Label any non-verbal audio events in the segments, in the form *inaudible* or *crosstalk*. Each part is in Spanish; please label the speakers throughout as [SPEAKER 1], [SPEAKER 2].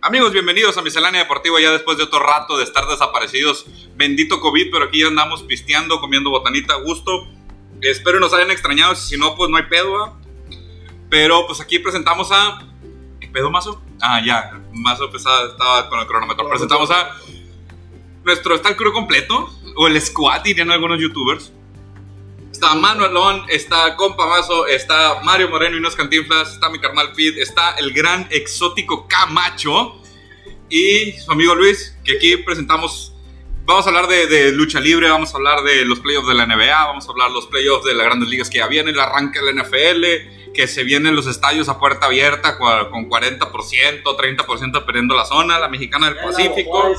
[SPEAKER 1] Amigos, bienvenidos a Miscelánea Deportiva ya después de otro rato de estar desaparecidos. Bendito COVID, pero aquí ya andamos pisteando, comiendo botanita a gusto. Espero nos hayan extrañado, si no, pues no hay pedo. ¿va? Pero pues aquí presentamos a... ¿Qué pedo, Mazo? Ah, ya, Mazo pesada estaba con el cronómetro. Presentamos a nuestro, está el crew completo, o el squad dirían algunos youtubers. Está Manuel Lon, está Compa Mazo, está Mario Moreno y unos cantinflas, está mi carnal Pete, está el gran exótico Camacho y su amigo Luis, que aquí presentamos. Vamos a hablar de, de lucha libre, vamos a hablar de los playoffs de la NBA, vamos a hablar de los playoffs de las grandes ligas que ya vienen, el arranque de la NFL, que se vienen los estadios a puerta abierta cua- con 40%, 30% dependiendo la zona, la mexicana del Pacífico.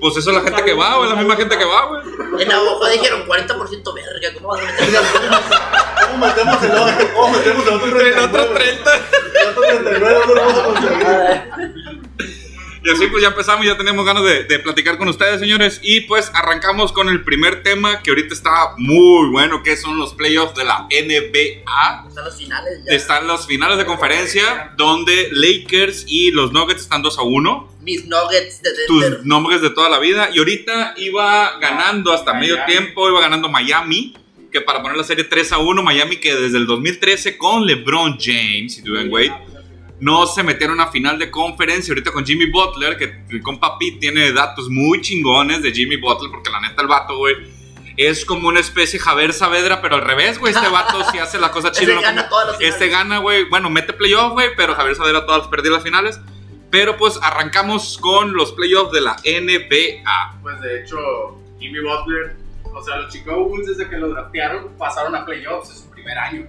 [SPEAKER 1] Pues eso es la gente que va, güey, la misma gente que va, güey.
[SPEAKER 2] En la boca dijeron 40% verga, ¿cómo vas a meter?
[SPEAKER 3] ¿Cómo metemos el otro? ¿Cómo metemos el otro?
[SPEAKER 1] El otro 30.
[SPEAKER 3] El otro 39 no lo vamos a conseguir.
[SPEAKER 1] Y así pues ya empezamos, ya tenemos ganas de, de platicar con ustedes, señores. Y pues arrancamos con el primer tema que ahorita está muy bueno, que son los playoffs de la NBA.
[SPEAKER 2] Están los finales ya.
[SPEAKER 1] Están las finales de conferencia, donde Lakers y los Nuggets están 2 a 1.
[SPEAKER 2] Mis nuggets de Denver.
[SPEAKER 1] tus nombres de toda la vida. Y ahorita iba ganando hasta medio tiempo, iba ganando Miami, que para poner la serie 3 a 1, Miami que desde el 2013 con LeBron James y Dwayne Wade no se metieron a final de conferencia. Ahorita con Jimmy Butler, que el compa Pete tiene datos muy chingones de Jimmy Butler, porque la neta el vato, güey. Es como una especie Javier Saavedra, pero al revés, güey. Este vato sí hace la
[SPEAKER 2] *laughs*
[SPEAKER 1] cosa chida.
[SPEAKER 2] Ese
[SPEAKER 1] no
[SPEAKER 2] gana
[SPEAKER 1] como-
[SPEAKER 2] todas las finales.
[SPEAKER 1] Este gana, güey. Bueno, mete playoff, güey, pero Javier Saavedra todas perdió las finales. Pero pues arrancamos con los playoffs de la NBA.
[SPEAKER 4] Pues de hecho, Jimmy Butler, o sea, los Chicago Bulls desde que lo draftearon pasaron a playoffs en su primer año.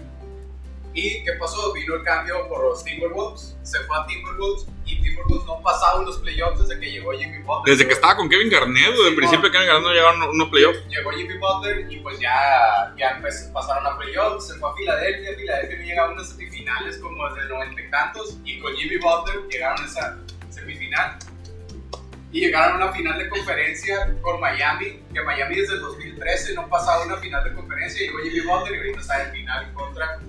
[SPEAKER 4] ¿Y qué pasó? Vino el cambio por los Timberwolves, se fue a Timberwolves y Timberwolves no pasaron los playoffs desde que llegó Jimmy Butler.
[SPEAKER 1] Desde que estaba con Kevin Garnett, güey, en
[SPEAKER 4] Sí,
[SPEAKER 1] principio
[SPEAKER 4] bueno.
[SPEAKER 1] Kevin Garnett no llegaron unos playoffs.
[SPEAKER 4] Llegó Jimmy Butler y pues ya, ya pues, pasaron a playoffs, se fue a Filadelfia, Filadelfia no llegaba a unas semifinales como desde el 90 y tantos y con Jimmy Butler llegaron a esa semifinal y llegaron a una final de conferencia con Miami, que Miami desde el 2013 no pasaba una final de conferencia, llegó Jimmy Butler y ahorita está en final contra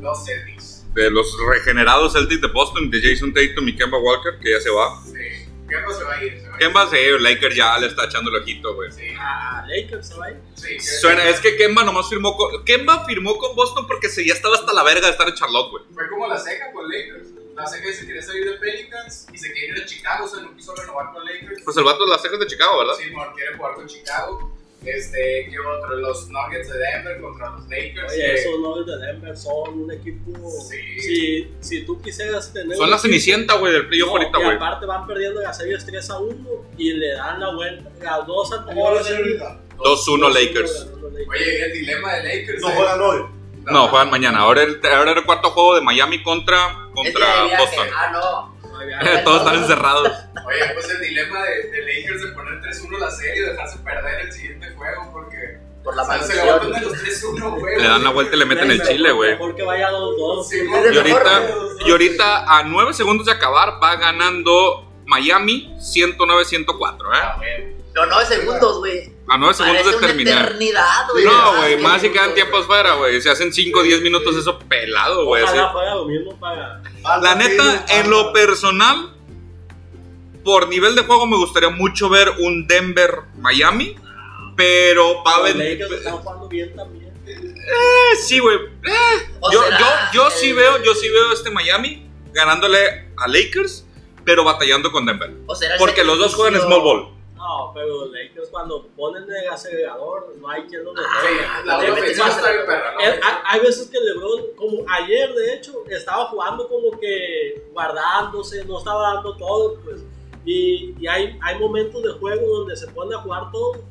[SPEAKER 4] los Celtics.
[SPEAKER 1] De los regenerados Celtics de Boston, de Jason Tatum y Kemba Walker, que ya se va.
[SPEAKER 4] Sí, Kemba se va a ir, se va a ir.
[SPEAKER 1] Kemba se, Laker ya le está echando el ojito, güey.
[SPEAKER 4] Sí,
[SPEAKER 2] Ah, Lakers se va a ir.
[SPEAKER 4] sí,
[SPEAKER 1] Suena, es que Kemba nomás firmó con, Kemba firmó con Boston porque se, ya estaba hasta la verga de estar en Charlotte, güey.
[SPEAKER 4] Fue como la ceja con Lakers. La ceja se quería salir de Pelicans y se quería ir a Chicago, o sea, no quiso renovar con Lakers.
[SPEAKER 1] Pues el vato de las cejas de Chicago, ¿verdad?
[SPEAKER 4] Simón quiere jugar con Chicago. Este, ¿qué otro? Los Nuggets de Denver contra los Lakers.
[SPEAKER 5] Oye,
[SPEAKER 4] que-
[SPEAKER 5] esos Nuggets de Denver son un equipo.
[SPEAKER 4] Sí.
[SPEAKER 5] Si, si tú quisieras tener.
[SPEAKER 1] Son la cenicienta, güey, del playoff
[SPEAKER 5] No,
[SPEAKER 1] ahorita,
[SPEAKER 5] y
[SPEAKER 1] güey.
[SPEAKER 5] aparte van perdiendo las series 3 a 1 y le dan la vuelta. Las dos
[SPEAKER 3] Ahora
[SPEAKER 5] anteriores.
[SPEAKER 3] sí, ahorita.
[SPEAKER 1] 2-1 Lakers.
[SPEAKER 4] Oye, el dilema de Lakers.
[SPEAKER 3] No
[SPEAKER 4] eh.
[SPEAKER 3] juegan hoy.
[SPEAKER 1] No, juegan mañana. Ahora el, ahora el cuarto juego de Miami contra, contra
[SPEAKER 2] Es de viaje.
[SPEAKER 1] Boston. *laughs*
[SPEAKER 2] Ah, no. No hay viaje.
[SPEAKER 1] Todos están encerrados.
[SPEAKER 4] Oye, pues el dilema de, de Lakers de poner 3-1 la serie y dejarse perder el siguiente juego porque.
[SPEAKER 2] Por la
[SPEAKER 4] o sea,
[SPEAKER 2] mano
[SPEAKER 4] se levantan de los 3-1, güey.
[SPEAKER 1] Le dan la vuelta y le meten el chile, güey.
[SPEAKER 5] Mejor que vaya 2-2.
[SPEAKER 4] Sí,
[SPEAKER 2] Es
[SPEAKER 1] Y
[SPEAKER 2] de mejor,
[SPEAKER 1] ahorita,
[SPEAKER 2] güey.
[SPEAKER 1] y ahorita, a 9 segundos de acabar, va ganando Miami 109-104, ¿eh?
[SPEAKER 4] Ah, güey.
[SPEAKER 2] No, no, segundos, güey.
[SPEAKER 1] A 9 segundos
[SPEAKER 2] Parece
[SPEAKER 1] de
[SPEAKER 2] una
[SPEAKER 1] terminar.
[SPEAKER 2] eternidad, güey.
[SPEAKER 1] No,
[SPEAKER 2] Ah,
[SPEAKER 1] güey,
[SPEAKER 2] qué
[SPEAKER 1] más si
[SPEAKER 2] lindo,
[SPEAKER 1] quedan tiempos fuera, güey. Se hacen 5 o 10 minutos eso pelado, güey. así.
[SPEAKER 5] Ojalá fuera lo mismo para.
[SPEAKER 1] La neta, en lo personal, por nivel de juego me gustaría mucho ver un Denver-Miami, pero va a
[SPEAKER 5] Los
[SPEAKER 1] venir...
[SPEAKER 5] Lakers están jugando bien también.
[SPEAKER 1] Eh, *laughs* sí, güey.
[SPEAKER 2] O
[SPEAKER 1] Yo,
[SPEAKER 2] será
[SPEAKER 1] yo, yo
[SPEAKER 2] el-
[SPEAKER 1] sí veo, yo sí veo este Miami ganándole a Lakers, pero batallando con Denver.
[SPEAKER 2] o será el
[SPEAKER 1] Porque los dos juegan
[SPEAKER 2] sacrificio.
[SPEAKER 1] small ball.
[SPEAKER 5] No, pero los Lakers cuando ponen el acelerador no hay quien lo
[SPEAKER 2] Ah,
[SPEAKER 5] detenga.
[SPEAKER 4] Sí, la
[SPEAKER 2] le
[SPEAKER 4] ofensiva
[SPEAKER 2] metes más
[SPEAKER 4] está bien
[SPEAKER 2] a-
[SPEAKER 4] perra, ¿no?
[SPEAKER 5] El- ah, ha- Eh, hay veces que LeBron, como ayer de hecho, estaba jugando como que guardándose, no estaba dando todo, pues. Y, y hay, hay momentos de juego donde se pone a jugar todo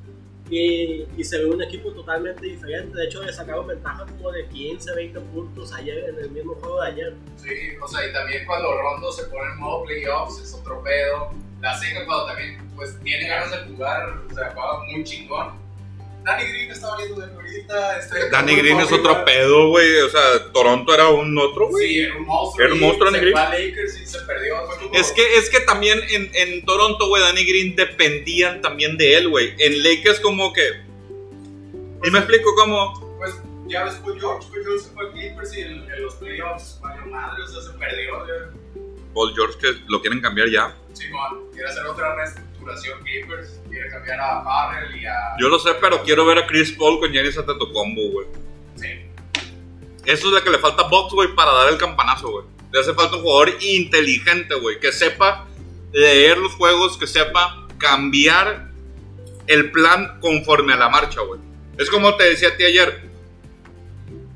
[SPEAKER 5] y, y se ve un equipo totalmente diferente. De hecho, le sacaron ventaja como de 15, 20 puntos ayer en el mismo juego de ayer.
[SPEAKER 4] Sí, o sea, y también cuando Rondo se pone en modo playoffs, es otro pedo. La seca cuando también, pues, tiene ganas de jugar, o sea, juega muy chingón. Danny Green está valiendo de ahorita. Este,
[SPEAKER 1] Danny
[SPEAKER 4] muy
[SPEAKER 1] Green es
[SPEAKER 4] popular.
[SPEAKER 1] otro pedo, güey. O sea, Toronto era un otro, güey.
[SPEAKER 4] Sí, era un monstruo.
[SPEAKER 1] Era un
[SPEAKER 4] y
[SPEAKER 1] monstruo,
[SPEAKER 4] se
[SPEAKER 1] Danny
[SPEAKER 4] fue a Lakers y se perdió. fue como-
[SPEAKER 1] Es que, es que también en, en Toronto, güey, Danny Green dependían también de él, güey. En Lakers como que... Y me explico cómo...
[SPEAKER 4] Pues ya ves, fue George, fue George, se fue a Clippers y en, en los playoffs, valió madre, o sea, se perdió. ya.
[SPEAKER 1] Paul George que lo quieren cambiar ya.
[SPEAKER 4] Simón, quiere hacer otra reestructuración Clippers, quiere cambiar a Farrell y a...
[SPEAKER 1] Yo lo sé, pero quiero ver a Chris Paul con Giannis Antetokounmpo, güey.
[SPEAKER 4] Sí,
[SPEAKER 1] Eso es lo que le falta a Box, güey, para dar el campanazo, güey. Le hace falta un jugador inteligente, güey, que sepa leer los juegos, que sepa cambiar el plan conforme a la marcha, güey. Es como te decía a ti ayer.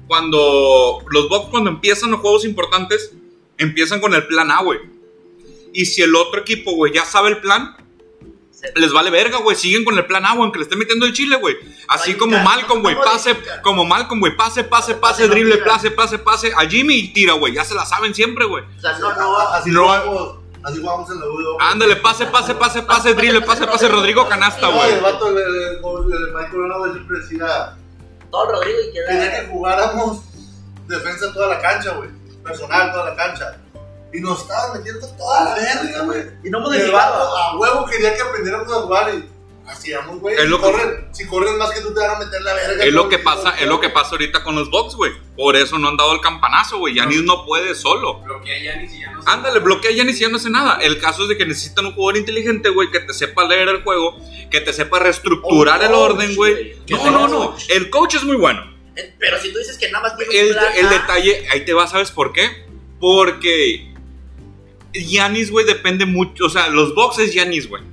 [SPEAKER 1] Cuando los Box, cuando empiezan los juegos importantes, empiezan con el plan A, güey. Y si el otro equipo, güey, ya sabe el plan,
[SPEAKER 2] Se-
[SPEAKER 1] les vale verga, güey. Siguen con el plan A, güey, aunque le estén metiendo el chile, güey. Así
[SPEAKER 2] Ay,
[SPEAKER 1] como
[SPEAKER 2] cara,
[SPEAKER 1] Malcolm, güey.
[SPEAKER 2] no
[SPEAKER 1] Pase,
[SPEAKER 2] modifica.
[SPEAKER 1] como Malcolm, güey. Pase, pase, pase,
[SPEAKER 2] no
[SPEAKER 1] drible,
[SPEAKER 2] tira.
[SPEAKER 1] pase, pase, pase. A Jimmy y tira, güey. Ya se la saben siempre, güey.
[SPEAKER 2] O sea, no, no.
[SPEAKER 3] Así
[SPEAKER 1] No.
[SPEAKER 3] jugamos. Así jugamos en la UDO.
[SPEAKER 1] Ándale, pase, pase, pase, pase,
[SPEAKER 2] Pase,
[SPEAKER 1] drible,
[SPEAKER 2] pase,
[SPEAKER 1] pase,
[SPEAKER 2] pase,
[SPEAKER 1] pase.
[SPEAKER 2] pase,
[SPEAKER 1] Rodrigo
[SPEAKER 2] pase,
[SPEAKER 1] canasta,
[SPEAKER 2] pase,
[SPEAKER 3] No,
[SPEAKER 1] güey.
[SPEAKER 3] el vato, el, el, el, el Mike Coronado siempre decía,
[SPEAKER 2] Todo el Rodrigo y
[SPEAKER 3] quería
[SPEAKER 2] queda.
[SPEAKER 3] que jugáramos defensa toda la cancha, güey. Personal toda la cancha. Y nos estaban metiendo toda la verga, güey.
[SPEAKER 2] Y no
[SPEAKER 3] Y el
[SPEAKER 2] modificaba.
[SPEAKER 3] vato a huevo quería que aprendiéramos a jugar y hacíamos, güey.
[SPEAKER 1] Es
[SPEAKER 3] Si,
[SPEAKER 1] lo que-
[SPEAKER 3] corren- si corren más que tú te van a meter la verga.
[SPEAKER 1] Es lo
[SPEAKER 3] todo
[SPEAKER 1] que
[SPEAKER 3] el tiempo.
[SPEAKER 1] pasa, es lo que pasa ahorita con los Bucks, güey. Por eso no han dado el campanazo, güey. Yanis no puede solo.
[SPEAKER 4] bloquea a Giannis y ya no se-
[SPEAKER 1] Ándale, bloquea a Yanis y ya no hace nada. El caso es de que necesitan un jugador inteligente, güey, que te sepa leer el juego, que te sepa reestructurar
[SPEAKER 2] Un
[SPEAKER 1] el
[SPEAKER 2] coach,
[SPEAKER 1] orden, güey.
[SPEAKER 2] güey. Que
[SPEAKER 1] No,
[SPEAKER 2] tenga
[SPEAKER 1] no,
[SPEAKER 2] un
[SPEAKER 1] no.
[SPEAKER 2] coach.
[SPEAKER 1] El coach es muy bueno.
[SPEAKER 2] Eh, Pero si tú dices que nada más tiene un
[SPEAKER 1] el,
[SPEAKER 2] plan ah,
[SPEAKER 1] el
[SPEAKER 2] A,
[SPEAKER 1] detalle, ahí te va, ¿sabes por qué? Porque Giannis, güey, depende mucho. O sea, los boxes Giannis, güey.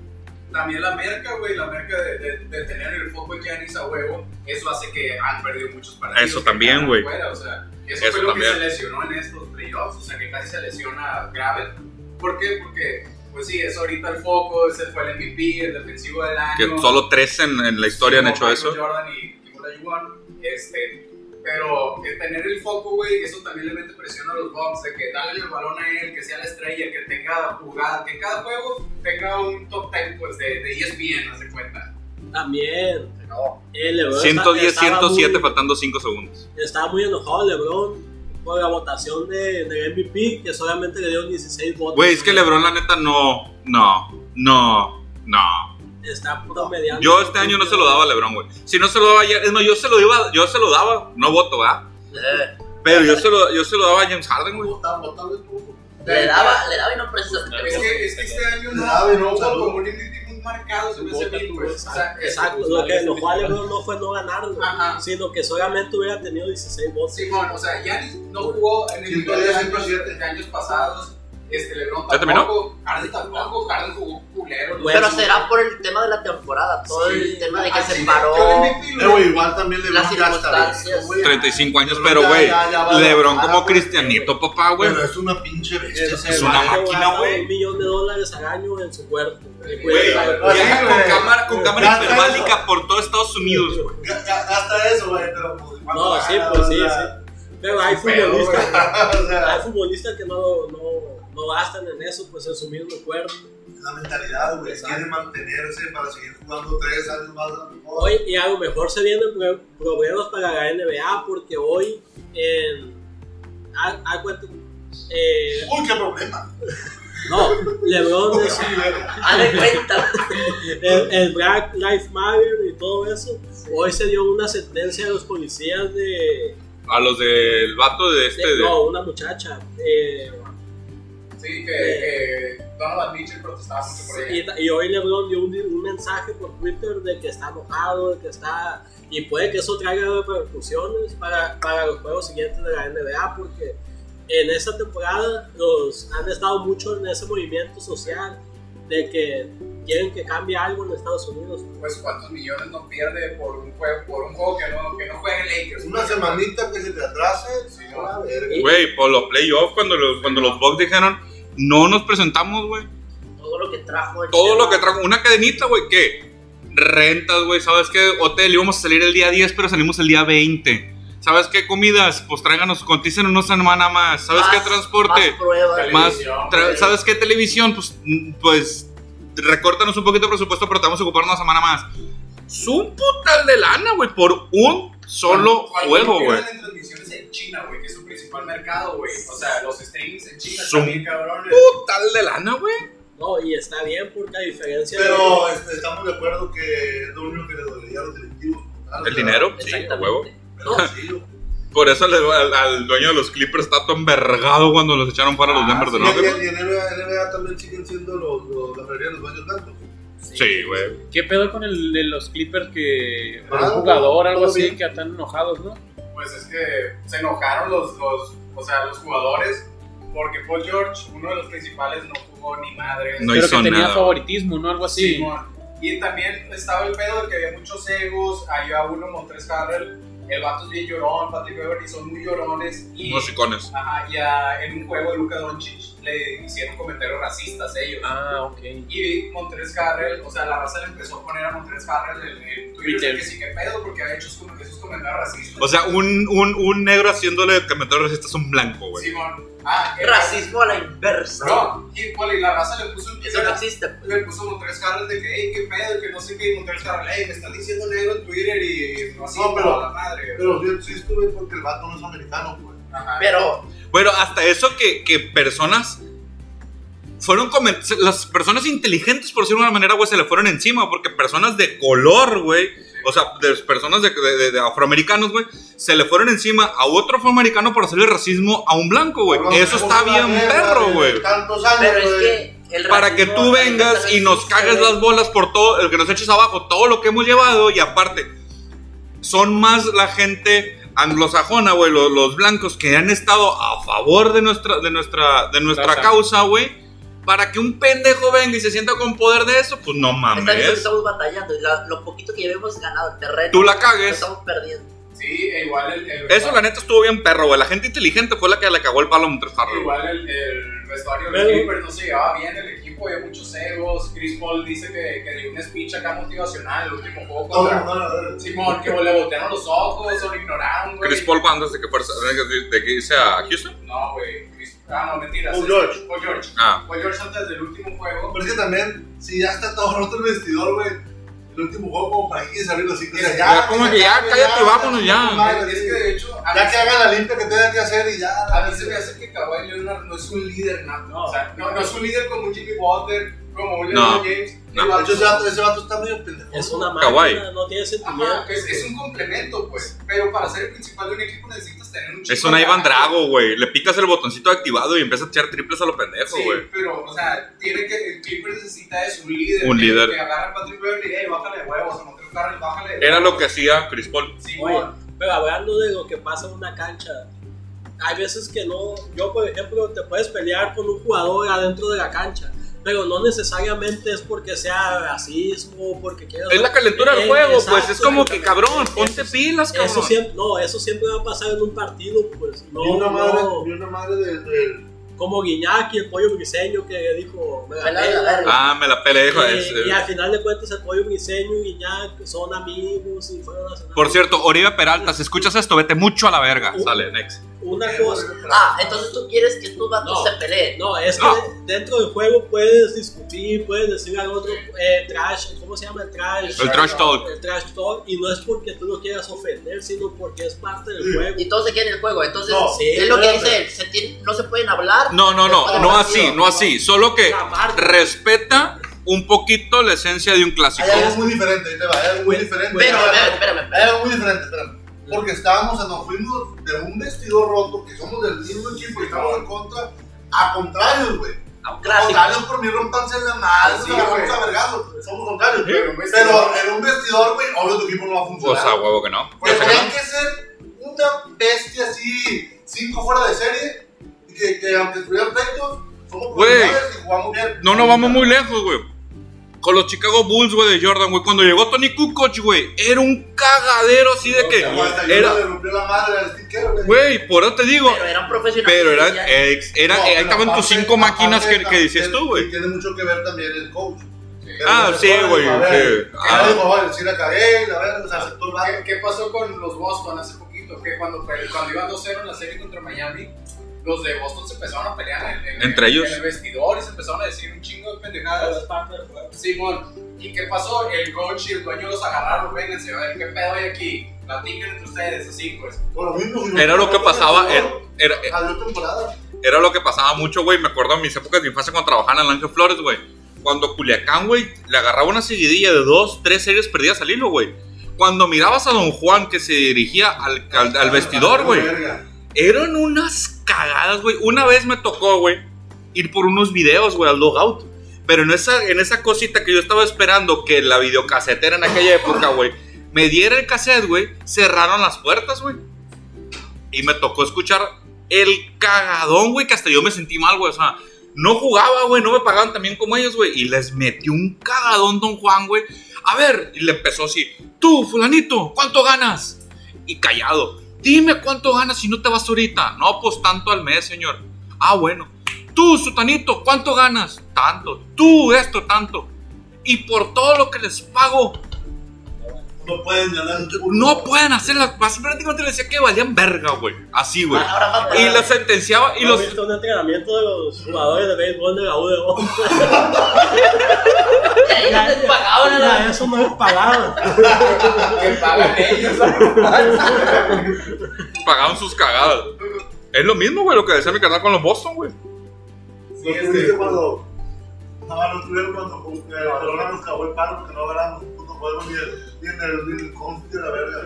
[SPEAKER 4] También la merca, güey, la merca de, de- de tener el foco en Giannis a huevo, eso hace que han perdido muchos partidos.
[SPEAKER 1] Eso
[SPEAKER 4] que
[SPEAKER 1] también,
[SPEAKER 4] quedaron
[SPEAKER 1] güey.
[SPEAKER 4] fuera, O sea, eso,
[SPEAKER 1] Eso
[SPEAKER 4] fue lo
[SPEAKER 1] también.
[SPEAKER 4] que se lesionó en estos playoffs, o sea, que casi se lesiona grave. ¿Por qué? Porque, pues sí, es ahorita el foco, ese fue el MVP, el defensivo del año.
[SPEAKER 1] Que solo tres en, en la historia han
[SPEAKER 4] Como
[SPEAKER 1] hecho
[SPEAKER 4] Michael
[SPEAKER 1] eso.
[SPEAKER 4] Jordan y Nikola Jokic, este, pero que tener el foco, güey, eso también le mete presión a los Bucks, de que dale el balón a él, que sea la estrella, que tenga jugada, que cada juego tenga un top 10 pues, de, de ESPN, hace cuenta.
[SPEAKER 5] También.
[SPEAKER 2] No.
[SPEAKER 5] El LeBron
[SPEAKER 1] 110,
[SPEAKER 5] estaba
[SPEAKER 1] 107,
[SPEAKER 5] muy-
[SPEAKER 1] faltando 5 segundos.
[SPEAKER 5] estaba muy enojado LeBron por la votación de, de MVP, que solamente le dieron 16 votos.
[SPEAKER 1] Güey, es que LeBron, la neta, no, no, no, no.
[SPEAKER 5] Está promediando.
[SPEAKER 1] Yo este año no se lo daba a LeBron, güey. Si no se lo daba ayer, es más, yo se lo, iba, yo se lo daba, no voto, ¿verdad?
[SPEAKER 2] Eh,
[SPEAKER 1] Pero yo se lo, yo se lo daba a James Harden, güey.
[SPEAKER 3] Votaba, votaba el tubo.
[SPEAKER 2] Le daba, le daba y no precisas.
[SPEAKER 4] Es que, es que este año no,
[SPEAKER 3] Ah,
[SPEAKER 4] no hubo
[SPEAKER 3] mucho, ¿no?
[SPEAKER 4] como un MVP muy marcado, se me hace a mí, pues. O sea, es-
[SPEAKER 5] Exacto, lo que enojó a LeBron no fue no ganar, güey,
[SPEAKER 4] Ajá.
[SPEAKER 5] sino que solamente hubiera tenido 16 votos.
[SPEAKER 4] Simón, o sea, Yanis no jugó en el
[SPEAKER 3] Ciento diez,
[SPEAKER 4] de
[SPEAKER 3] ciento
[SPEAKER 4] años,
[SPEAKER 3] siete.
[SPEAKER 4] de años pasados. Este, LeBron
[SPEAKER 1] ¿Ya terminó?
[SPEAKER 4] tampoco, Harden tampoco, Harden jugó culero.
[SPEAKER 5] Güey,
[SPEAKER 2] Pero
[SPEAKER 5] sí.
[SPEAKER 2] será por el tema de la temporada, todo el tema de que
[SPEAKER 4] Así
[SPEAKER 2] se
[SPEAKER 4] de-
[SPEAKER 2] paró.
[SPEAKER 4] Ah, yo le metí,
[SPEAKER 3] Eh, güey, igual también le
[SPEAKER 2] Las circunstancias.
[SPEAKER 1] 35 años,
[SPEAKER 3] LeBron
[SPEAKER 1] pero,
[SPEAKER 3] ya-
[SPEAKER 1] güey.
[SPEAKER 3] ya- ya va a
[SPEAKER 1] LeBron
[SPEAKER 3] ganar,
[SPEAKER 1] como
[SPEAKER 3] güey.
[SPEAKER 1] cristianito, papá, güey.
[SPEAKER 3] Pero es una pinche bestia.
[SPEAKER 1] es una
[SPEAKER 5] Vato
[SPEAKER 1] máquina,
[SPEAKER 5] gasta
[SPEAKER 1] güey.
[SPEAKER 5] Un millón de dólares al año en su cuerpo. güey.
[SPEAKER 4] Güey,
[SPEAKER 5] Cuida,
[SPEAKER 3] güey.
[SPEAKER 5] güey.
[SPEAKER 1] Viaja
[SPEAKER 3] Sí,
[SPEAKER 1] con
[SPEAKER 3] güey.
[SPEAKER 1] cámara, con cámara
[SPEAKER 3] Gasta
[SPEAKER 1] hiperbálica por todo Estados Unidos, güey.
[SPEAKER 3] Ga- ga- Gasta eso, güey, pero pues.
[SPEAKER 5] No, sí, pues sí, sí. Pero hay
[SPEAKER 4] Pero,
[SPEAKER 5] futbolistas.
[SPEAKER 3] *laughs* o sea,
[SPEAKER 5] *laughs* Hay futbolistas que no, no, no gastan en eso, pues en su mismo cuerpo.
[SPEAKER 3] la mentalidad, güey. Quiere mantenerse para seguir jugando tres años más. a lo mejor.
[SPEAKER 5] Hoy, y a lo mejor se vienen pro- problemas para la NBA porque hoy en. ah, ah, cuento, eh,
[SPEAKER 3] Uy, qué problema.
[SPEAKER 5] no, LeBron es-
[SPEAKER 2] Hazle cuenta.
[SPEAKER 5] el, el Black Lives Matter y todo eso. Hoy se dio una sentencia a los policías de.
[SPEAKER 1] A los del vato de
[SPEAKER 5] de-
[SPEAKER 1] este. de-
[SPEAKER 5] no, una muchacha. eh,
[SPEAKER 4] Sí, que, que Donovan Mitchell protestaba mucho por
[SPEAKER 5] y,
[SPEAKER 4] ella.
[SPEAKER 5] ta- y hoy LeBron dio un, un mensaje por Twitter de que está enojado, de que está. Y puede que eso traiga repercusiones para, para los juegos siguientes de la NBA, porque en esta temporada los, han estado mucho en ese movimiento social de que quieren que cambie algo en Estados Unidos.
[SPEAKER 4] Pues cuántos millones no pierde por un juego, por un juego que no, que no juega en Lakers.
[SPEAKER 3] Una semanita que se te atrase. Sí, no, la verga.
[SPEAKER 1] Güey, por los playoffs, cuando los, cuando los Bucks dijeron, no nos presentamos, güey.
[SPEAKER 2] Todo lo que trajo. el
[SPEAKER 1] Todo
[SPEAKER 2] tema.
[SPEAKER 1] lo que trajo, una cadenita, güey, que rentas, güey, ¿sabes qué? Hotel, íbamos a salir el día 10, pero salimos el día 20. ¿Sabes qué? Comidas, pues tráiganos, coticen una semana más. ¿Sabes qué?
[SPEAKER 2] Más-
[SPEAKER 1] Transporte.
[SPEAKER 2] Más pruebas.
[SPEAKER 1] Más-
[SPEAKER 4] Televisión,
[SPEAKER 1] Tra-
[SPEAKER 4] güey.
[SPEAKER 1] ¿Sabes qué? Televisión, pues, mm, pues, recórtanos un poquito de presupuesto, pero te vamos a ocupar una semana más. Es un putal de lana, güey, por un solo
[SPEAKER 4] Cuando
[SPEAKER 1] juego,
[SPEAKER 4] pierden
[SPEAKER 1] güey.
[SPEAKER 4] en transmisiones en China, güey, que es su principal mercado, güey. O sea, los streams en China
[SPEAKER 1] Son-
[SPEAKER 4] también, cabrones.
[SPEAKER 1] Putal de lana, güey.
[SPEAKER 5] No, y está bien porque a diferencia de-
[SPEAKER 3] Pero este, estamos de acuerdo que es lo único que le dolería a los directivos.
[SPEAKER 1] El dinero, sí, a
[SPEAKER 2] Exactamente.
[SPEAKER 1] huevo. *laughs*
[SPEAKER 3] Pero sí, güey.
[SPEAKER 1] Por eso al, al- al dueño de los Clippers está tan vergado cuando los echaron fuera los
[SPEAKER 4] Ah,
[SPEAKER 1] Denver
[SPEAKER 4] sí,
[SPEAKER 3] Y,
[SPEAKER 1] Nuggets.
[SPEAKER 3] y- y en NBA, NBA también siguen siendo los, los- la mayoría de los dueños blancos.
[SPEAKER 1] Sí, güey.
[SPEAKER 6] ¿Qué pedo con el de los Clippers que
[SPEAKER 3] Ah,
[SPEAKER 6] con un jugador algo
[SPEAKER 3] todo
[SPEAKER 6] así
[SPEAKER 3] bien.
[SPEAKER 6] que están enojados, no?
[SPEAKER 4] pues es que se enojaron los, los, o sea, los jugadores porque Paul George, uno de los principales, no jugó ni madre.
[SPEAKER 1] No
[SPEAKER 6] Pero
[SPEAKER 1] hizo
[SPEAKER 6] que tenía
[SPEAKER 1] nada.
[SPEAKER 6] favoritismo, ¿no? Algo así.
[SPEAKER 4] Simón. Y también estaba el pedo de que había muchos egos, había uno, Montres Harrell, el vato es bien llorón, Patrick Beverly son muy llorones y,
[SPEAKER 1] Unos icones.
[SPEAKER 4] ajá, y a- en un juego de Luka Doncic le hicieron comentarios racistas ellos.
[SPEAKER 6] Ah, ok.
[SPEAKER 4] Y Montres Harrell, o sea, la raza le empezó a poner a Montres Harrell en, en Twitter,
[SPEAKER 6] Twitter.
[SPEAKER 4] que sí que pedo porque había hecho esos, esos comentarios racistas.
[SPEAKER 1] O sea, un, un, un negro haciéndole comentarios racistas a un blanco, güey.
[SPEAKER 4] Simón. Ah, el-
[SPEAKER 2] Racismo a la inversa.
[SPEAKER 4] No, y, bueno, y la raza le puso un
[SPEAKER 2] Eso no existe. pues.
[SPEAKER 4] le puso Montres Carlos de que, hey, qué pedo, que no sé qué, y Montres Carlos, hey, me están diciendo negro en Twitter y no así,
[SPEAKER 3] No, pero-
[SPEAKER 4] pero la madre.
[SPEAKER 3] Pero sí existe, güey, porque el vato no es americano, güey.
[SPEAKER 4] Ajá.
[SPEAKER 2] Pero
[SPEAKER 1] Bueno, hasta eso que, que personas fueron comen- se- las personas inteligentes por decirlo de una manera, güey, se le fueron encima porque personas de color, güey, o sea, de personas de, de- de- de afroamericanos, güey, se le fueron encima a otro afroamericano por hacerle racismo a un blanco, güey.
[SPEAKER 3] Cabrón,
[SPEAKER 1] Eso está
[SPEAKER 3] tenemos una
[SPEAKER 1] bien
[SPEAKER 3] guerra
[SPEAKER 1] perro,
[SPEAKER 3] de
[SPEAKER 1] güey.
[SPEAKER 3] Tantos años,
[SPEAKER 2] Pero es
[SPEAKER 3] güey.
[SPEAKER 2] que el
[SPEAKER 1] Para que
[SPEAKER 2] racismo
[SPEAKER 1] tú
[SPEAKER 2] a la inversa
[SPEAKER 1] vengas y
[SPEAKER 2] no
[SPEAKER 1] nos
[SPEAKER 2] existe,
[SPEAKER 1] cagues
[SPEAKER 2] güey.
[SPEAKER 1] las bolas por todo, el que nos eches abajo, todo lo que hemos llevado y aparte, son más la gente anglosajona, güey, los, los blancos que han estado a favor de nuestra, de nuestra, de nuestra
[SPEAKER 6] Causa.
[SPEAKER 1] causa, güey. Para que un pendejo venga y se sienta con poder de eso, pues no
[SPEAKER 2] Está bien que
[SPEAKER 1] mames.
[SPEAKER 2] estamos batallando y la- lo poquito que llevemos ganado el terreno.
[SPEAKER 1] Tú la
[SPEAKER 2] lo
[SPEAKER 1] cagues.
[SPEAKER 2] estamos perdiendo.
[SPEAKER 4] Sí, e igual el. el
[SPEAKER 1] Eso la neta estuvo bien perro, güey. La gente inteligente fue la que le cagó el palo a Montrezl Harrell, güey.
[SPEAKER 4] Igual el, el vestuario
[SPEAKER 5] Pero-
[SPEAKER 4] de Clippers no se llevaba bien, el equipo había muchos egos. Chris Paul dice que, que dio un speech acá motivacional el último juego
[SPEAKER 3] Todo el
[SPEAKER 4] contra
[SPEAKER 3] mundo, la verdad.
[SPEAKER 4] Simón, que le botearon los ojos o lo ignoraron, güey.
[SPEAKER 1] Chris Paul cuando antes de que fuerza- de que irse a Houston.
[SPEAKER 4] No, güey. Chris- Ah, no, mentira.
[SPEAKER 3] Paul
[SPEAKER 4] sí,
[SPEAKER 3] George.
[SPEAKER 4] Paul George.
[SPEAKER 1] Ah.
[SPEAKER 4] Paul George antes del último juego.
[SPEAKER 3] Pero es que también, si ya está todo roto el vestidor, güey, el último juego como para ir y salir así. O sea,
[SPEAKER 1] Ya, como que ya, cállate y vámonos ya.
[SPEAKER 3] madre,
[SPEAKER 4] es
[SPEAKER 3] Ah, sí.
[SPEAKER 4] que de hecho. a
[SPEAKER 3] Ya
[SPEAKER 4] mí-
[SPEAKER 3] que hagan la limpia que tengan que hacer y ya.
[SPEAKER 4] A mí se me hace que Kawhi Leonard no es un líder nato.
[SPEAKER 5] No.
[SPEAKER 4] O sea, no, no es un líder como un Jimmy Butler, como un
[SPEAKER 1] No.
[SPEAKER 4] LeBron James.
[SPEAKER 1] No. pues,
[SPEAKER 4] El
[SPEAKER 3] De
[SPEAKER 4] vato-
[SPEAKER 3] hecho, ese vato, ese vato está medio pendejo.
[SPEAKER 5] Es una
[SPEAKER 1] Kawaii.
[SPEAKER 5] máquina, no tiene
[SPEAKER 4] Ajá,
[SPEAKER 3] Ah,
[SPEAKER 5] sentimiento.
[SPEAKER 4] es, es un complemento, pues. Pero para ser el principal de un equipo necesitas tener un
[SPEAKER 1] Es
[SPEAKER 4] chico
[SPEAKER 1] una Ivan
[SPEAKER 4] grande.
[SPEAKER 1] Drago, güey. Le picas el botoncito activado y empieza a echar triples a lo pendejo,
[SPEAKER 4] Sí,
[SPEAKER 1] güey.
[SPEAKER 4] pero, o sea, tiene que. El Clippers necesita es un líder.
[SPEAKER 1] Un
[SPEAKER 4] que-
[SPEAKER 1] líder.
[SPEAKER 4] Que agarra a Patrick Beverly y bájale de huevos. A Montrezl Harrell, bájale de
[SPEAKER 1] Era lo
[SPEAKER 4] huevos.
[SPEAKER 1] que hacía Chris Paul.
[SPEAKER 4] Sí,
[SPEAKER 5] Oye,
[SPEAKER 4] güey.
[SPEAKER 5] pero hablando de lo que pasa en una cancha, hay veces que no, yo por ejemplo, te puedes pelear con un jugador adentro de la cancha, pero no necesariamente es porque sea racismo o porque quieras...
[SPEAKER 1] Es la calentura del
[SPEAKER 5] Eh,
[SPEAKER 1] juego,
[SPEAKER 5] exacto,
[SPEAKER 1] pues. Es como que,
[SPEAKER 5] exactamente.
[SPEAKER 1] cabrón,
[SPEAKER 5] Eso-
[SPEAKER 1] ponte pilas,
[SPEAKER 5] Eso
[SPEAKER 1] cabrón.
[SPEAKER 5] siempre, no, eso siempre va a pasar en un partido, pues. No,
[SPEAKER 3] Y una madre,
[SPEAKER 5] no.
[SPEAKER 3] y una madre de, de-
[SPEAKER 5] Como Guiñaki, el pollo briseño que dijo, me la
[SPEAKER 2] Me la
[SPEAKER 5] pela.
[SPEAKER 2] verga.
[SPEAKER 1] Ah, me la peleé, hijo.
[SPEAKER 5] Eh,
[SPEAKER 1] es, eh.
[SPEAKER 5] y al final de cuentas, el pollo briseño y Guiñac son amigos y fueron a cenar.
[SPEAKER 1] Por cierto, Oribe Peralta, si escuchas esto, vete mucho a la verga.
[SPEAKER 5] Uh.
[SPEAKER 1] Sale, next.
[SPEAKER 5] una cosa.
[SPEAKER 2] Ah, entonces tú quieres que estos vatos
[SPEAKER 5] No.
[SPEAKER 2] se peleen.
[SPEAKER 5] No, es que
[SPEAKER 1] No.
[SPEAKER 5] de- dentro del juego puedes discutir, puedes decir al otro eh, trash, ¿cómo se llama el trash?
[SPEAKER 1] El trash talk.
[SPEAKER 5] El trash talk, y no es porque tú lo quieras ofender, sino porque es parte del juego.
[SPEAKER 2] Y todos se quieren el juego. Entonces,
[SPEAKER 3] No,
[SPEAKER 5] sí,
[SPEAKER 2] es lo que
[SPEAKER 5] pero-
[SPEAKER 2] dice él. Se tienen- no se pueden hablar.
[SPEAKER 1] No, no, no.
[SPEAKER 2] Ah,
[SPEAKER 1] No
[SPEAKER 2] tío,
[SPEAKER 1] así, no así. Solo que
[SPEAKER 5] Aparte.
[SPEAKER 1] respeta un poquito la esencia de un clásico.
[SPEAKER 3] Hay
[SPEAKER 4] pues.
[SPEAKER 3] algo muy diferente, ahí te va, hay algo muy
[SPEAKER 5] Güey,
[SPEAKER 3] diferente.
[SPEAKER 2] Pero,
[SPEAKER 3] Ahí te va,
[SPEAKER 2] espérame, espérame, espérame.
[SPEAKER 3] Hay algo muy diferente, espérame. Porque estábamos, nos fuimos de un vestidor roto, que somos del mismo equipo y estamos en contra, a contrarios, güey.
[SPEAKER 2] A un clásico.
[SPEAKER 3] Contrarios por mi rompanse en la madre,
[SPEAKER 4] Sí,
[SPEAKER 3] nos agarramos
[SPEAKER 4] güey.
[SPEAKER 3] a vergazos, güey, somos contrarios. güey.
[SPEAKER 4] Pero un vestidor-
[SPEAKER 3] Pero en un vestidor, güey, obvio tu equipo no va a
[SPEAKER 1] O
[SPEAKER 3] funcionar.
[SPEAKER 1] sea, huevo que no.
[SPEAKER 3] Porque
[SPEAKER 1] Ya sé que
[SPEAKER 3] hay
[SPEAKER 1] no.
[SPEAKER 3] que ser una bestia así, cinco fuera de serie, y que, que aunque estuvieran pleitos, somos
[SPEAKER 1] Güey.
[SPEAKER 3] profesionales y jugamos bien.
[SPEAKER 1] No nos vamos muy lejos, güey. Con los Chicago Bulls, güey, de Jordan, güey. Cuando llegó Tony Kukoc, güey, era un cagadero así de que.
[SPEAKER 3] Como hasta yo
[SPEAKER 1] Eh, Era,
[SPEAKER 3] le rompió la madre al sticker,
[SPEAKER 1] güey, por eso te digo.
[SPEAKER 2] Pero eran profesionales.
[SPEAKER 1] Pero eran,
[SPEAKER 2] decían,
[SPEAKER 1] ex- era,
[SPEAKER 3] No,
[SPEAKER 1] ahí
[SPEAKER 3] pero
[SPEAKER 1] estaban tus
[SPEAKER 3] aparte-
[SPEAKER 1] cinco máquinas que,
[SPEAKER 3] aparte
[SPEAKER 1] que decías
[SPEAKER 3] también-
[SPEAKER 1] tú,
[SPEAKER 3] y
[SPEAKER 1] güey.
[SPEAKER 3] Tiene mucho que ver también el coach. Pero
[SPEAKER 1] Ah,
[SPEAKER 3] el
[SPEAKER 1] sí,
[SPEAKER 3] coach,
[SPEAKER 1] güey,
[SPEAKER 3] a ver,
[SPEAKER 1] sí.
[SPEAKER 3] que
[SPEAKER 1] Ah.
[SPEAKER 3] ya dijo, "Oye, sí la cagué, la verdad, o sea, aceptó el
[SPEAKER 4] ¿Qué,
[SPEAKER 3] barrio.
[SPEAKER 4] qué pasó con los Boston hace poquito? Que cuando, pe- cuando iban 2-0 en la serie contra Miami, los de Boston se empezaron a pelear en, en-
[SPEAKER 1] Entre
[SPEAKER 4] en
[SPEAKER 1] ellos.
[SPEAKER 4] el vestidor y se empezaron a decir un chingo de
[SPEAKER 5] Pero es
[SPEAKER 4] pendejadas.
[SPEAKER 5] parte del juego.
[SPEAKER 4] Simón, ¿y qué pasó? El coach y el dueño los agarraron, vénganse, a ver qué pedo hay aquí. Platiquen entre ustedes, así pues.
[SPEAKER 3] Por lo mismo, si no-
[SPEAKER 1] Era lo que pasaba, era, era,
[SPEAKER 3] Adiós temporada.
[SPEAKER 1] era lo que pasaba mucho, güey. Me acuerdo en mis épocas de infancia cuando trabajaba en el Ángel Flores, güey. Cuando Culiacán, güey, le agarraba una seguidilla de dos, tres series perdidas al hilo, güey. Cuando mirabas a Don Juan que se dirigía al, al- al vestidor, güey,
[SPEAKER 3] Ah, Verga.
[SPEAKER 1] eran unas cagadas, güey. Una vez me tocó, güey, ir por unos videos, güey, al logout. Pero en esa, en esa cosita que yo estaba esperando que la videocasetera en aquella época, güey, me diera el cassette, güey, cerraron las puertas, güey. Y me tocó escuchar el cagadón, güey, que hasta yo me sentí mal, güey. O sea, no jugaba, güey, no me pagaban también como ellos, güey. Y les metió un cagadón Don Juan, güey. A ver, y le empezó así, tú, fulanito, ¿cuánto ganas? Y callado, dime cuánto ganas si no te vas ahorita. No, pues tanto al mes, señor. Ah, bueno. Tú, sutanito, ¿cuánto ganas? Tanto. Tú, esto, tanto. Y por todo lo que les pago,
[SPEAKER 3] No pueden ganar un
[SPEAKER 1] no pueden hacer las... Prácticamente les decía que valían verga, güey. Así, güey.
[SPEAKER 2] Ahora más
[SPEAKER 1] Y
[SPEAKER 2] para-
[SPEAKER 1] los sentenciaba y
[SPEAKER 5] ¿No
[SPEAKER 1] los...
[SPEAKER 5] viste un entrenamiento de los jugadores de béisbol de la U de O?
[SPEAKER 2] Ahí no te pagaban a la-
[SPEAKER 5] Ya, Eso no es pagado.
[SPEAKER 4] Que pagan ellos.
[SPEAKER 1] pagaban sus cagadas. Es lo mismo, güey, lo que decía mi canal con los Boston, güey.
[SPEAKER 3] ¿No
[SPEAKER 1] pues,
[SPEAKER 3] tuviste cuando.? No, no tuvieron cuando jugó- eh, Corona nos cagó el paro porque no ganamos un puto juego ni, el- ni en el, ni en el confi de la verga.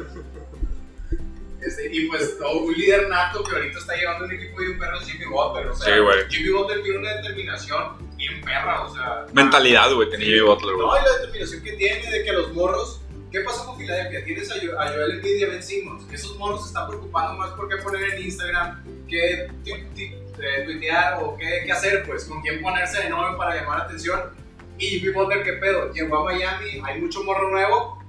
[SPEAKER 4] Este, y pues todo un líder nato que ahorita está llevando un equipo de un perro es Jimmy Butler. O sea,
[SPEAKER 1] Sí, güey.
[SPEAKER 4] Jimmy Butler tiene una determinación bien perra, o sea.
[SPEAKER 1] Mentalidad, güey, tenía Jimmy Butler, güey.
[SPEAKER 4] No, y la determinación que tiene de que los morros. ¿Qué pasó con Filadelfia? Tienes a, Yo- a Joel Embiid y a Ben Simmons. Esos morros se están preocupando más por qué poner en Instagram, qué tu- tu- eh, tuitear o qué, qué hacer, pues, con quién ponerse de nuevo para llamar la atención. Y Jimmy Butler, ¿qué pedo? Llegó a Miami, hay mucho morro nuevo.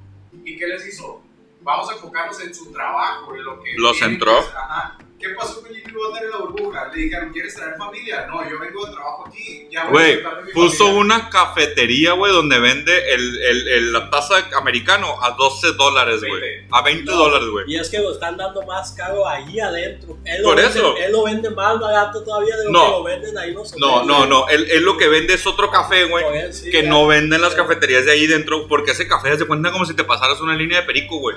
[SPEAKER 4] ¿Y qué les hizo? Vamos a enfocarnos en su trabajo, en lo que.
[SPEAKER 1] Los
[SPEAKER 4] tienen,
[SPEAKER 1] entró.
[SPEAKER 4] pues, ajá. ¿Qué pasó con Jimmy Butler en la burbuja? Le dijeron, ¿quieres traer familia? No, yo vengo de trabajo aquí. Ya voy a
[SPEAKER 1] Güey,
[SPEAKER 4] disfrutar de mi
[SPEAKER 1] puso
[SPEAKER 4] familia".
[SPEAKER 1] una cafetería, güey, donde vende el, el- el- la taza americano a 12 dólares, güey.
[SPEAKER 4] Veinte.
[SPEAKER 1] A 20 dólares, güey.
[SPEAKER 5] Y es que lo están dando más caro ahí adentro. Él
[SPEAKER 1] Por
[SPEAKER 5] lo
[SPEAKER 1] eso.
[SPEAKER 5] Vende, él lo vende más barato todavía de lo
[SPEAKER 1] No.
[SPEAKER 5] que lo venden ahí los
[SPEAKER 1] No,
[SPEAKER 5] hoteles.
[SPEAKER 1] no, no. Él, él lo que vende es otro café, güey.
[SPEAKER 5] Por él, sí,
[SPEAKER 1] Que
[SPEAKER 5] ya.
[SPEAKER 1] no venden las cafeterías de ahí dentro. Porque ese café se cuenta como si te pasaras una línea de perico, güey.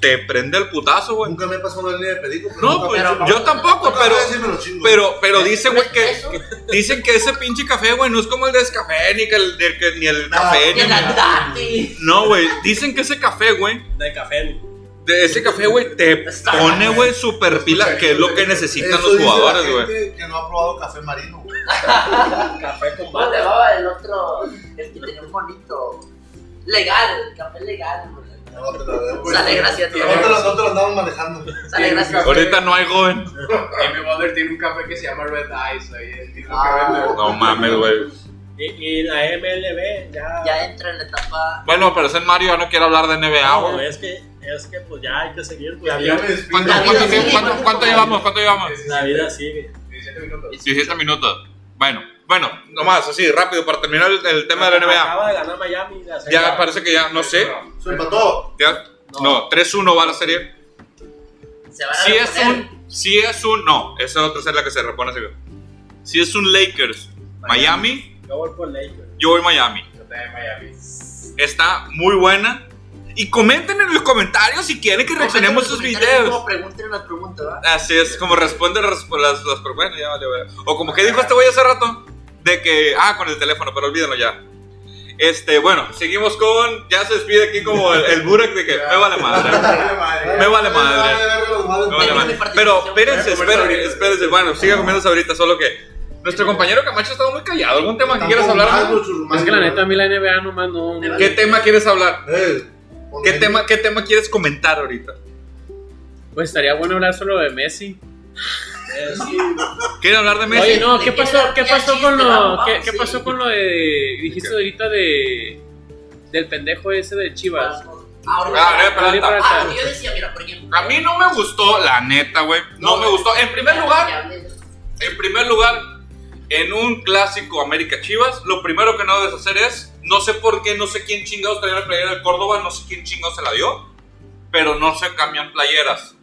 [SPEAKER 1] Te prende el putazo, güey.
[SPEAKER 3] Nunca me pasó una línea de pedido. pero
[SPEAKER 1] No,
[SPEAKER 3] nunca-
[SPEAKER 1] pues
[SPEAKER 2] pero-
[SPEAKER 1] yo tampoco,
[SPEAKER 3] nunca
[SPEAKER 1] pero.
[SPEAKER 3] voy a decir, me lo chingo.
[SPEAKER 1] Pero, pero dice, güey, que,
[SPEAKER 2] Eso.
[SPEAKER 1] dicen que ese pinche café, güey, no es como el de Escafé, ni, que el, de- que- ni el café,
[SPEAKER 2] Y
[SPEAKER 1] ni
[SPEAKER 2] el
[SPEAKER 1] nada.
[SPEAKER 2] andante.
[SPEAKER 1] No, güey, dicen que ese café, güey,
[SPEAKER 5] De café.
[SPEAKER 1] de ese café, güey, te pone, güey, super pila, que es lo que necesitan
[SPEAKER 3] Eso
[SPEAKER 1] los
[SPEAKER 3] dice la
[SPEAKER 1] jugadores, güey.
[SPEAKER 3] gente Que no ha probado café marino, güey.
[SPEAKER 5] Café con
[SPEAKER 2] ¿Cómo
[SPEAKER 5] mate.
[SPEAKER 2] le llamaba el otro? El que tenía un bonito. Legal, café legal, güey.
[SPEAKER 3] No te la debo, güey.
[SPEAKER 2] Sale gracia, tío.
[SPEAKER 3] No te la- no te la andamos manejando.
[SPEAKER 2] Sale gracias.
[SPEAKER 1] Ahorita no hay joven.
[SPEAKER 4] Jimmy Butler tiene un café que se llama Red Eyes ahí, el tipo
[SPEAKER 2] Ah.
[SPEAKER 4] que vende.
[SPEAKER 1] No mames, güey.
[SPEAKER 5] Y, y la MLB ya.
[SPEAKER 2] Ya entra en la etapa.
[SPEAKER 1] Bueno, pero ese Mario ya no quiere hablar de NBA,
[SPEAKER 5] No,
[SPEAKER 1] güey.
[SPEAKER 5] es que, es que pues ya hay que seguir. Pues,
[SPEAKER 4] Ya,
[SPEAKER 5] la,
[SPEAKER 4] ya me
[SPEAKER 5] vida,
[SPEAKER 4] despido.
[SPEAKER 1] ¿Cuánto,
[SPEAKER 2] La vida
[SPEAKER 1] cuánto,
[SPEAKER 2] sigue,
[SPEAKER 1] cuánto-
[SPEAKER 2] ¿cuánto
[SPEAKER 1] cuánto
[SPEAKER 2] tiempo?
[SPEAKER 1] llevamos? ¿Cuánto llevamos?
[SPEAKER 5] la vida sigue.
[SPEAKER 4] 17 minutos.
[SPEAKER 1] 17 minutos. Bueno, bueno, nomás, así, rápido, para terminar el, el tema de la NBA.
[SPEAKER 5] Acaba de ganar Miami. La serie.
[SPEAKER 1] Ya parece que ya, no sé.
[SPEAKER 3] Se empató.
[SPEAKER 1] Ya, no, 3-1 va la serie.
[SPEAKER 2] Se van a
[SPEAKER 1] Si es
[SPEAKER 2] reponer.
[SPEAKER 1] un. Si es un. No, esa otra es la que se repone así. Si es un Lakers, Miami,
[SPEAKER 5] Yo voy por Lakers. Eh,
[SPEAKER 1] yo voy Miami.
[SPEAKER 4] Yo también Miami.
[SPEAKER 1] Está muy buena. Y comenten en los comentarios si quieren que reaccionemos Pues sus
[SPEAKER 2] Comenten en los
[SPEAKER 1] videos.
[SPEAKER 2] comentarios, Pregunten las preguntas, ¿va?
[SPEAKER 1] Así es, como responde las, las, las- bueno, ya vale, vale. O como que dijo este güey hace rato, de que, ah, con el teléfono, pero olvídenlo ya. Este, bueno, seguimos con, ya se despide aquí como el, el Burak de que me vale madre. Me vale madre. No,
[SPEAKER 2] Tengo
[SPEAKER 1] no, no.
[SPEAKER 2] *laughs* mi participación.
[SPEAKER 1] Pero espérense,
[SPEAKER 4] Voy a comer
[SPEAKER 1] espérense,
[SPEAKER 4] sabritas.
[SPEAKER 1] espérense. Bueno, siga comiendo ahorita, solo que nuestro compañero Camacho estaba muy callado. ¿Algún tema que quieras hablar? güey?
[SPEAKER 6] Es que la neta, a mí la NBA nomás no. no-
[SPEAKER 1] ¿Qué tema quieres hablar?
[SPEAKER 3] Eh,
[SPEAKER 1] ¿Qué tema, ¿Qué tema quieres comentar ahorita?
[SPEAKER 6] Pues estaría bueno hablar solo de Messi.
[SPEAKER 5] Eh, sí,
[SPEAKER 1] ¿Quieren hablar
[SPEAKER 7] Pues
[SPEAKER 1] de Messi?
[SPEAKER 6] Oye, no,
[SPEAKER 2] ¿de
[SPEAKER 6] ¿qué
[SPEAKER 2] qué
[SPEAKER 6] pasó,
[SPEAKER 2] era?
[SPEAKER 6] qué
[SPEAKER 2] Era
[SPEAKER 6] pasó
[SPEAKER 2] chiste,
[SPEAKER 6] con lo,
[SPEAKER 2] vamos,
[SPEAKER 6] qué, qué
[SPEAKER 2] sí.
[SPEAKER 6] pasó con lo de, dijiste
[SPEAKER 1] ¿Qué?
[SPEAKER 6] ahorita de, del pendejo ese de Chivas?
[SPEAKER 2] Ahora.
[SPEAKER 1] Ah,
[SPEAKER 6] Rodrigo
[SPEAKER 1] espérate.
[SPEAKER 2] Ah,
[SPEAKER 6] Peralta.
[SPEAKER 2] porque yo decía, mira, por ejemplo.
[SPEAKER 1] A mí no me gustó, la neta, güey. No me gustó. En primer lugar, en primer lugar, en un clásico América Chivas, lo primero que no debes hacer es, no sé por qué, no sé quién chingados traía la playera del Córdoba, no sé quién chingados se la dio, pero no se cambian playeras.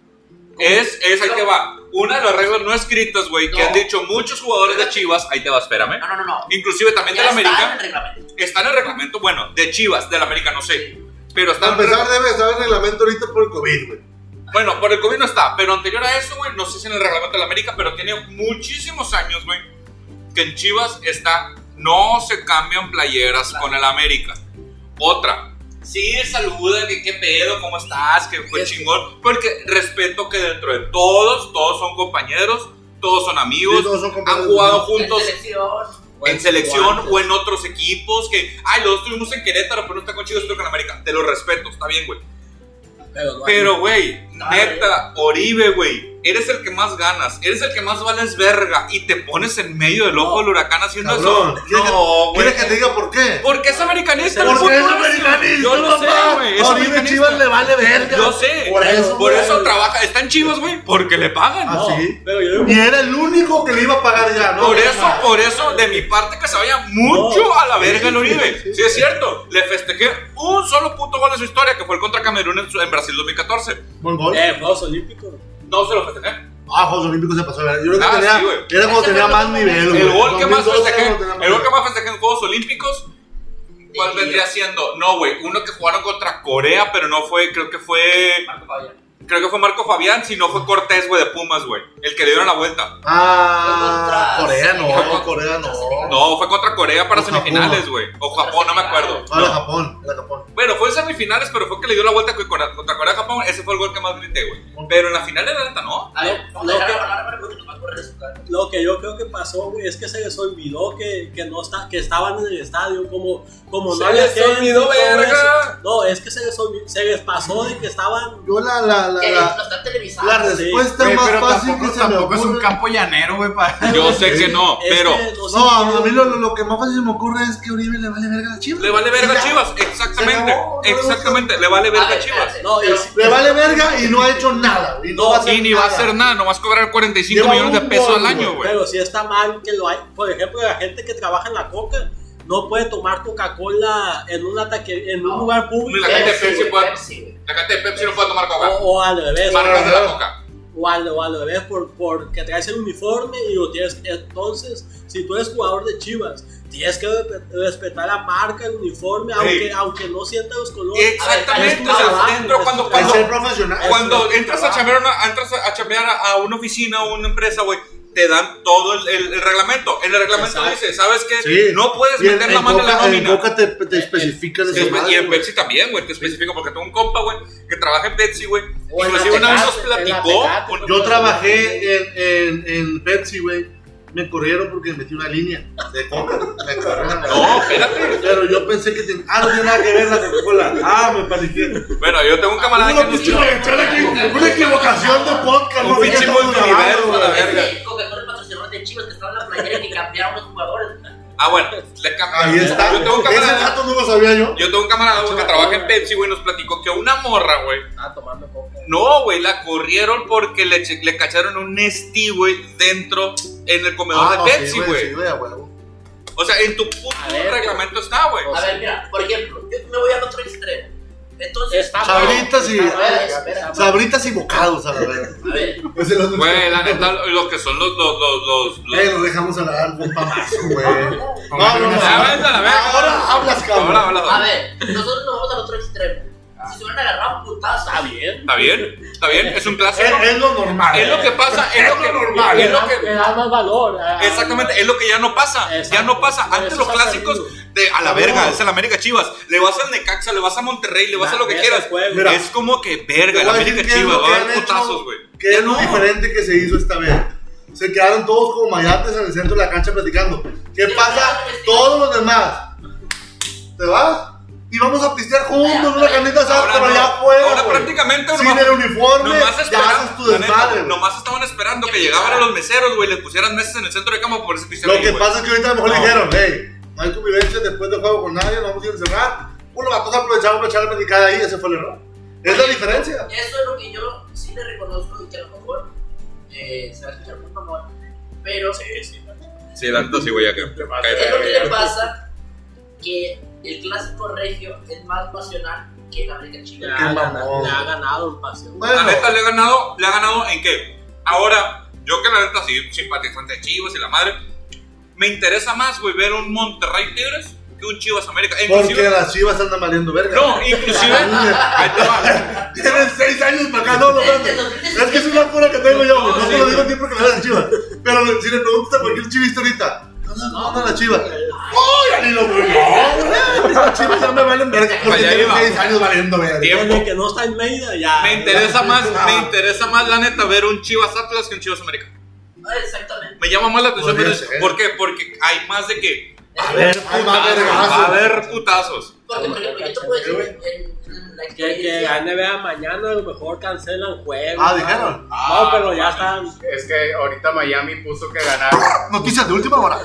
[SPEAKER 1] Es, es ahí que va. Una de las reglas no escritas, güey, que
[SPEAKER 2] No.
[SPEAKER 1] han dicho muchos jugadores de Chivas, ahí te va, espérame.
[SPEAKER 2] No, no, no, no.
[SPEAKER 1] Inclusive también
[SPEAKER 2] Ya
[SPEAKER 1] del
[SPEAKER 2] está en
[SPEAKER 1] América,
[SPEAKER 2] el reglamento.
[SPEAKER 1] está en el reglamento, bueno, de Chivas, del América, no sé. Pero está
[SPEAKER 3] Para
[SPEAKER 1] en el
[SPEAKER 3] empezar, debe estar el reglamento ahorita por el COVID, güey.
[SPEAKER 1] Bueno, por el COVID no está, pero anterior a eso, güey, no sé si en el reglamento de la América, pero tiene muchísimos años, güey, que en Chivas está, no se cambian playeras con el América. Otra, Sí, saluda, que qué pedo, cómo estás, que fue
[SPEAKER 2] Es que-
[SPEAKER 1] chingón. Porque respeto que dentro de todos, todos son compañeros, todos son amigos,
[SPEAKER 3] Sí, todos son
[SPEAKER 1] han
[SPEAKER 3] compañeros.
[SPEAKER 1] jugado
[SPEAKER 2] En
[SPEAKER 1] juntos
[SPEAKER 2] selección.
[SPEAKER 1] en selección o en otros equipos. Que, ay, los dos estuvimos en Querétaro, pero no está con Chivas, estuvo con América. Te lo respeto, está bien, güey.
[SPEAKER 7] Pero, no hay-
[SPEAKER 1] Pero, güey, neta, Oribe, güey, eres el que más ganas, eres el que más vales verga y te pones en medio del ojo del huracán haciendo
[SPEAKER 3] Cabrón,
[SPEAKER 1] eso.
[SPEAKER 3] ¿quieres que-
[SPEAKER 1] No, güey.
[SPEAKER 3] ¿Quieres que te diga por qué?
[SPEAKER 1] Porque es americanista, el
[SPEAKER 3] Porque es
[SPEAKER 1] fútbol.
[SPEAKER 3] americanista,
[SPEAKER 1] Yo lo sé,
[SPEAKER 3] papá.
[SPEAKER 1] güey. es
[SPEAKER 3] A Oribe
[SPEAKER 1] americanista.
[SPEAKER 3] Chivas le vale verga.
[SPEAKER 1] Yo sé.
[SPEAKER 3] Por eso,
[SPEAKER 1] Por
[SPEAKER 3] güey.
[SPEAKER 1] eso trabaja. Están chivas, güey. Porque le pagan.
[SPEAKER 3] Ah,
[SPEAKER 5] No,
[SPEAKER 3] sí.
[SPEAKER 5] pero yo
[SPEAKER 3] Y era el único que le iba a pagar ya, ¿no?
[SPEAKER 1] Por eso, por eso, de mi parte que se vaya mucho
[SPEAKER 5] No.
[SPEAKER 1] a la verga el Oribe. Sí, es cierto. Le festejé un solo punto gol de su historia, que fue el contra Camerún en, su- en Brasil 2014.
[SPEAKER 3] Buen gol.
[SPEAKER 5] Eh, Juegos Olímpicos.
[SPEAKER 1] No se lo festejé.
[SPEAKER 3] Ah, Juegos Olímpicos se pasó. ¿verdad? Yo creo que
[SPEAKER 1] Ah,
[SPEAKER 3] tenía,
[SPEAKER 1] sí, güey.
[SPEAKER 3] era cuando
[SPEAKER 2] Ese
[SPEAKER 3] tenía
[SPEAKER 2] fue
[SPEAKER 3] más
[SPEAKER 2] el
[SPEAKER 3] nivel, güey.
[SPEAKER 1] El gol que más
[SPEAKER 3] 2012
[SPEAKER 1] festejé,
[SPEAKER 3] cuando tenía más
[SPEAKER 1] el gol que
[SPEAKER 3] nivel.
[SPEAKER 1] más festejé en Juegos Olímpicos, ¿cuál
[SPEAKER 2] Sí.
[SPEAKER 1] vendría siendo? No, güey, uno que jugaron contra Corea, pero no fue, creo que fue,
[SPEAKER 2] Marco Fabián.
[SPEAKER 1] creo que fue Marco Fabián, si no fue Cortés, güey, de Pumas, güey, el que le dieron la vuelta.
[SPEAKER 3] Ah,
[SPEAKER 2] Fue
[SPEAKER 3] Corea
[SPEAKER 2] contra-
[SPEAKER 3] no, Corea no.
[SPEAKER 1] No, fue contra Corea para
[SPEAKER 3] O Japón.
[SPEAKER 1] semifinales, güey, o Japón, no me acuerdo.
[SPEAKER 3] Ah, era Japón, era Japón.
[SPEAKER 1] Bueno, fue en semifinales, pero fue que le dio la vuelta con- contra Corea-Japón. Ese fue el gol que más grité, güey. Pero en la final de la neta, ¿no?
[SPEAKER 2] A ver,
[SPEAKER 5] No,
[SPEAKER 2] vamos a
[SPEAKER 5] no,
[SPEAKER 2] dejar
[SPEAKER 5] que-
[SPEAKER 2] hablar para porque no va a correr su cara.
[SPEAKER 5] Lo que yo creo que pasó, güey, es que se les olvidó que, que no está, que estaban en el estadio, como, como
[SPEAKER 1] Se
[SPEAKER 5] no había
[SPEAKER 1] les
[SPEAKER 5] gente y
[SPEAKER 1] olvidó,
[SPEAKER 5] todo
[SPEAKER 1] verga.
[SPEAKER 5] eso. No, es que se les, olvi- se les pasó de que estaban.
[SPEAKER 3] Yo la, la, la,
[SPEAKER 2] Que
[SPEAKER 3] la,
[SPEAKER 2] no está televisado.
[SPEAKER 3] la
[SPEAKER 5] sí.
[SPEAKER 3] respuesta
[SPEAKER 4] Güey,
[SPEAKER 3] más
[SPEAKER 4] pero
[SPEAKER 3] fácil
[SPEAKER 4] tampoco,
[SPEAKER 3] que se me
[SPEAKER 4] tampoco es un
[SPEAKER 3] ocurre.
[SPEAKER 4] campo llanero, güey, para...
[SPEAKER 1] *laughs* Yo sé que no,
[SPEAKER 5] es
[SPEAKER 1] pero
[SPEAKER 5] que sé
[SPEAKER 3] No, a
[SPEAKER 5] qué-
[SPEAKER 3] mí lo, lo- lo que más fácil se me ocurre es que a Uribe le vale verga a las Chivas.
[SPEAKER 1] le vale verga a
[SPEAKER 3] Ya.
[SPEAKER 1] Chivas. Exactamente,
[SPEAKER 3] Se acabó, no le gusta.
[SPEAKER 1] exactamente, le vale verga a Chivas.
[SPEAKER 5] No, y-
[SPEAKER 3] Le vale verga y no ha hecho nada. güey, Y no,
[SPEAKER 5] No,
[SPEAKER 3] va a hacer
[SPEAKER 1] Y ni va a
[SPEAKER 3] nada.
[SPEAKER 1] hacer nada, nomás cobrar 45
[SPEAKER 3] Lleva
[SPEAKER 1] millones de
[SPEAKER 3] un
[SPEAKER 1] pesos
[SPEAKER 3] gol,
[SPEAKER 1] al año, güey.
[SPEAKER 5] Pero si está mal que lo hay. Por ejemplo, la gente que trabaja en la coca no puede tomar Coca-Cola en un ataque, en un lugar
[SPEAKER 1] La
[SPEAKER 5] público.
[SPEAKER 1] gente de
[SPEAKER 2] Pepsi,
[SPEAKER 1] Pepsi
[SPEAKER 2] güey,
[SPEAKER 1] puede-
[SPEAKER 2] Pepsi, güey.
[SPEAKER 1] La gente de Pepsi no puede tomar
[SPEAKER 5] O,
[SPEAKER 3] Oh,
[SPEAKER 1] coca.
[SPEAKER 5] o al revés.
[SPEAKER 1] Marcas de la
[SPEAKER 3] ¿verdad?
[SPEAKER 1] coca.
[SPEAKER 5] O al, o al revés, por, porque traes el uniforme y lo tienes. Entonces, si tú eres jugador de Chivas, tienes que re- respetar la marca, el uniforme, aunque, aunque no sientas los colores.
[SPEAKER 1] Exactamente,
[SPEAKER 5] A ver, es tu
[SPEAKER 1] o sea,
[SPEAKER 5] trabajo,
[SPEAKER 1] dentro
[SPEAKER 5] es
[SPEAKER 1] cuando-
[SPEAKER 5] tu
[SPEAKER 3] Es
[SPEAKER 1] cuando-
[SPEAKER 5] trabajo.
[SPEAKER 3] ser profesional.
[SPEAKER 1] Cuando
[SPEAKER 5] Eso es
[SPEAKER 1] entras a chambear, a una, entras a chambear a, a una oficina o una empresa, güey, te dan todo el, el- el reglamento. En el reglamento
[SPEAKER 5] Exacto.
[SPEAKER 1] dice, ¿sabes qué?
[SPEAKER 3] Sí.
[SPEAKER 1] No puedes
[SPEAKER 3] Y en-
[SPEAKER 1] meter la mano en la
[SPEAKER 3] Coca-
[SPEAKER 1] nómina.
[SPEAKER 3] En Coca te, te especifican
[SPEAKER 1] Sí,
[SPEAKER 3] esa
[SPEAKER 1] güey,
[SPEAKER 3] madre,
[SPEAKER 1] y en
[SPEAKER 3] güey.
[SPEAKER 1] Pepsi también, güey, te especifico, porque tengo un compa, güey, que trabaja en Pepsi, güey.
[SPEAKER 7] O en
[SPEAKER 1] Inclusive
[SPEAKER 7] la
[SPEAKER 1] una vez nos
[SPEAKER 7] Tecate, en la
[SPEAKER 1] platicó. Ah,
[SPEAKER 7] Tecate,
[SPEAKER 1] un-
[SPEAKER 7] güey.
[SPEAKER 3] Yo trabajé en, en, en Pepsi, güey. Me corrieron porque metí una línea de coca. Me corrieron.
[SPEAKER 1] *laughs* No, espérate.
[SPEAKER 3] Pero yo pensé que ten... ah, no tiene nada que ver la Coca-Cola. Ah, me paniqué.
[SPEAKER 1] Bueno, yo tengo un camarada
[SPEAKER 3] Una
[SPEAKER 1] que nos
[SPEAKER 3] pinche reacción aquí, una equivocación de podcast.
[SPEAKER 1] Un
[SPEAKER 3] no sé
[SPEAKER 1] pinche
[SPEAKER 3] qué estamos
[SPEAKER 1] multiverso,
[SPEAKER 3] grabando,
[SPEAKER 1] la
[SPEAKER 3] güey.
[SPEAKER 1] verga.
[SPEAKER 2] Este, Coca-Cola patrocinador de Chivas que estaba en la playera y que cambiaron los jugadores.
[SPEAKER 1] Ah, bueno, le
[SPEAKER 3] Ahí
[SPEAKER 1] cambié.
[SPEAKER 3] está.
[SPEAKER 1] Yo tengo un
[SPEAKER 3] Ese
[SPEAKER 1] camarada.
[SPEAKER 3] dato no lo sabía yo.
[SPEAKER 1] Yo tengo un camarada güey, que trabaja en Pepsi, güey, nos platicó que una morra, güey.
[SPEAKER 7] Ah, tomando coca.
[SPEAKER 1] No, güey, la corrieron porque le, che- le cacharon un Nesti, güey, dentro en el comedor
[SPEAKER 3] Ah, no,
[SPEAKER 1] de
[SPEAKER 3] sí,
[SPEAKER 1] Pepsi, güey.
[SPEAKER 3] sí, güey, a huevo.
[SPEAKER 1] O sea, en tu puto
[SPEAKER 7] A ver,
[SPEAKER 1] reglamento está, güey.
[SPEAKER 3] Ah,
[SPEAKER 2] A ver, mira, por ejemplo, yo me voy al otro extremo. Entonces,
[SPEAKER 7] Está mal,
[SPEAKER 3] Sabritas y.
[SPEAKER 7] está mal, está mal.
[SPEAKER 3] Sabritas y bocados, a la verga.
[SPEAKER 2] a ver,
[SPEAKER 1] Pues
[SPEAKER 3] Ese lo-
[SPEAKER 1] Güey, la neta, lo que son los. los, los, los, los-
[SPEAKER 3] Eh, lo dejamos hablar, buen pamazo,
[SPEAKER 1] *laughs*
[SPEAKER 3] güey. No, no, no.
[SPEAKER 1] Ya ves, a la verga.
[SPEAKER 3] Ahora hablas, cabrón.
[SPEAKER 1] Ahora, habla,
[SPEAKER 2] a ver, nosotros nos vamos al otro extremo. Si se hubieran agarrado putazos,
[SPEAKER 7] Está bien.
[SPEAKER 1] Está bien, está bien, es un clásico.
[SPEAKER 3] Es, es lo normal.
[SPEAKER 1] Es lo que pasa, es lo que.
[SPEAKER 3] normal,
[SPEAKER 1] Ah, Es
[SPEAKER 7] Le
[SPEAKER 1] lo
[SPEAKER 7] da,
[SPEAKER 1] que
[SPEAKER 7] le da más valor. a-
[SPEAKER 1] exactamente, es lo que ya no pasa. Ya no pasa.
[SPEAKER 7] Exacto,
[SPEAKER 1] Antes
[SPEAKER 7] eso
[SPEAKER 1] los
[SPEAKER 7] está
[SPEAKER 1] clásicos
[SPEAKER 7] perdido.
[SPEAKER 1] de a la
[SPEAKER 3] No.
[SPEAKER 1] verga, es el América Chivas. Le vas al Necaxa, le vas a Monterrey, le vas a lo que
[SPEAKER 5] Nah,
[SPEAKER 1] quieras.
[SPEAKER 5] esos juegos.
[SPEAKER 3] Mira,
[SPEAKER 1] Es como que
[SPEAKER 3] Te
[SPEAKER 1] verga, el
[SPEAKER 3] voy a decir
[SPEAKER 1] América
[SPEAKER 3] qué es
[SPEAKER 1] Chivas,
[SPEAKER 3] lo
[SPEAKER 1] va
[SPEAKER 3] que
[SPEAKER 1] a haber
[SPEAKER 3] han hecho,
[SPEAKER 1] putazos, güey.
[SPEAKER 3] ¿Qué es lo
[SPEAKER 1] No.
[SPEAKER 3] diferente que se hizo esta vez? Se quedaron todos como mayates en el centro de la cancha platicando. ¿Qué pasa? Todos los demás. ¿Te vas? Y vamos a pistear juntos una canita asada,
[SPEAKER 1] Ahora
[SPEAKER 3] pero
[SPEAKER 1] no.
[SPEAKER 3] allá afuera.
[SPEAKER 1] Ahora
[SPEAKER 3] güey.
[SPEAKER 1] prácticamente
[SPEAKER 3] Sin
[SPEAKER 1] nomás-
[SPEAKER 3] el uniforme,
[SPEAKER 1] Nomás
[SPEAKER 3] ya haces
[SPEAKER 1] esperaban, la
[SPEAKER 3] tu
[SPEAKER 1] neta,
[SPEAKER 3] desmadre. güey.
[SPEAKER 1] nomás estaban esperando que llegaran a los meseros, güey, les pusieran mesas en el centro de cama por ese pistear.
[SPEAKER 3] Lo
[SPEAKER 1] ahí,
[SPEAKER 3] que
[SPEAKER 1] güey.
[SPEAKER 3] pasa es que ahorita a lo mejor le
[SPEAKER 1] No.
[SPEAKER 3] dijeron, hey, no hay convivencia después del juego con nadie, no vamos a ir a encerrar. Bueno, vamos a aprovechar para echar la platicada ahí, ese fue el error. Es la diferencia.
[SPEAKER 2] eso es lo que yo sí le reconozco y que a lo mejor eh, se va a escuchar muy mamón. Pero
[SPEAKER 1] Sí, tanto sí, güey, acá.
[SPEAKER 2] es lo que
[SPEAKER 1] Cállate,
[SPEAKER 2] le pasa que el clásico regio es más pasional que el América
[SPEAKER 5] Le
[SPEAKER 2] Chivas.
[SPEAKER 5] ha,
[SPEAKER 3] Qué
[SPEAKER 5] ganado,
[SPEAKER 3] mamón.
[SPEAKER 5] le ha ganado el paseo.
[SPEAKER 1] La
[SPEAKER 3] Bueno,
[SPEAKER 1] neta le ha ganado, le ha ganado en qué. Ahora, yo que la neta sí, simpatizante de Chivas y la madre, me interesa más, güey, ver un Monterrey Tigres que un Chivas América. E
[SPEAKER 3] porque
[SPEAKER 1] Inclusive,
[SPEAKER 3] las chivas andan valiendo verga.
[SPEAKER 1] no, inclusive,
[SPEAKER 3] *laughs*
[SPEAKER 1] ahí te va.
[SPEAKER 3] Tienen seis años para acá, no, no, no.
[SPEAKER 2] Desde
[SPEAKER 3] Es que es una cura que tengo yo, güey.
[SPEAKER 1] No,
[SPEAKER 3] No
[SPEAKER 1] sí,
[SPEAKER 3] se lo
[SPEAKER 1] güey.
[SPEAKER 3] digo aquí porque me dan chivas. Pero si le preguntas a cualquier chivista ahorita, no, no, no, no, la chiva. ¡Uy, ni lo veo! No, güey, las chivas ya me valen verga. Porque
[SPEAKER 1] Allá
[SPEAKER 3] tengo
[SPEAKER 1] iba.
[SPEAKER 3] 6 años valiendo verga.
[SPEAKER 5] Desde
[SPEAKER 1] Tiempo.
[SPEAKER 5] que no está en Meida, ya.
[SPEAKER 1] Me interesa
[SPEAKER 3] ya,
[SPEAKER 1] más,
[SPEAKER 3] ya.
[SPEAKER 1] me interesa más la neta ver un Chivas Atlas que un Chivas América.
[SPEAKER 2] Ah, exactamente.
[SPEAKER 1] Me llama más la atención
[SPEAKER 3] Podría
[SPEAKER 1] ver
[SPEAKER 3] ser.
[SPEAKER 1] eso. ¿Por qué? Porque hay más de que
[SPEAKER 5] A ver,
[SPEAKER 3] Hay más
[SPEAKER 1] va a
[SPEAKER 3] vergazos.
[SPEAKER 1] haber putazos.
[SPEAKER 2] Porque, por ejemplo, yo te puedo decir en, en la
[SPEAKER 5] que, que
[SPEAKER 2] experiencia.
[SPEAKER 5] la NBA mañana a lo mejor cancelan juegos.
[SPEAKER 3] Ah, dijeron.
[SPEAKER 5] No, pero ya están.
[SPEAKER 4] Es que ahorita Miami puso que ganar.
[SPEAKER 3] Noticias de última hora.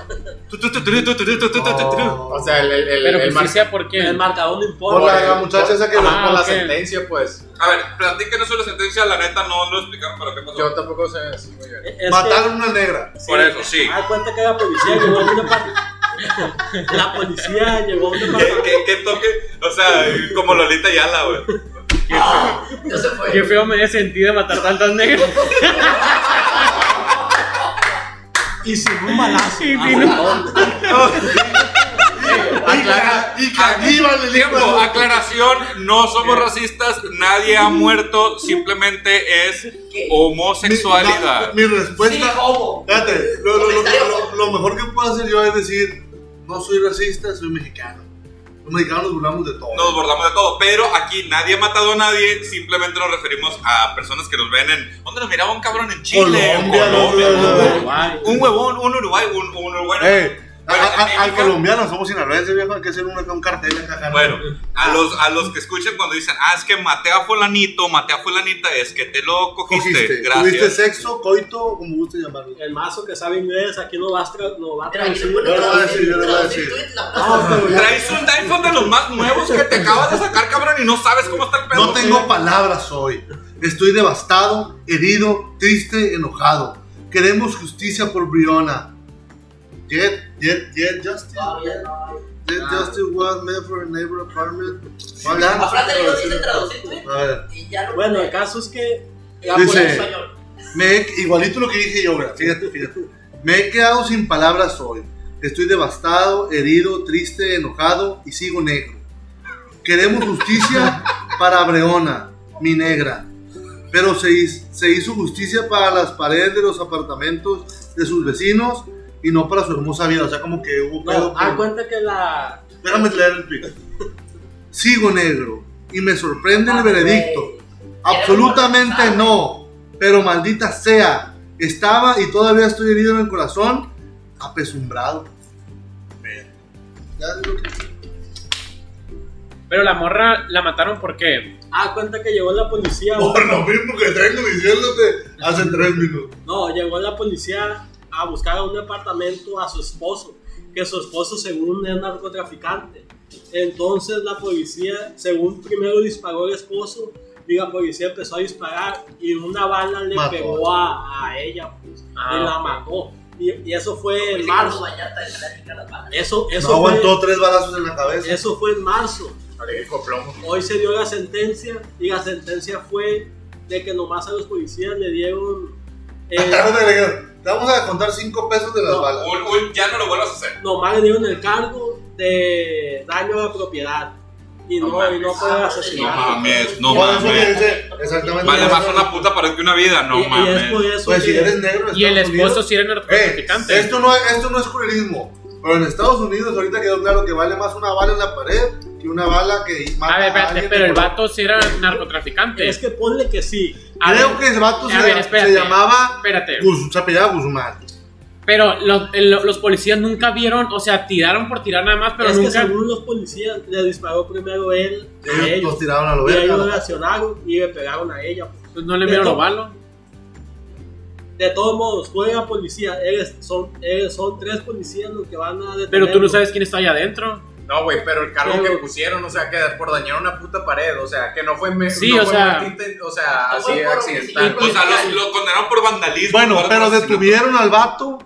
[SPEAKER 1] Tu, tu, tu, tu, tu, tu, tu, tu, tu, tu, tu.
[SPEAKER 4] O sea, el, el, el,
[SPEAKER 6] Pero
[SPEAKER 4] Eh, el mar-
[SPEAKER 6] justicia, ¿por qué?
[SPEAKER 5] El marcador no
[SPEAKER 3] Por
[SPEAKER 5] importa.
[SPEAKER 3] la, la muchacha esa que.
[SPEAKER 6] Ah,
[SPEAKER 4] por la
[SPEAKER 6] ok.
[SPEAKER 4] sentencia, pues.
[SPEAKER 1] A ver, platíquenos sobre la sentencia, la neta no lo explicaron, pero qué
[SPEAKER 4] Yo
[SPEAKER 1] pasó.
[SPEAKER 4] tampoco sé así muy bien.
[SPEAKER 5] Es que-
[SPEAKER 3] Mataron una negra.
[SPEAKER 1] Por eso, sí.
[SPEAKER 5] Ah, cuenta que la policía llegó a una parte. *laughs* La policía llegó a una
[SPEAKER 1] ¿Qué,
[SPEAKER 3] *laughs*
[SPEAKER 5] parte.
[SPEAKER 1] *laughs* qué- qué toque? O sea, como Lolita Yala, güey.
[SPEAKER 2] No se fue.
[SPEAKER 6] Qué feo me he sentido matar tantas negras.
[SPEAKER 5] Y sin un balazo.
[SPEAKER 6] *laughs* Y
[SPEAKER 5] Ah,
[SPEAKER 6] sin un-
[SPEAKER 5] bueno.
[SPEAKER 1] Aclara-
[SPEAKER 3] Y caníbal el hijo de
[SPEAKER 1] Tiempo,
[SPEAKER 3] su-
[SPEAKER 1] aclaración, no somos racistas, nadie ha muerto, simplemente es homosexualidad.
[SPEAKER 3] Mi, mi
[SPEAKER 2] Sí,
[SPEAKER 3] respuesta.
[SPEAKER 2] ¿cómo?
[SPEAKER 3] Fíjate, lo, lo- lo- lo- lo mejor que puedo hacer yo es decir: No soy racista, soy mexicano. Los mexicanos nos burlamos de todo.
[SPEAKER 1] Nos bordamos de todo, pero aquí nadie ha matado a nadie, simplemente nos referimos a personas que nos ven en... ¿Dónde nos miraba un cabrón en Chile? en
[SPEAKER 3] Colombia,
[SPEAKER 1] Colombia,
[SPEAKER 3] no, no, no,
[SPEAKER 1] un- Un huevón, un Uruguay, un, un uruguano.
[SPEAKER 3] Ey, a-
[SPEAKER 1] Bueno,
[SPEAKER 3] a-
[SPEAKER 1] en
[SPEAKER 3] al
[SPEAKER 1] México-
[SPEAKER 3] colombiano somos sinaloenses, viejo. Hay que hacer una, un cartel acá. acá, ¿no?
[SPEAKER 1] Bueno, a los, a los que escuchen cuando dicen, ah, es que maté a fulanito, maté a fulanita, es que te lo cogiste.
[SPEAKER 3] Cogiste. Tuviste
[SPEAKER 1] este, Gracias.
[SPEAKER 3] sexo, coito, como guste llamarlo.
[SPEAKER 5] El mazo que sabe inglés aquí no va a, tra- no va a
[SPEAKER 2] Mira, aquí se
[SPEAKER 5] traducir.
[SPEAKER 2] pone
[SPEAKER 3] Yo lo voy a
[SPEAKER 2] traducir-
[SPEAKER 3] decir, yo lo voy a
[SPEAKER 2] traducir
[SPEAKER 3] decir.
[SPEAKER 2] tweets, la
[SPEAKER 3] No,
[SPEAKER 2] plaza.
[SPEAKER 3] pero ya-
[SPEAKER 1] Traes un iPhone de los más nuevos que te acabas de sacar, cabrón, y no sabes cómo está el pedo.
[SPEAKER 3] No tengo palabras hoy. Estoy devastado, herido, triste, enojado. Queremos justicia por Briona. Yet, yet, yet, justice.
[SPEAKER 2] Ah, bien, no.
[SPEAKER 3] Yet,
[SPEAKER 5] Ah.
[SPEAKER 3] justice was made for a neighbor apartment.
[SPEAKER 2] Aparte, no dice traducir tweets.
[SPEAKER 3] A ver,
[SPEAKER 2] Y ya lo
[SPEAKER 5] Bueno, el caso es que.
[SPEAKER 2] Ya pone
[SPEAKER 3] dice-
[SPEAKER 2] en español.
[SPEAKER 3] me he- igualito lo que dije yo, güey. Fíjate, fíjate. Me he quedado sin palabras hoy. Estoy devastado, herido, triste, enojado y sigo negro. Queremos
[SPEAKER 5] *laughs*
[SPEAKER 3] justicia para Breona, mi negra. Pero se, hiz- se hizo justicia para las paredes de los apartamentos de sus vecinos y no para su hermosa vida. O sea, como que hubo pedo
[SPEAKER 5] No, ah,
[SPEAKER 3] con-
[SPEAKER 5] cuenta que la.
[SPEAKER 3] Déjame leer el tweet. Sigo negro y me sorprende
[SPEAKER 2] Ah,
[SPEAKER 3] el veredicto. Absolutamente no. Pero maldita sea, estaba y todavía estoy herido en el corazón, apesumbrado. Ya es lo que-
[SPEAKER 6] Pero la morra la mataron por qué?
[SPEAKER 5] Ah, cuenta que llegó la policía.
[SPEAKER 3] Por lo mismo que tengo diciéndote hace tres minutos.
[SPEAKER 5] No, llegó la policía a buscar a un departamento a su esposo, que su esposo según es narcotraficante. Entonces la policía, según primero disparó el esposo, y la policía empezó a disparar y una bala le
[SPEAKER 3] Mató.
[SPEAKER 5] pegó a, a ella pues,
[SPEAKER 6] Ah,
[SPEAKER 5] y la
[SPEAKER 6] ok.
[SPEAKER 5] mató. Y, y eso fue en
[SPEAKER 2] Dice
[SPEAKER 5] marzo.
[SPEAKER 2] como
[SPEAKER 5] Eh,
[SPEAKER 2] pues, Vallarta, de la chica, las balas.
[SPEAKER 5] Eso, eso,
[SPEAKER 3] No
[SPEAKER 5] fue,
[SPEAKER 3] aguantó tres balazos en la cabeza.
[SPEAKER 5] eso fue en marzo.
[SPEAKER 4] Alegre plomo.
[SPEAKER 5] Hoy se dio la sentencia y la sentencia fue de que nomás a los policías le dieron... eh,
[SPEAKER 3] Acá te digo, Te vamos a contar cinco pesos de las
[SPEAKER 5] No.
[SPEAKER 3] balas.
[SPEAKER 1] Un- un- ya no lo vuelvas a hacer.
[SPEAKER 5] nomás le dieron el cargo de daño a la propiedad y no, y no fue
[SPEAKER 2] Ah, pues,
[SPEAKER 5] asesinato.
[SPEAKER 1] No mames, no
[SPEAKER 3] Por eso
[SPEAKER 1] mames.
[SPEAKER 3] que dice, exactamente.
[SPEAKER 1] Vale más una puta pared que una vida, no
[SPEAKER 5] y, y
[SPEAKER 1] mames.
[SPEAKER 5] es por eso
[SPEAKER 3] Pues si
[SPEAKER 5] que-
[SPEAKER 3] eres negro. en
[SPEAKER 6] Y el
[SPEAKER 3] Estados
[SPEAKER 6] esposo
[SPEAKER 3] Unidos-
[SPEAKER 6] sí era
[SPEAKER 3] Eh,
[SPEAKER 6] narcotraficante.
[SPEAKER 3] esto no, es- esto no es culerismo. Pero en Estados Unidos ahorita quedó claro que vale más una bala en la pared que una bala que mata
[SPEAKER 6] a ver, espérate,
[SPEAKER 3] alguien
[SPEAKER 6] pero el
[SPEAKER 3] por-
[SPEAKER 6] vato sí era narcotraficante.
[SPEAKER 5] es que ponle que sí.
[SPEAKER 6] A
[SPEAKER 3] Creo
[SPEAKER 6] ver,
[SPEAKER 3] que el vato se,
[SPEAKER 6] a ver,
[SPEAKER 3] se
[SPEAKER 6] espérate.
[SPEAKER 3] llamaba
[SPEAKER 6] Espérate.
[SPEAKER 3] Gus, se apellidaba Guzmán.
[SPEAKER 6] Pero los, el- los policías nunca vieron, o sea, tiraron por tirar nada más, pero
[SPEAKER 5] es que
[SPEAKER 6] nunca.
[SPEAKER 5] según los policías le disparó primero él a
[SPEAKER 3] Ellos los
[SPEAKER 5] ellos
[SPEAKER 3] tiraron a la
[SPEAKER 5] y ellos
[SPEAKER 3] pues, verga.
[SPEAKER 5] reaccionaron y le pegaron a ella.
[SPEAKER 6] pues, no le vieron
[SPEAKER 5] Esto-
[SPEAKER 6] lo malo.
[SPEAKER 5] De todos modos, fue la policía, eres- son, eres- son tres policías los que van a detener.
[SPEAKER 6] Pero tú no sabes quién está allá adentro.
[SPEAKER 4] No, güey, pero el cargo
[SPEAKER 5] Pero-
[SPEAKER 4] que pusieron, o sea, que por dañar una puta pared, o sea, que no fue. me-
[SPEAKER 6] Sí,
[SPEAKER 4] no
[SPEAKER 6] o
[SPEAKER 4] fue
[SPEAKER 6] sea-
[SPEAKER 4] maldita inten- o sea,
[SPEAKER 3] Ah,
[SPEAKER 2] No fue
[SPEAKER 4] así
[SPEAKER 2] por
[SPEAKER 4] accidental. Pues,
[SPEAKER 1] O sea, los- lo condenaron por vandalismo.
[SPEAKER 3] Bueno,
[SPEAKER 1] por
[SPEAKER 3] pero
[SPEAKER 1] asesinato.
[SPEAKER 3] detuvieron al vato,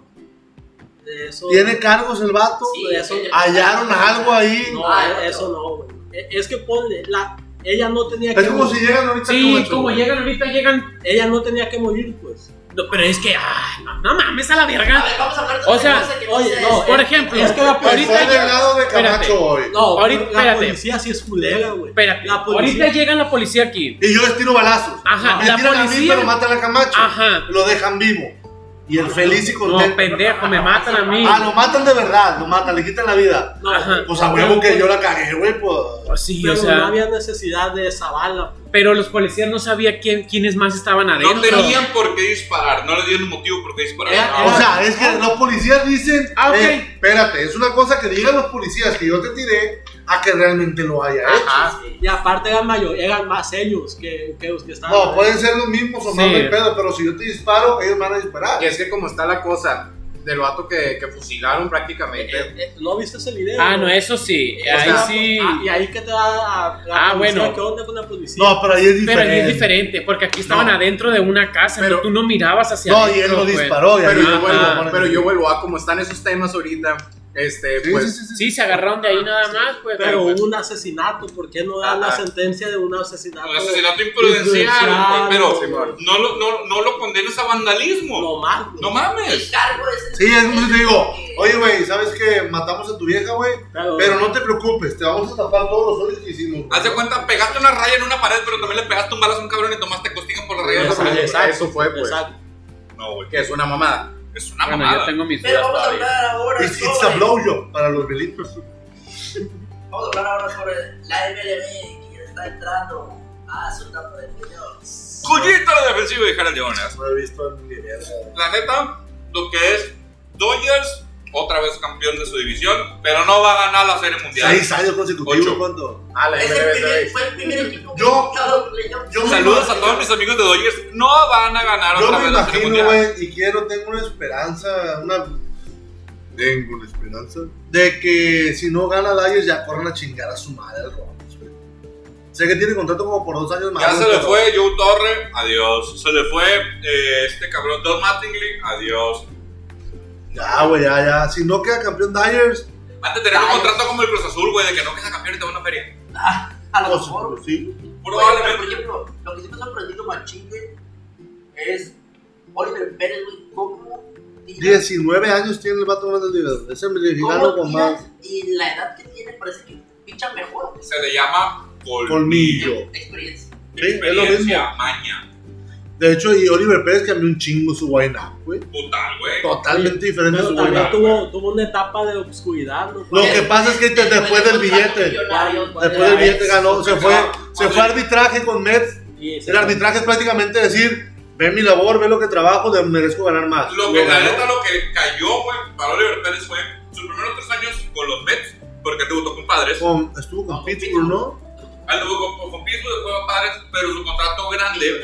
[SPEAKER 5] De eso-
[SPEAKER 3] tiene cargos el vato,
[SPEAKER 2] Sí,
[SPEAKER 5] eso-
[SPEAKER 2] ella-
[SPEAKER 3] hallaron algo ahí.
[SPEAKER 5] No,
[SPEAKER 2] Ah,
[SPEAKER 5] eh, eso no, güey. Eh, Es que ponle, la, ella no tenía
[SPEAKER 3] Es
[SPEAKER 5] que
[SPEAKER 3] como
[SPEAKER 5] morir.
[SPEAKER 3] si llegan ahorita
[SPEAKER 6] Sí,
[SPEAKER 3] Nacho,
[SPEAKER 6] como
[SPEAKER 3] güey.
[SPEAKER 6] llegan ahorita, llegan.
[SPEAKER 5] Ella no tenía que morir, pues.
[SPEAKER 6] No, pero es que, ah, no, no mames a la
[SPEAKER 2] A
[SPEAKER 6] verga.
[SPEAKER 2] ver, vamos a hablar de
[SPEAKER 6] O
[SPEAKER 2] otra
[SPEAKER 6] sea,
[SPEAKER 2] cosa que este, no
[SPEAKER 5] Oye,
[SPEAKER 2] sea
[SPEAKER 5] no,
[SPEAKER 2] eso.
[SPEAKER 6] por ejemplo,
[SPEAKER 5] es que la
[SPEAKER 3] Pues
[SPEAKER 5] policía
[SPEAKER 3] fue
[SPEAKER 6] ahorita
[SPEAKER 3] del
[SPEAKER 6] llega-
[SPEAKER 3] lado de Camacho
[SPEAKER 6] espérate.
[SPEAKER 3] hoy.
[SPEAKER 5] No,
[SPEAKER 6] Ahorita-
[SPEAKER 5] la
[SPEAKER 6] espérate.
[SPEAKER 5] policía sí es culera, güey.
[SPEAKER 6] Espérate,
[SPEAKER 5] La policía-
[SPEAKER 6] ahorita llega la policía aquí.
[SPEAKER 3] Y yo les tiro balazos.
[SPEAKER 6] Ajá,
[SPEAKER 3] Me
[SPEAKER 6] la
[SPEAKER 3] tiran a mí,
[SPEAKER 6] policía-
[SPEAKER 3] pero matan a Camacho.
[SPEAKER 6] Ajá.
[SPEAKER 3] Lo dejan vivo. Y el feliz y
[SPEAKER 6] No,
[SPEAKER 3] contento.
[SPEAKER 6] pendejo, me matan a mí.
[SPEAKER 3] Ah, lo matan de verdad, lo matan, le quitan la vida.
[SPEAKER 5] No,
[SPEAKER 6] Ajá.
[SPEAKER 3] Pues a huevo que yo la cagué, güey, pues.
[SPEAKER 6] Pues sí,
[SPEAKER 5] pero
[SPEAKER 6] o sea.
[SPEAKER 5] no había necesidad de esa bala.
[SPEAKER 6] Pero los policías no sabían quién, quiénes más estaban adentro.
[SPEAKER 1] No tenían por qué disparar, no les dieron motivo por qué disparar.
[SPEAKER 6] Era-
[SPEAKER 3] O sea, es que los policías dicen.
[SPEAKER 6] Ah, ok.
[SPEAKER 3] "Eh, espérate, es una cosa que digan los policías que yo te tiré a que realmente lo haya hecho.
[SPEAKER 5] Ah,
[SPEAKER 4] Ajá.
[SPEAKER 5] Y aparte eran, mayor, eran más ellos que, que los que estaban.
[SPEAKER 3] No,
[SPEAKER 5] ahí.
[SPEAKER 3] pueden ser los mismos o más
[SPEAKER 6] Sí.
[SPEAKER 3] del pedo, pero si yo te disparo, ellos me van a disparar.
[SPEAKER 4] Y es que como está la cosa del vato que, que fusilaron prácticamente.
[SPEAKER 3] pues-
[SPEAKER 5] Eh, ¿No viste ese video?
[SPEAKER 6] Ah, no, eso sí.
[SPEAKER 5] O
[SPEAKER 6] Ahí
[SPEAKER 5] sea,
[SPEAKER 6] sí.
[SPEAKER 5] ah, y ahí que te da la,
[SPEAKER 6] Ah, bueno.
[SPEAKER 5] ¿Qué onda con la policía?
[SPEAKER 3] No, pero ahí es diferente.
[SPEAKER 6] Pero ahí es diferente, porque aquí estaban
[SPEAKER 3] No.
[SPEAKER 6] adentro de una casa,
[SPEAKER 4] Pero-
[SPEAKER 6] y tú no mirabas hacia
[SPEAKER 3] No, y
[SPEAKER 6] adentro,
[SPEAKER 3] él lo
[SPEAKER 6] pues.
[SPEAKER 3] disparó. y
[SPEAKER 4] Pero
[SPEAKER 3] ahí-
[SPEAKER 4] yo,
[SPEAKER 6] Ajá.
[SPEAKER 4] vuelvo, pero yo vuelvo a como están esos temas ahorita. Este,
[SPEAKER 3] Sí,
[SPEAKER 4] pues
[SPEAKER 3] sí, sí, sí.
[SPEAKER 6] Sí, se agarraron de ahí nada más, pues.
[SPEAKER 5] pero
[SPEAKER 6] pues,
[SPEAKER 5] hubo un asesinato, ¿por qué no dan la
[SPEAKER 4] Ajá.
[SPEAKER 5] sentencia de un asesinato?
[SPEAKER 1] Un asesinato imprudencial,
[SPEAKER 5] Imprudencial,
[SPEAKER 1] pero
[SPEAKER 5] Simón.
[SPEAKER 1] no lo, no, no lo condenes a vandalismo.
[SPEAKER 5] No mal, güey.
[SPEAKER 1] No
[SPEAKER 2] El
[SPEAKER 1] mames.
[SPEAKER 2] cargo es.
[SPEAKER 3] Sí, es como si te digo, oye, güey, ¿sabes que matamos a tu vieja, güey?
[SPEAKER 5] Pero-
[SPEAKER 3] Pero no te preocupes, te vamos a tapar todos los hoyos que hicimos. güey.
[SPEAKER 1] Haz de cuenta, pegaste una raya en una pared, pero también le pegaste un balazo a un cabrón y tomaste costilla por la raya de la
[SPEAKER 4] Exacto.
[SPEAKER 1] pared.
[SPEAKER 4] Eso fue, pues.
[SPEAKER 5] Exacto.
[SPEAKER 1] No, güey.
[SPEAKER 4] que es una mamada.
[SPEAKER 1] Es una
[SPEAKER 6] bueno, yo
[SPEAKER 1] mamada.
[SPEAKER 6] Ah, tengo mis
[SPEAKER 2] Pero
[SPEAKER 6] dudas
[SPEAKER 2] vamos a
[SPEAKER 6] todavía.
[SPEAKER 2] hablar ahora
[SPEAKER 3] It's, it's a
[SPEAKER 2] sobre.
[SPEAKER 3] blowjob para los delitos.
[SPEAKER 2] Vamos a hablar ahora sobre la MLB que está entrando a su etapa de playoffs.
[SPEAKER 1] Collita la defensiva de Harold Leonas.
[SPEAKER 3] No he visto ni mierda.
[SPEAKER 1] La neta, lo que es Dodgers, otra vez campeón de su división, pero no va a ganar la Serie Mundial.
[SPEAKER 3] Seis años consecutivos,
[SPEAKER 1] Ocho.
[SPEAKER 3] ¿cuánto?
[SPEAKER 4] Ah, la
[SPEAKER 2] Es el primer,
[SPEAKER 4] MLB.
[SPEAKER 2] fue el primer
[SPEAKER 3] *laughs*
[SPEAKER 2] equipo que
[SPEAKER 3] Yo-
[SPEAKER 2] ha entrado a playoffs.
[SPEAKER 3] yo-
[SPEAKER 1] Saludos a todos mis amigos de Dodgers. No van a ganar
[SPEAKER 3] Yo
[SPEAKER 1] otra
[SPEAKER 3] me
[SPEAKER 1] vez la Serie
[SPEAKER 3] imagino,
[SPEAKER 1] Mundial.
[SPEAKER 3] güey, y quiero, tengo una esperanza, una... Tengo una esperanza. De que si no gana Dodgers ya corran a chingar a su madre al Robbins, güey. Sé que tiene contrato como por dos años más.
[SPEAKER 1] Ya se
[SPEAKER 3] güey,
[SPEAKER 1] le
[SPEAKER 3] pero-
[SPEAKER 1] fue Joe Torre, adiós. Se le fue eh, este cabrón Don Mattingly, adiós.
[SPEAKER 3] Ya, güey, ya, ya. Si no queda campeón Dodgers,
[SPEAKER 1] Antes tenía un
[SPEAKER 2] Ay.
[SPEAKER 1] contrato como el Cruz Azul, güey, de que no queda campeón y te va a una feria.
[SPEAKER 2] A lo
[SPEAKER 3] pues,
[SPEAKER 2] mejor.
[SPEAKER 3] sí.
[SPEAKER 2] Oye, pero,
[SPEAKER 1] Probablemente.
[SPEAKER 2] por ejemplo, lo que sí me ha sorprendido machín, güey, es Oliver Pérez, güey, cómo tira,
[SPEAKER 3] 19 años tiene el vato más del nivel. Es el mexicano
[SPEAKER 2] cómo
[SPEAKER 3] con
[SPEAKER 2] tira,
[SPEAKER 3] más
[SPEAKER 2] y la edad que tiene parece que picha mejor güey.
[SPEAKER 1] Se le llama Col.
[SPEAKER 3] colmillo.
[SPEAKER 2] experiencia.
[SPEAKER 3] Sí, es lo mismo.
[SPEAKER 1] maña,
[SPEAKER 3] De hecho, y Oliver Pérez cambió un chingo su line-up, güey.
[SPEAKER 1] putal, güey.
[SPEAKER 3] Totalmente diferente su
[SPEAKER 5] Pero también
[SPEAKER 3] line-up.
[SPEAKER 5] tuvo, tuvo una etapa de obscuridad. ¿no?
[SPEAKER 3] Lo que pasa es que te- después del billete, después del billete ganó, se fue, se fue arbitraje con Mets.
[SPEAKER 5] Y se-
[SPEAKER 3] El arbitraje es prácticamente decir, ve mi labor, ve lo que trabajo, de- merezco ganar más.
[SPEAKER 1] Lo que, la
[SPEAKER 3] ganó.
[SPEAKER 1] neta, lo que cayó, güey, para Oliver Pérez fue sus primeros tres años con los Mets, porque te votó con padres.
[SPEAKER 3] Con- estuvo con Pittsburgh, ¿no?
[SPEAKER 1] Él tuvo con, con Pittsburgh, después con padres, pero su contrato grande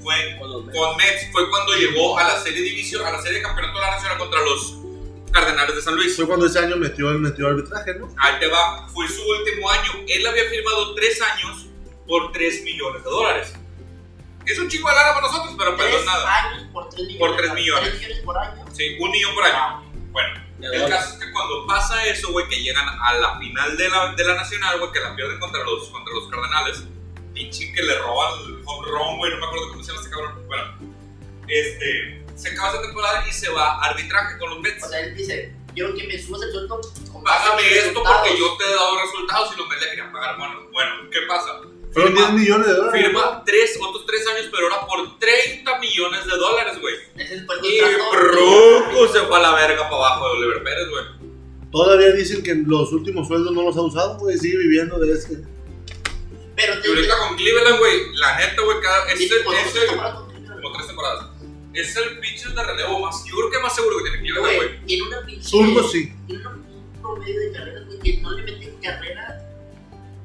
[SPEAKER 1] fue
[SPEAKER 5] con los Mets.
[SPEAKER 1] con Mets. Fue cuando llegó a la serie división, a la serie de campeonato de la nacional contra los Cardenales de San Luis.
[SPEAKER 3] Fue cuando ese año metió, metió arbitraje, ¿no?
[SPEAKER 1] Ahí te va, fue su último año. Él había firmado tres años por 3 millones de dólares. Es un chingo de lana para nosotros, pero
[SPEAKER 2] Tres
[SPEAKER 1] perdón nada.
[SPEAKER 2] años por tres millones.
[SPEAKER 1] Por tres millones.
[SPEAKER 2] Tres millones por año.
[SPEAKER 1] Sí, un millón por año. Bueno, el caso es que cuando pasa eso, güey, que llegan a la final de la, de la Nacional, güey, que la pierden contra los, contra los Cardenales. Pinche que le roban el home run, güey, no me acuerdo cómo se llama este cabrón. Bueno, este, se acaba esa temporada y se va a arbitraje con los Mets.
[SPEAKER 2] O sea, él dice, quiero que me subas el sueldo con base en
[SPEAKER 1] Págame
[SPEAKER 2] mis
[SPEAKER 1] esto porque
[SPEAKER 2] resultados".
[SPEAKER 1] yo te he dado resultados y los Mets le querían pagar. Bueno, bueno, ¿qué pasa?
[SPEAKER 3] Fueron
[SPEAKER 1] Firma-
[SPEAKER 3] 10 millones de dólares.
[SPEAKER 1] Firma tres, otros tres años, pero ahora por 30 millones de dólares, güey.
[SPEAKER 2] Ese fue el
[SPEAKER 1] Y
[SPEAKER 2] contrato.
[SPEAKER 1] Bruco se fue a la verga para abajo de Oliver Pérez, güey.
[SPEAKER 3] Todavía dicen que los últimos sueldos no los ha usado, güey. Sigue viviendo de ese.
[SPEAKER 2] Pero
[SPEAKER 1] Y
[SPEAKER 2] te
[SPEAKER 1] ahorita con Cleveland, güey, la neta, güey, cada. Es el,
[SPEAKER 2] dice, por
[SPEAKER 1] es
[SPEAKER 2] otro
[SPEAKER 1] el-
[SPEAKER 2] contrato,
[SPEAKER 1] como tres temporadas. Es el pitcher de relevo más. Yo creo que más seguro que tiene Cleveland, güey.
[SPEAKER 2] Güey, tiene una pinche.
[SPEAKER 3] Zurdo sí.
[SPEAKER 2] Tiene una- un promedio de carreras, güey, que no le meten carreras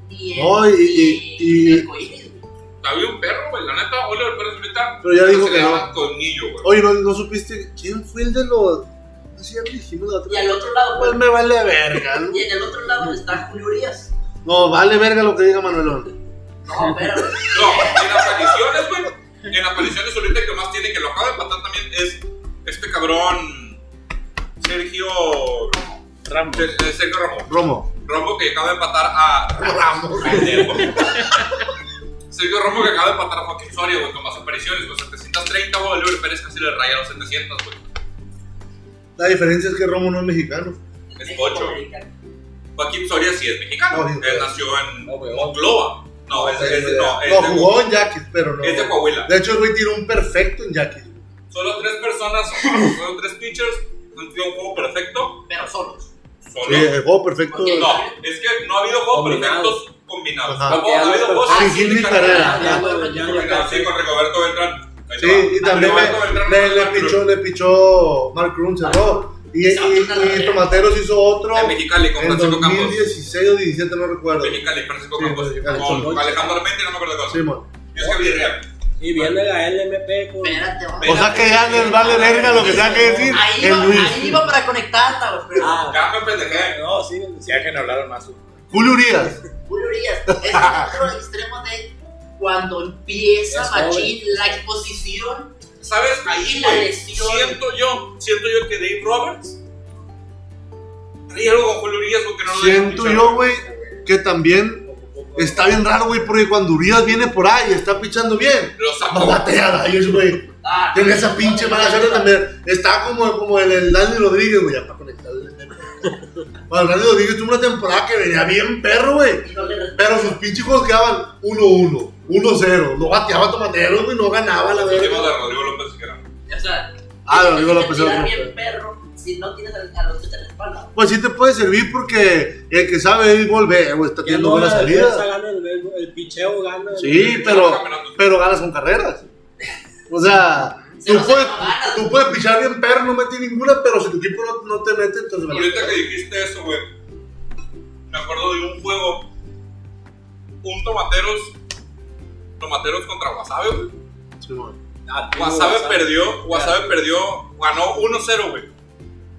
[SPEAKER 2] ni en.
[SPEAKER 3] No, y-
[SPEAKER 2] ni
[SPEAKER 3] y- y-
[SPEAKER 2] en arcoíris, güey.
[SPEAKER 1] Está bien un perro, güey. La neta, Oliver Pérez ahorita.
[SPEAKER 3] Pero ya dijo
[SPEAKER 1] se
[SPEAKER 3] que
[SPEAKER 1] le
[SPEAKER 3] no.
[SPEAKER 1] llama Colmillo, güey.
[SPEAKER 3] Oye, ¿no, no supiste quién fue el de los. No sé, ya lo dijimos la otra
[SPEAKER 2] Y al otro lado,
[SPEAKER 3] Pues
[SPEAKER 2] güey.
[SPEAKER 3] me vale verga. ¿no?
[SPEAKER 2] Y en el otro lado está Julio Urias.
[SPEAKER 3] No, vale verga lo que diga Manuelón.
[SPEAKER 2] No, espérame.
[SPEAKER 1] No, en apariciones, güey. En apariciones ahorita el que más tiene, que lo acaba de empatar también, es este cabrón. Sergio.
[SPEAKER 6] Rambo.
[SPEAKER 1] Se- eh, Sergio Ramos.
[SPEAKER 3] Romo.
[SPEAKER 1] Romo que acaba de empatar a Ramos.
[SPEAKER 3] *laughs*
[SPEAKER 1] Sergio Romo que acaba de empatar a Joaquín Soria, güey, con más apariciones, con 730, güey, Oliver Pérez casi le raya los 700, güey.
[SPEAKER 3] La diferencia es que Romo no es mexicano.
[SPEAKER 1] Es ocho. Joaquín Soria sí es mexicano,
[SPEAKER 3] No, sí,
[SPEAKER 1] él
[SPEAKER 3] sí.
[SPEAKER 1] nació en
[SPEAKER 7] No, güey.
[SPEAKER 1] Monclova. No, Este es, es- no, es
[SPEAKER 3] No,
[SPEAKER 1] de,
[SPEAKER 3] jugó en Yaquis, pero no.
[SPEAKER 1] es de Coahuila.
[SPEAKER 3] De hecho, el güey tiró un perfecto en Yaquis.
[SPEAKER 1] Solo tres personas, *laughs* solo tres pitchers, han sido un juego perfecto.
[SPEAKER 2] Pero solos.
[SPEAKER 1] Solo.
[SPEAKER 3] Sí, eh. el juego perfecto.
[SPEAKER 2] Porque
[SPEAKER 1] No, es que no ha habido juegos
[SPEAKER 8] Combinados.
[SPEAKER 1] perfectos combinados.
[SPEAKER 3] Ajá. Ah,
[SPEAKER 1] Tampoco ha habido
[SPEAKER 8] Porque
[SPEAKER 1] juegos
[SPEAKER 3] Sin Gil ni
[SPEAKER 1] sin
[SPEAKER 3] Carrera.
[SPEAKER 7] Ya, güey, ya, ya,
[SPEAKER 1] Combinados, Sí, con Rigoberto Beltrán. Ahí te
[SPEAKER 3] Sí,
[SPEAKER 1] va. Ah,
[SPEAKER 3] y también
[SPEAKER 1] Rigoberto Beltrán,
[SPEAKER 3] le, le, le
[SPEAKER 1] Rigoberto
[SPEAKER 3] pichó, le pichó Mark Grun, cerró. Y, y, y, Tomateros hizo otro
[SPEAKER 1] De Mexicali con
[SPEAKER 3] en
[SPEAKER 1] Francisco Campos.
[SPEAKER 3] 2016 o 17, no recuerdo.
[SPEAKER 1] Mexicali, Francisco
[SPEAKER 3] Sí, pues,
[SPEAKER 1] Campos.
[SPEAKER 3] Mexicali,
[SPEAKER 1] Con
[SPEAKER 3] con-
[SPEAKER 1] Alejandro Armenti, no me acuerdo de
[SPEAKER 3] Sí,
[SPEAKER 1] cosa.
[SPEAKER 3] mon.
[SPEAKER 1] Y es que Villarreal.
[SPEAKER 8] Y viene la LMP con.
[SPEAKER 2] Espérate, vamos.
[SPEAKER 3] O sea que ya les vale verga lo que tenga que decir
[SPEAKER 2] Ahí
[SPEAKER 3] el
[SPEAKER 2] iba,
[SPEAKER 3] Luis.
[SPEAKER 2] ahí iba para conectarla, güey, pero.
[SPEAKER 8] Ah,
[SPEAKER 1] Ya me pendejé.
[SPEAKER 8] no, sí, sí.
[SPEAKER 4] Ya que no hablaron más.
[SPEAKER 3] Julio Urias.
[SPEAKER 2] Julio Urias, es el otro extremo de cuando empieza
[SPEAKER 8] Es
[SPEAKER 2] Machín la exposición.
[SPEAKER 1] ¿Sabes? Ahí,
[SPEAKER 2] Y la
[SPEAKER 1] güey,
[SPEAKER 2] lesión.
[SPEAKER 1] siento yo, siento yo que Dave Roberts traía algo con Julio Urias porque no lo dejan
[SPEAKER 3] Siento
[SPEAKER 1] pichar.
[SPEAKER 3] yo, güey, que también está bien raro, güey, porque cuando Urias viene por ahí y está pichando bien,
[SPEAKER 1] Lo
[SPEAKER 3] va a *laughs*
[SPEAKER 1] sacó.
[SPEAKER 3] batear a ellos, güey.
[SPEAKER 2] Ah,
[SPEAKER 3] Tiene esa pinche mala suerte también. Está como, como el, el Dani Rodríguez, güey, ya para conectar el Bueno, Dani Rodríguez tuvo una temporada que venía bien perro, güey.
[SPEAKER 2] y no le responde.
[SPEAKER 3] Pero sus pinches juegos quedaban 1-1, 1-0. No bateaba tomateros, güey, no ganaba la
[SPEAKER 1] Lo
[SPEAKER 3] verga.
[SPEAKER 1] de Rodrigo López que era.
[SPEAKER 2] O sea,
[SPEAKER 3] Ah,
[SPEAKER 2] tienes
[SPEAKER 3] lo digo
[SPEAKER 2] que
[SPEAKER 3] la persona
[SPEAKER 2] tirar
[SPEAKER 3] que-
[SPEAKER 2] bien perro si no tienes a a los que te respaldan.
[SPEAKER 3] Pues sí te puede servir porque el que sabe béisbol ve, güey, está
[SPEAKER 8] Que
[SPEAKER 3] teniendo
[SPEAKER 8] no
[SPEAKER 3] buena
[SPEAKER 8] la defensa
[SPEAKER 3] salida.
[SPEAKER 8] gana el, béisbol, el picheo gana. el-
[SPEAKER 3] Sí, pero, pero ganas con carreras. O sea, tú
[SPEAKER 2] Pero
[SPEAKER 3] puedes,
[SPEAKER 2] no ganas.
[SPEAKER 3] tú puedes pichar bien perro, no metí ninguna, pero si tu equipo no, no te mete, entonces vale.
[SPEAKER 1] Ahorita que dijiste eso, güey. Me acuerdo de un juego. Un tomateros. Tomateros contra Wasabe, güey.
[SPEAKER 3] Sí, güey.
[SPEAKER 8] Ah, tío,
[SPEAKER 1] Wasabe
[SPEAKER 8] Wasabe.
[SPEAKER 1] perdió. Wasabe perdió. Ganó 1-0, güey.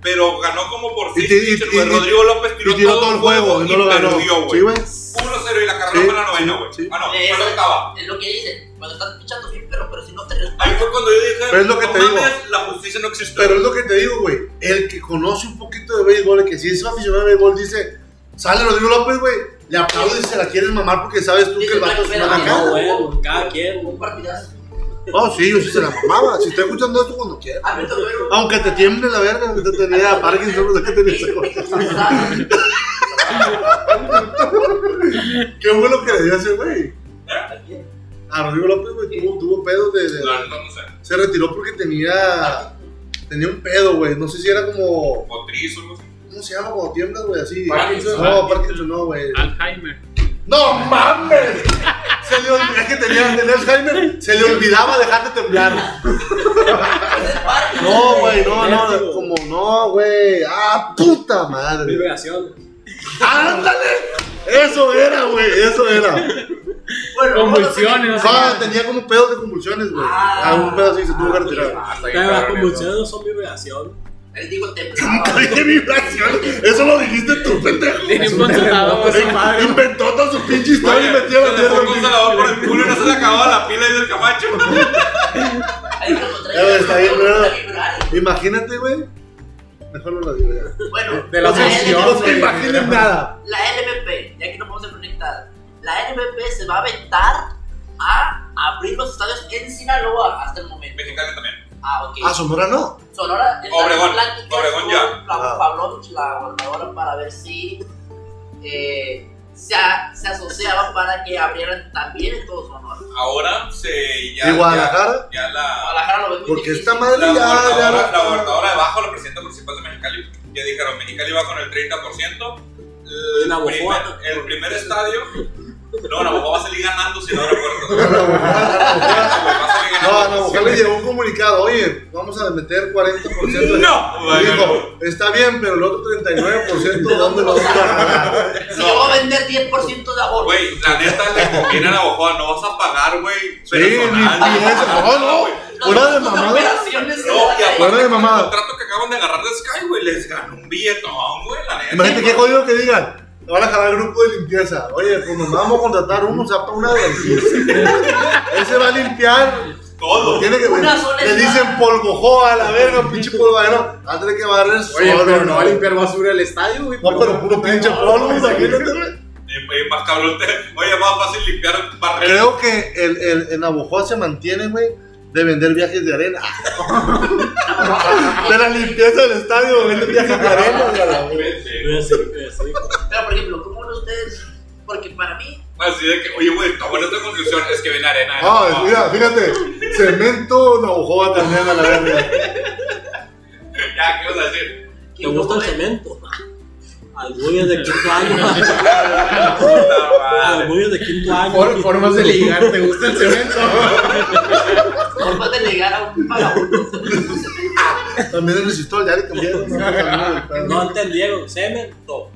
[SPEAKER 1] Pero ganó como por
[SPEAKER 3] Y
[SPEAKER 1] 6
[SPEAKER 3] ti- y-
[SPEAKER 1] pitches, güey.
[SPEAKER 3] y-
[SPEAKER 1] Rodrigo López tiró,
[SPEAKER 3] Y tiró todo el juego y no lo ganó.
[SPEAKER 1] perdió,
[SPEAKER 3] Sí,
[SPEAKER 1] güey.
[SPEAKER 3] güey.
[SPEAKER 1] 1-0 y la carrera
[SPEAKER 3] Sí,
[SPEAKER 1] fue la novena,
[SPEAKER 3] sí,
[SPEAKER 1] güey.
[SPEAKER 3] sí.
[SPEAKER 1] Ah, no,
[SPEAKER 2] Eh,
[SPEAKER 1] fue la octava.
[SPEAKER 2] Es lo que dice, cuando estás pichando bien perro, pero si no te
[SPEAKER 1] Ahí
[SPEAKER 2] respaldan.
[SPEAKER 1] fue cuando yo dije,
[SPEAKER 3] Pero es lo que
[SPEAKER 1] no
[SPEAKER 3] te digo.
[SPEAKER 1] mames, la justicia no existe.
[SPEAKER 3] Pero es lo que te digo, güey. El que conoce un poquito de béisbol, el que sí es aficionado al béisbol, dice: Sale Rodrigo López, güey. Le aplaude y se la quieres mamar porque sabes tú que el vato se la
[SPEAKER 2] Espérate,
[SPEAKER 3] acá.
[SPEAKER 8] No, güey, cada quien.
[SPEAKER 2] Un partidazo.
[SPEAKER 3] Oh, sí, yo sí se la mamaba. Si estoy escuchando esto cuando quieras.
[SPEAKER 2] Árbitro, Ah, pero-
[SPEAKER 3] Aunque te tiemble la verga, ahorita tenía Parkinson, no sé qué tenía
[SPEAKER 2] *laughs*
[SPEAKER 3] esa cosa. Qué bueno que le dio a ese güey. A Rodrigo López, güey, tuvo, tuvo pedo de, de-
[SPEAKER 1] La neta, no sé.
[SPEAKER 3] Se retiró porque tenía. Tenía un pedo, güey. No sé si era como.
[SPEAKER 1] O Tris o algo así.
[SPEAKER 3] ¿Cómo se llama cuando tiemblas, güey? Así.
[SPEAKER 1] Parkinson. Ah.
[SPEAKER 3] No, Parkinson no, güey.
[SPEAKER 6] Alzheimer.
[SPEAKER 3] ¡No mames! Se le olvidaba es que tenía el Alzheimer. Se le olvidaba dejar de temblar. No, güey, no, no. Como no, güey. ¡Ah, puta madre!
[SPEAKER 8] Vibración.
[SPEAKER 3] ¡Ándale! Eso era, güey, eso era.
[SPEAKER 2] Bueno,
[SPEAKER 6] Convulsiones, no sé.
[SPEAKER 3] Ah, tenía como pedos de convulsiones, güey.
[SPEAKER 2] Ah.
[SPEAKER 3] Ah, un pedo así se tuvo que
[SPEAKER 1] Ah,
[SPEAKER 3] retirar.
[SPEAKER 4] Hasta
[SPEAKER 8] Pero las convulsiones no son vibración.
[SPEAKER 2] Él dijo
[SPEAKER 3] *laughs*
[SPEAKER 2] te
[SPEAKER 3] Dije vibración. Eso lo dijiste tú, pendejo.
[SPEAKER 6] Tiene un consultado con su madre.
[SPEAKER 3] Inventó toda su pinche historia
[SPEAKER 1] Oye,
[SPEAKER 3] y metía
[SPEAKER 1] se
[SPEAKER 3] la
[SPEAKER 1] le
[SPEAKER 3] tierra.
[SPEAKER 1] fue un consolador por el culo y no se le acababa la pila ahí del camacho.
[SPEAKER 2] Ahí lo encontré.
[SPEAKER 3] Ya, está bien,
[SPEAKER 2] Lo encontré
[SPEAKER 3] ¿no?
[SPEAKER 2] en el lugar.
[SPEAKER 3] Imagínate, güey. Mejor no lo digo ya.
[SPEAKER 2] Bueno,
[SPEAKER 8] De la
[SPEAKER 2] la,
[SPEAKER 8] emoción,
[SPEAKER 3] No
[SPEAKER 2] LMP,
[SPEAKER 3] se imaginen nada.
[SPEAKER 2] la LMP, ya que no podemos ser conectadas, la LMP se va a aventar a abrir los estadios en Sinaloa hasta el momento.
[SPEAKER 1] Mexicali también.
[SPEAKER 2] Ah, ok.
[SPEAKER 3] Ah, Sonora no.
[SPEAKER 2] Sonora está
[SPEAKER 1] Obregón,
[SPEAKER 2] en pláticas
[SPEAKER 1] Obregón
[SPEAKER 2] con
[SPEAKER 1] ya.
[SPEAKER 2] La
[SPEAKER 3] Ah.
[SPEAKER 2] Pavlovich, la gobernadora, para ver si eh, se, a- se asociaban para que abrieran también en todo Sonora.
[SPEAKER 1] Ahora se. Ya,
[SPEAKER 3] ¿Y Guadalajara?
[SPEAKER 1] Ya, ya la.
[SPEAKER 2] Guadalajara lo ven muy
[SPEAKER 3] Porque
[SPEAKER 2] difícil.
[SPEAKER 3] esta madre
[SPEAKER 1] La
[SPEAKER 3] ya. ya
[SPEAKER 1] gobernadora, la
[SPEAKER 3] no-
[SPEAKER 1] gobernadora de Baja, la presidenta municipal de Mexicali, ya dijeron: Mexicali va con el 30%. El,
[SPEAKER 8] Navajo.
[SPEAKER 1] primer, el primer estadio. No, Navajo va a salir ganando si no abre
[SPEAKER 3] *laughs*
[SPEAKER 1] puertas. Va a salir
[SPEAKER 3] No,
[SPEAKER 1] ganando.
[SPEAKER 3] no, mujer le llegó un comunicado, oye, vamos a meter
[SPEAKER 1] *laughs*
[SPEAKER 3] 40%.
[SPEAKER 1] No.
[SPEAKER 3] Y dijo, está bien, pero el otro 39%, ¿dónde lo vamos a ganar?
[SPEAKER 2] *laughs* Si yo voy a vender 10% de ahorro.
[SPEAKER 1] Güey, la neta le conviene a Navajo, no vas a pagar, güey.
[SPEAKER 3] Sí, ni
[SPEAKER 1] personal.
[SPEAKER 3] eso. No, no, fuera de mamada.
[SPEAKER 2] operaciones
[SPEAKER 1] No, y aparte
[SPEAKER 3] Fuera de
[SPEAKER 1] con
[SPEAKER 3] mamada.
[SPEAKER 1] el contrato que acaban de agarrar de Sky, güey, les ganó un billetón, güey, la neta.
[SPEAKER 3] Imagínate qué jodido que digan, te van a jalar el grupo de limpieza. Oye, pues nos vamos a contratar uno, zapa una de Ese va a limpiar.
[SPEAKER 1] Todo.
[SPEAKER 3] Tiene que, pues,
[SPEAKER 2] Una sola
[SPEAKER 3] le dicen polvojoa a la verga, pinche polvadero. Ah, tiene que barrer
[SPEAKER 8] Oye,
[SPEAKER 3] solo,
[SPEAKER 8] pero no va a limpiar basura el estadio, güey.
[SPEAKER 3] No, pero puro pinche polvo, imagínate, güey.
[SPEAKER 1] Y, y más cabrón, te- oye, más fácil limpiar barrer.
[SPEAKER 3] Creo que el, el, el Navojoa se mantiene, güey, de vender viajes de arena. de la limpieza del estadio, vender viajes de arena. güey, a la verga.
[SPEAKER 1] Vete.
[SPEAKER 8] Sí, sí.
[SPEAKER 2] Pero, por ejemplo, ¿cómo ven ustedes? Porque para mí,
[SPEAKER 1] Así de que, oye, güey, está buena esta conclusión, es que viene arena.
[SPEAKER 3] Ah, mira, fíjate, Cemento Navajoa también a la verga.
[SPEAKER 1] Ya, ¿qué vas a decir?
[SPEAKER 5] ¿Te gusta
[SPEAKER 2] *laughs*
[SPEAKER 5] el cemento? Al bullying de quinto año.
[SPEAKER 1] Puta madre.
[SPEAKER 5] Al bullying de quinto año.
[SPEAKER 4] For- formas de ligar, ¿te gusta el cemento?
[SPEAKER 2] Formas de llegar a un vagabundo.
[SPEAKER 3] También el resistor, ya le cambiaron. ¿no? También
[SPEAKER 5] No
[SPEAKER 3] el-
[SPEAKER 5] entendieron, cemento.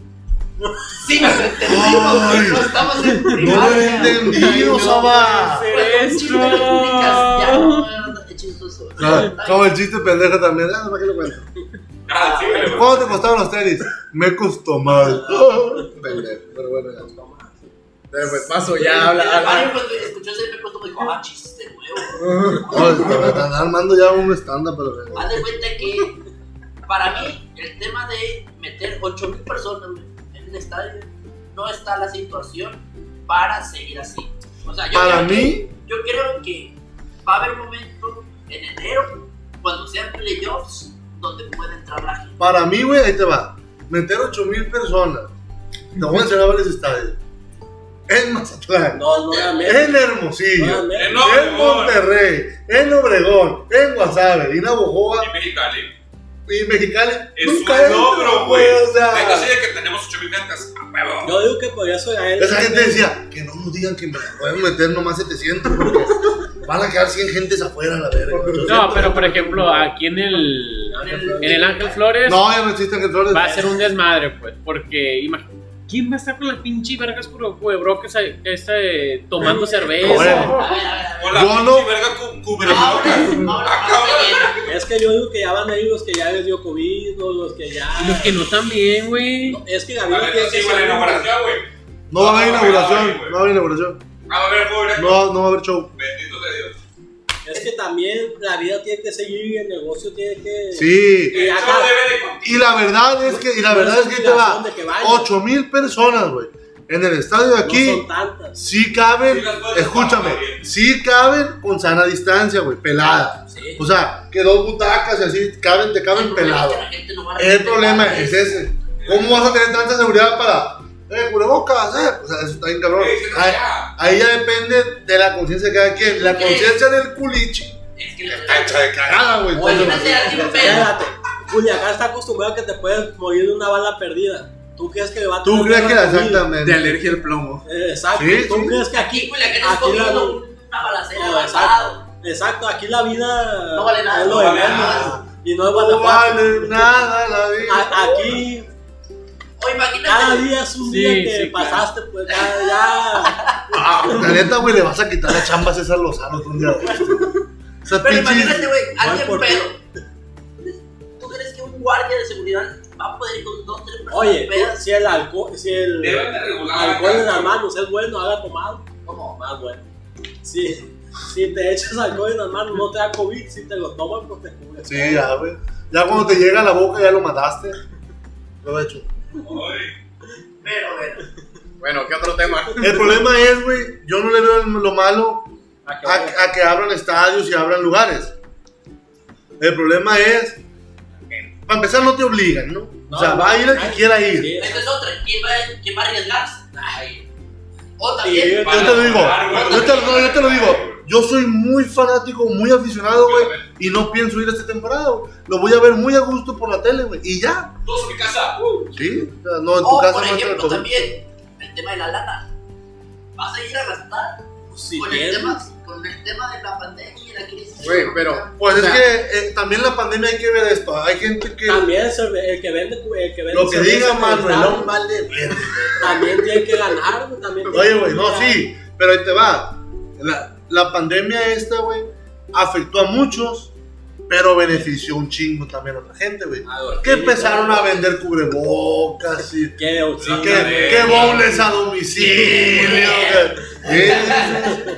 [SPEAKER 2] Sí, nos entendimos, güey. No estamos en
[SPEAKER 3] No lo he
[SPEAKER 2] primaria.
[SPEAKER 3] entendido, Saba.
[SPEAKER 2] Fue un chiste de técnicas, ya, no, qué chistoso.
[SPEAKER 3] No, Como el chiste pendejo también. Ah, ¿Para qué lo cuento?
[SPEAKER 1] Ah, sí, güey.
[SPEAKER 3] ¿Cuánto te costaron los tenis? Me costó mal. Pendejo, pero bueno, ya.
[SPEAKER 4] Pero pues paso,
[SPEAKER 3] ah,
[SPEAKER 4] ya habla,
[SPEAKER 2] Mario
[SPEAKER 4] habla.
[SPEAKER 2] cuando pues, escuchó ese me costó me dijo, ah, chiste nuevo.
[SPEAKER 3] No, están armando ya un estándar, pero.
[SPEAKER 2] Haz de cuenta que para mí el tema de meter 8000 personas güey, en el estadio no está la situación para seguir así. O sea, yo
[SPEAKER 3] Para
[SPEAKER 2] creo que-
[SPEAKER 3] mí,
[SPEAKER 2] yo creo que va a haber un momento en enero cuando sean playoffs donde puede entrar la gente.
[SPEAKER 3] para mí, güey, ahí te va. Meter 8000 personas. Te voy a enseñar varios estadios. En Mazatlán,
[SPEAKER 5] No, no era mero.
[SPEAKER 3] en Hermosillo,
[SPEAKER 5] No
[SPEAKER 1] Eh,
[SPEAKER 5] era
[SPEAKER 1] no,
[SPEAKER 3] en
[SPEAKER 1] güey.
[SPEAKER 3] Monterrey, en Obregón, en Guasave, en Navojoa
[SPEAKER 1] Y Mexicali.
[SPEAKER 3] y Mexicali.
[SPEAKER 1] Es un
[SPEAKER 3] Nunca
[SPEAKER 1] logro,
[SPEAKER 3] entran,
[SPEAKER 1] güey.
[SPEAKER 3] O sea,
[SPEAKER 1] Venga, sí, de que tenemos 8 mil ventas. A huevo.
[SPEAKER 5] Yo digo que podría ser a él.
[SPEAKER 3] Esa gente decía que no nos digan que me pueden meter nomás 700 porque van a quedar 100 gentes afuera a la verga.
[SPEAKER 6] No, pero por ejemplo, aquí en el. En el Ángel Flores.
[SPEAKER 3] No, ya no existen controles.
[SPEAKER 6] va a ser un desmadre, pues, porque imagínate. ¿Quién va a estar con la pinche vergas puro cuebro que, se- que está eh, tomando cerveza?
[SPEAKER 3] Ahora,
[SPEAKER 2] A ver, a ver, a ver.
[SPEAKER 1] Con la
[SPEAKER 3] Yo no-
[SPEAKER 1] pinche verga cu-
[SPEAKER 2] Ahora,
[SPEAKER 1] cubrebocas.
[SPEAKER 2] ahora parte llena.
[SPEAKER 5] Es que yo digo que ya van a ir los que ya les dio COVID, o los que ya.
[SPEAKER 6] Los que no están bien, güey.
[SPEAKER 5] Es que
[SPEAKER 1] A
[SPEAKER 5] Gabriel
[SPEAKER 1] ver,
[SPEAKER 5] tiene
[SPEAKER 1] eso
[SPEAKER 5] que
[SPEAKER 1] sí, güey, la
[SPEAKER 5] ser-
[SPEAKER 1] inauguración, güey.
[SPEAKER 3] No va a
[SPEAKER 1] No,
[SPEAKER 3] haber
[SPEAKER 1] no, no,
[SPEAKER 3] inauguración.
[SPEAKER 1] güey.
[SPEAKER 3] No va a haber inauguración.
[SPEAKER 1] Ah, a ver, pobre.
[SPEAKER 3] No, no va a haber show.
[SPEAKER 1] Bendito sea Dios.
[SPEAKER 5] Es que también la vida tiene que seguir, el negocio tiene que.
[SPEAKER 3] Sí.
[SPEAKER 1] El
[SPEAKER 5] Y acá-
[SPEAKER 1] show debe de continuar.
[SPEAKER 3] Y la verdad es que, y la
[SPEAKER 5] No
[SPEAKER 3] verdad
[SPEAKER 5] es
[SPEAKER 3] es que ahí te va.
[SPEAKER 5] obligación de que vayan.
[SPEAKER 3] 8 mil personas, güey. En el estadio de
[SPEAKER 5] No
[SPEAKER 3] aquí.
[SPEAKER 5] son tantas.
[SPEAKER 3] Sí caben,
[SPEAKER 1] Sí las puedes
[SPEAKER 3] escúchame,
[SPEAKER 1] ocupar, güey.
[SPEAKER 3] sí caben con sana distancia, güey, pelada.
[SPEAKER 5] Sí.
[SPEAKER 3] O sea, que dos butacas y así caben, te caben
[SPEAKER 2] El problema es
[SPEAKER 3] pelado.
[SPEAKER 2] que la gente no va a
[SPEAKER 3] El problema
[SPEAKER 2] respetar,
[SPEAKER 3] es
[SPEAKER 2] ¿eh?
[SPEAKER 3] ese. ¿Cómo vas a tener tanta seguridad para eh, cubrebocas? Eh? O sea, eso está bien cabrón.
[SPEAKER 1] Sí, sí,
[SPEAKER 3] Ahí,
[SPEAKER 1] ya.
[SPEAKER 3] ahí ya depende de la conciencia de cada quien. La
[SPEAKER 2] Ok.
[SPEAKER 3] conciencia del culichi
[SPEAKER 2] Es que la-
[SPEAKER 3] está hecha de cagada, güey.
[SPEAKER 5] Oye,
[SPEAKER 3] Entonces,
[SPEAKER 2] Imagínate a Jimmy Pérez.
[SPEAKER 5] Espérate, Culiacán está acostumbrado a que te puedes morir de una bala perdida. ¿Tú crees que le va a
[SPEAKER 3] ¿Tú
[SPEAKER 5] tener
[SPEAKER 3] crees que la
[SPEAKER 5] bala perdida?
[SPEAKER 4] De
[SPEAKER 3] exactamente?
[SPEAKER 4] alergia al plomo.
[SPEAKER 5] Eh, Exacto.
[SPEAKER 3] Sí,
[SPEAKER 5] ¿Tú
[SPEAKER 3] sí.
[SPEAKER 5] crees que
[SPEAKER 2] Aquí,
[SPEAKER 5] aquí.
[SPEAKER 2] güey, la que nos
[SPEAKER 5] aquí la-
[SPEAKER 2] comió una balacera de
[SPEAKER 5] exacto,
[SPEAKER 2] avanzado.
[SPEAKER 5] exacto, aquí la vida.
[SPEAKER 2] No vale nada,
[SPEAKER 5] es lo
[SPEAKER 2] no
[SPEAKER 5] de
[SPEAKER 1] vale
[SPEAKER 5] menos.
[SPEAKER 1] nada.
[SPEAKER 5] Y no es
[SPEAKER 3] No
[SPEAKER 5] Guanajuato.
[SPEAKER 3] vale nada la vida.
[SPEAKER 5] A- Aquí
[SPEAKER 2] O imagínate.
[SPEAKER 5] cada día es un
[SPEAKER 6] Sí,
[SPEAKER 5] día que
[SPEAKER 6] sí, claro.
[SPEAKER 5] pasaste, pues ya, ya.
[SPEAKER 3] La neta, güey, le vas a quitar la chamba a César Lozano un día. güey. O sea,
[SPEAKER 2] Pero
[SPEAKER 3] pinche-
[SPEAKER 2] imagínate, güey, alguien
[SPEAKER 5] por ti.
[SPEAKER 2] pedo. ¿Tú crees que un guardia de seguridad va a poder ir con dos, tres personas
[SPEAKER 5] Oye,
[SPEAKER 2] pedas?
[SPEAKER 5] si el alcohol, si el
[SPEAKER 1] Deben de regular.
[SPEAKER 5] alcohol en las manos es bueno, haga tomado,
[SPEAKER 2] ¿Cómo?
[SPEAKER 5] más bueno. Si, si te echas alcohol en las manos, no te da COVID, si te lo tomas, pues te cubres.
[SPEAKER 3] Sí, ya, güey. Ya cuando te llega a la boca ya lo mataste. Lo he hecho.
[SPEAKER 1] Ay,
[SPEAKER 2] Pero bueno.
[SPEAKER 4] Bueno, ¿qué otro tema?
[SPEAKER 3] El problema es, güey, yo no le veo el- lo malo
[SPEAKER 5] ¿A Ah, qué
[SPEAKER 3] a,
[SPEAKER 5] hora?
[SPEAKER 3] a que abran estadios y abran lugares. El problema es, para empezar no te obligan, ¿no? Ah, o sea,
[SPEAKER 5] No,
[SPEAKER 3] va a ir el que
[SPEAKER 5] nadie.
[SPEAKER 3] quiera ir.
[SPEAKER 5] Sí,
[SPEAKER 2] Esa es otra. ¿Quién va, quién va a arriesgarse? Ay. O
[SPEAKER 5] Sí,
[SPEAKER 2] también.
[SPEAKER 5] yo-
[SPEAKER 3] Yo te lo digo, yo te, no, yo te lo digo. Yo soy muy fanático, muy aficionado, güey, y no pienso ir esta temporada. güey. Lo voy a ver muy a gusto por la tele, güey, y ya.
[SPEAKER 1] Todos en mi casa. Uh,
[SPEAKER 3] Sí, o sea, no, en tu
[SPEAKER 2] O,
[SPEAKER 3] casa
[SPEAKER 2] Oh, por
[SPEAKER 3] no entra el
[SPEAKER 2] ejemplo,
[SPEAKER 3] COVID.
[SPEAKER 2] también el tema de la lana. ¿Vas a ir a gastar
[SPEAKER 5] pues, si
[SPEAKER 2] con, el
[SPEAKER 5] quieres.
[SPEAKER 2] tema, con el tema de la pandemia y la crisis?
[SPEAKER 4] Güey, pero.
[SPEAKER 3] Pues
[SPEAKER 4] o sea,
[SPEAKER 3] es que eh, también la pandemia hay que ver esto. Hay gente que
[SPEAKER 5] También el, cerve- el que vende, cu- el que vende
[SPEAKER 3] lo que
[SPEAKER 5] cerveza
[SPEAKER 3] diga
[SPEAKER 5] en el
[SPEAKER 3] Manuelón
[SPEAKER 5] estadio,
[SPEAKER 3] vale verga.
[SPEAKER 5] también tiene que ganar, güey, también tiene
[SPEAKER 3] Oye,
[SPEAKER 5] que
[SPEAKER 3] güey, no,
[SPEAKER 5] ganar.
[SPEAKER 3] sí, pero ahí te va. La, la pandemia esta, güey, afectó a muchos, pero benefició un chingo también a la gente, güey.
[SPEAKER 5] Ah, güey,
[SPEAKER 3] Que
[SPEAKER 5] sí,
[SPEAKER 3] empezaron
[SPEAKER 5] claro.
[SPEAKER 3] a vender cubrebocas y
[SPEAKER 5] Que, sí,
[SPEAKER 3] que, que bowls a domicilio. güey. Sí, sí, sí.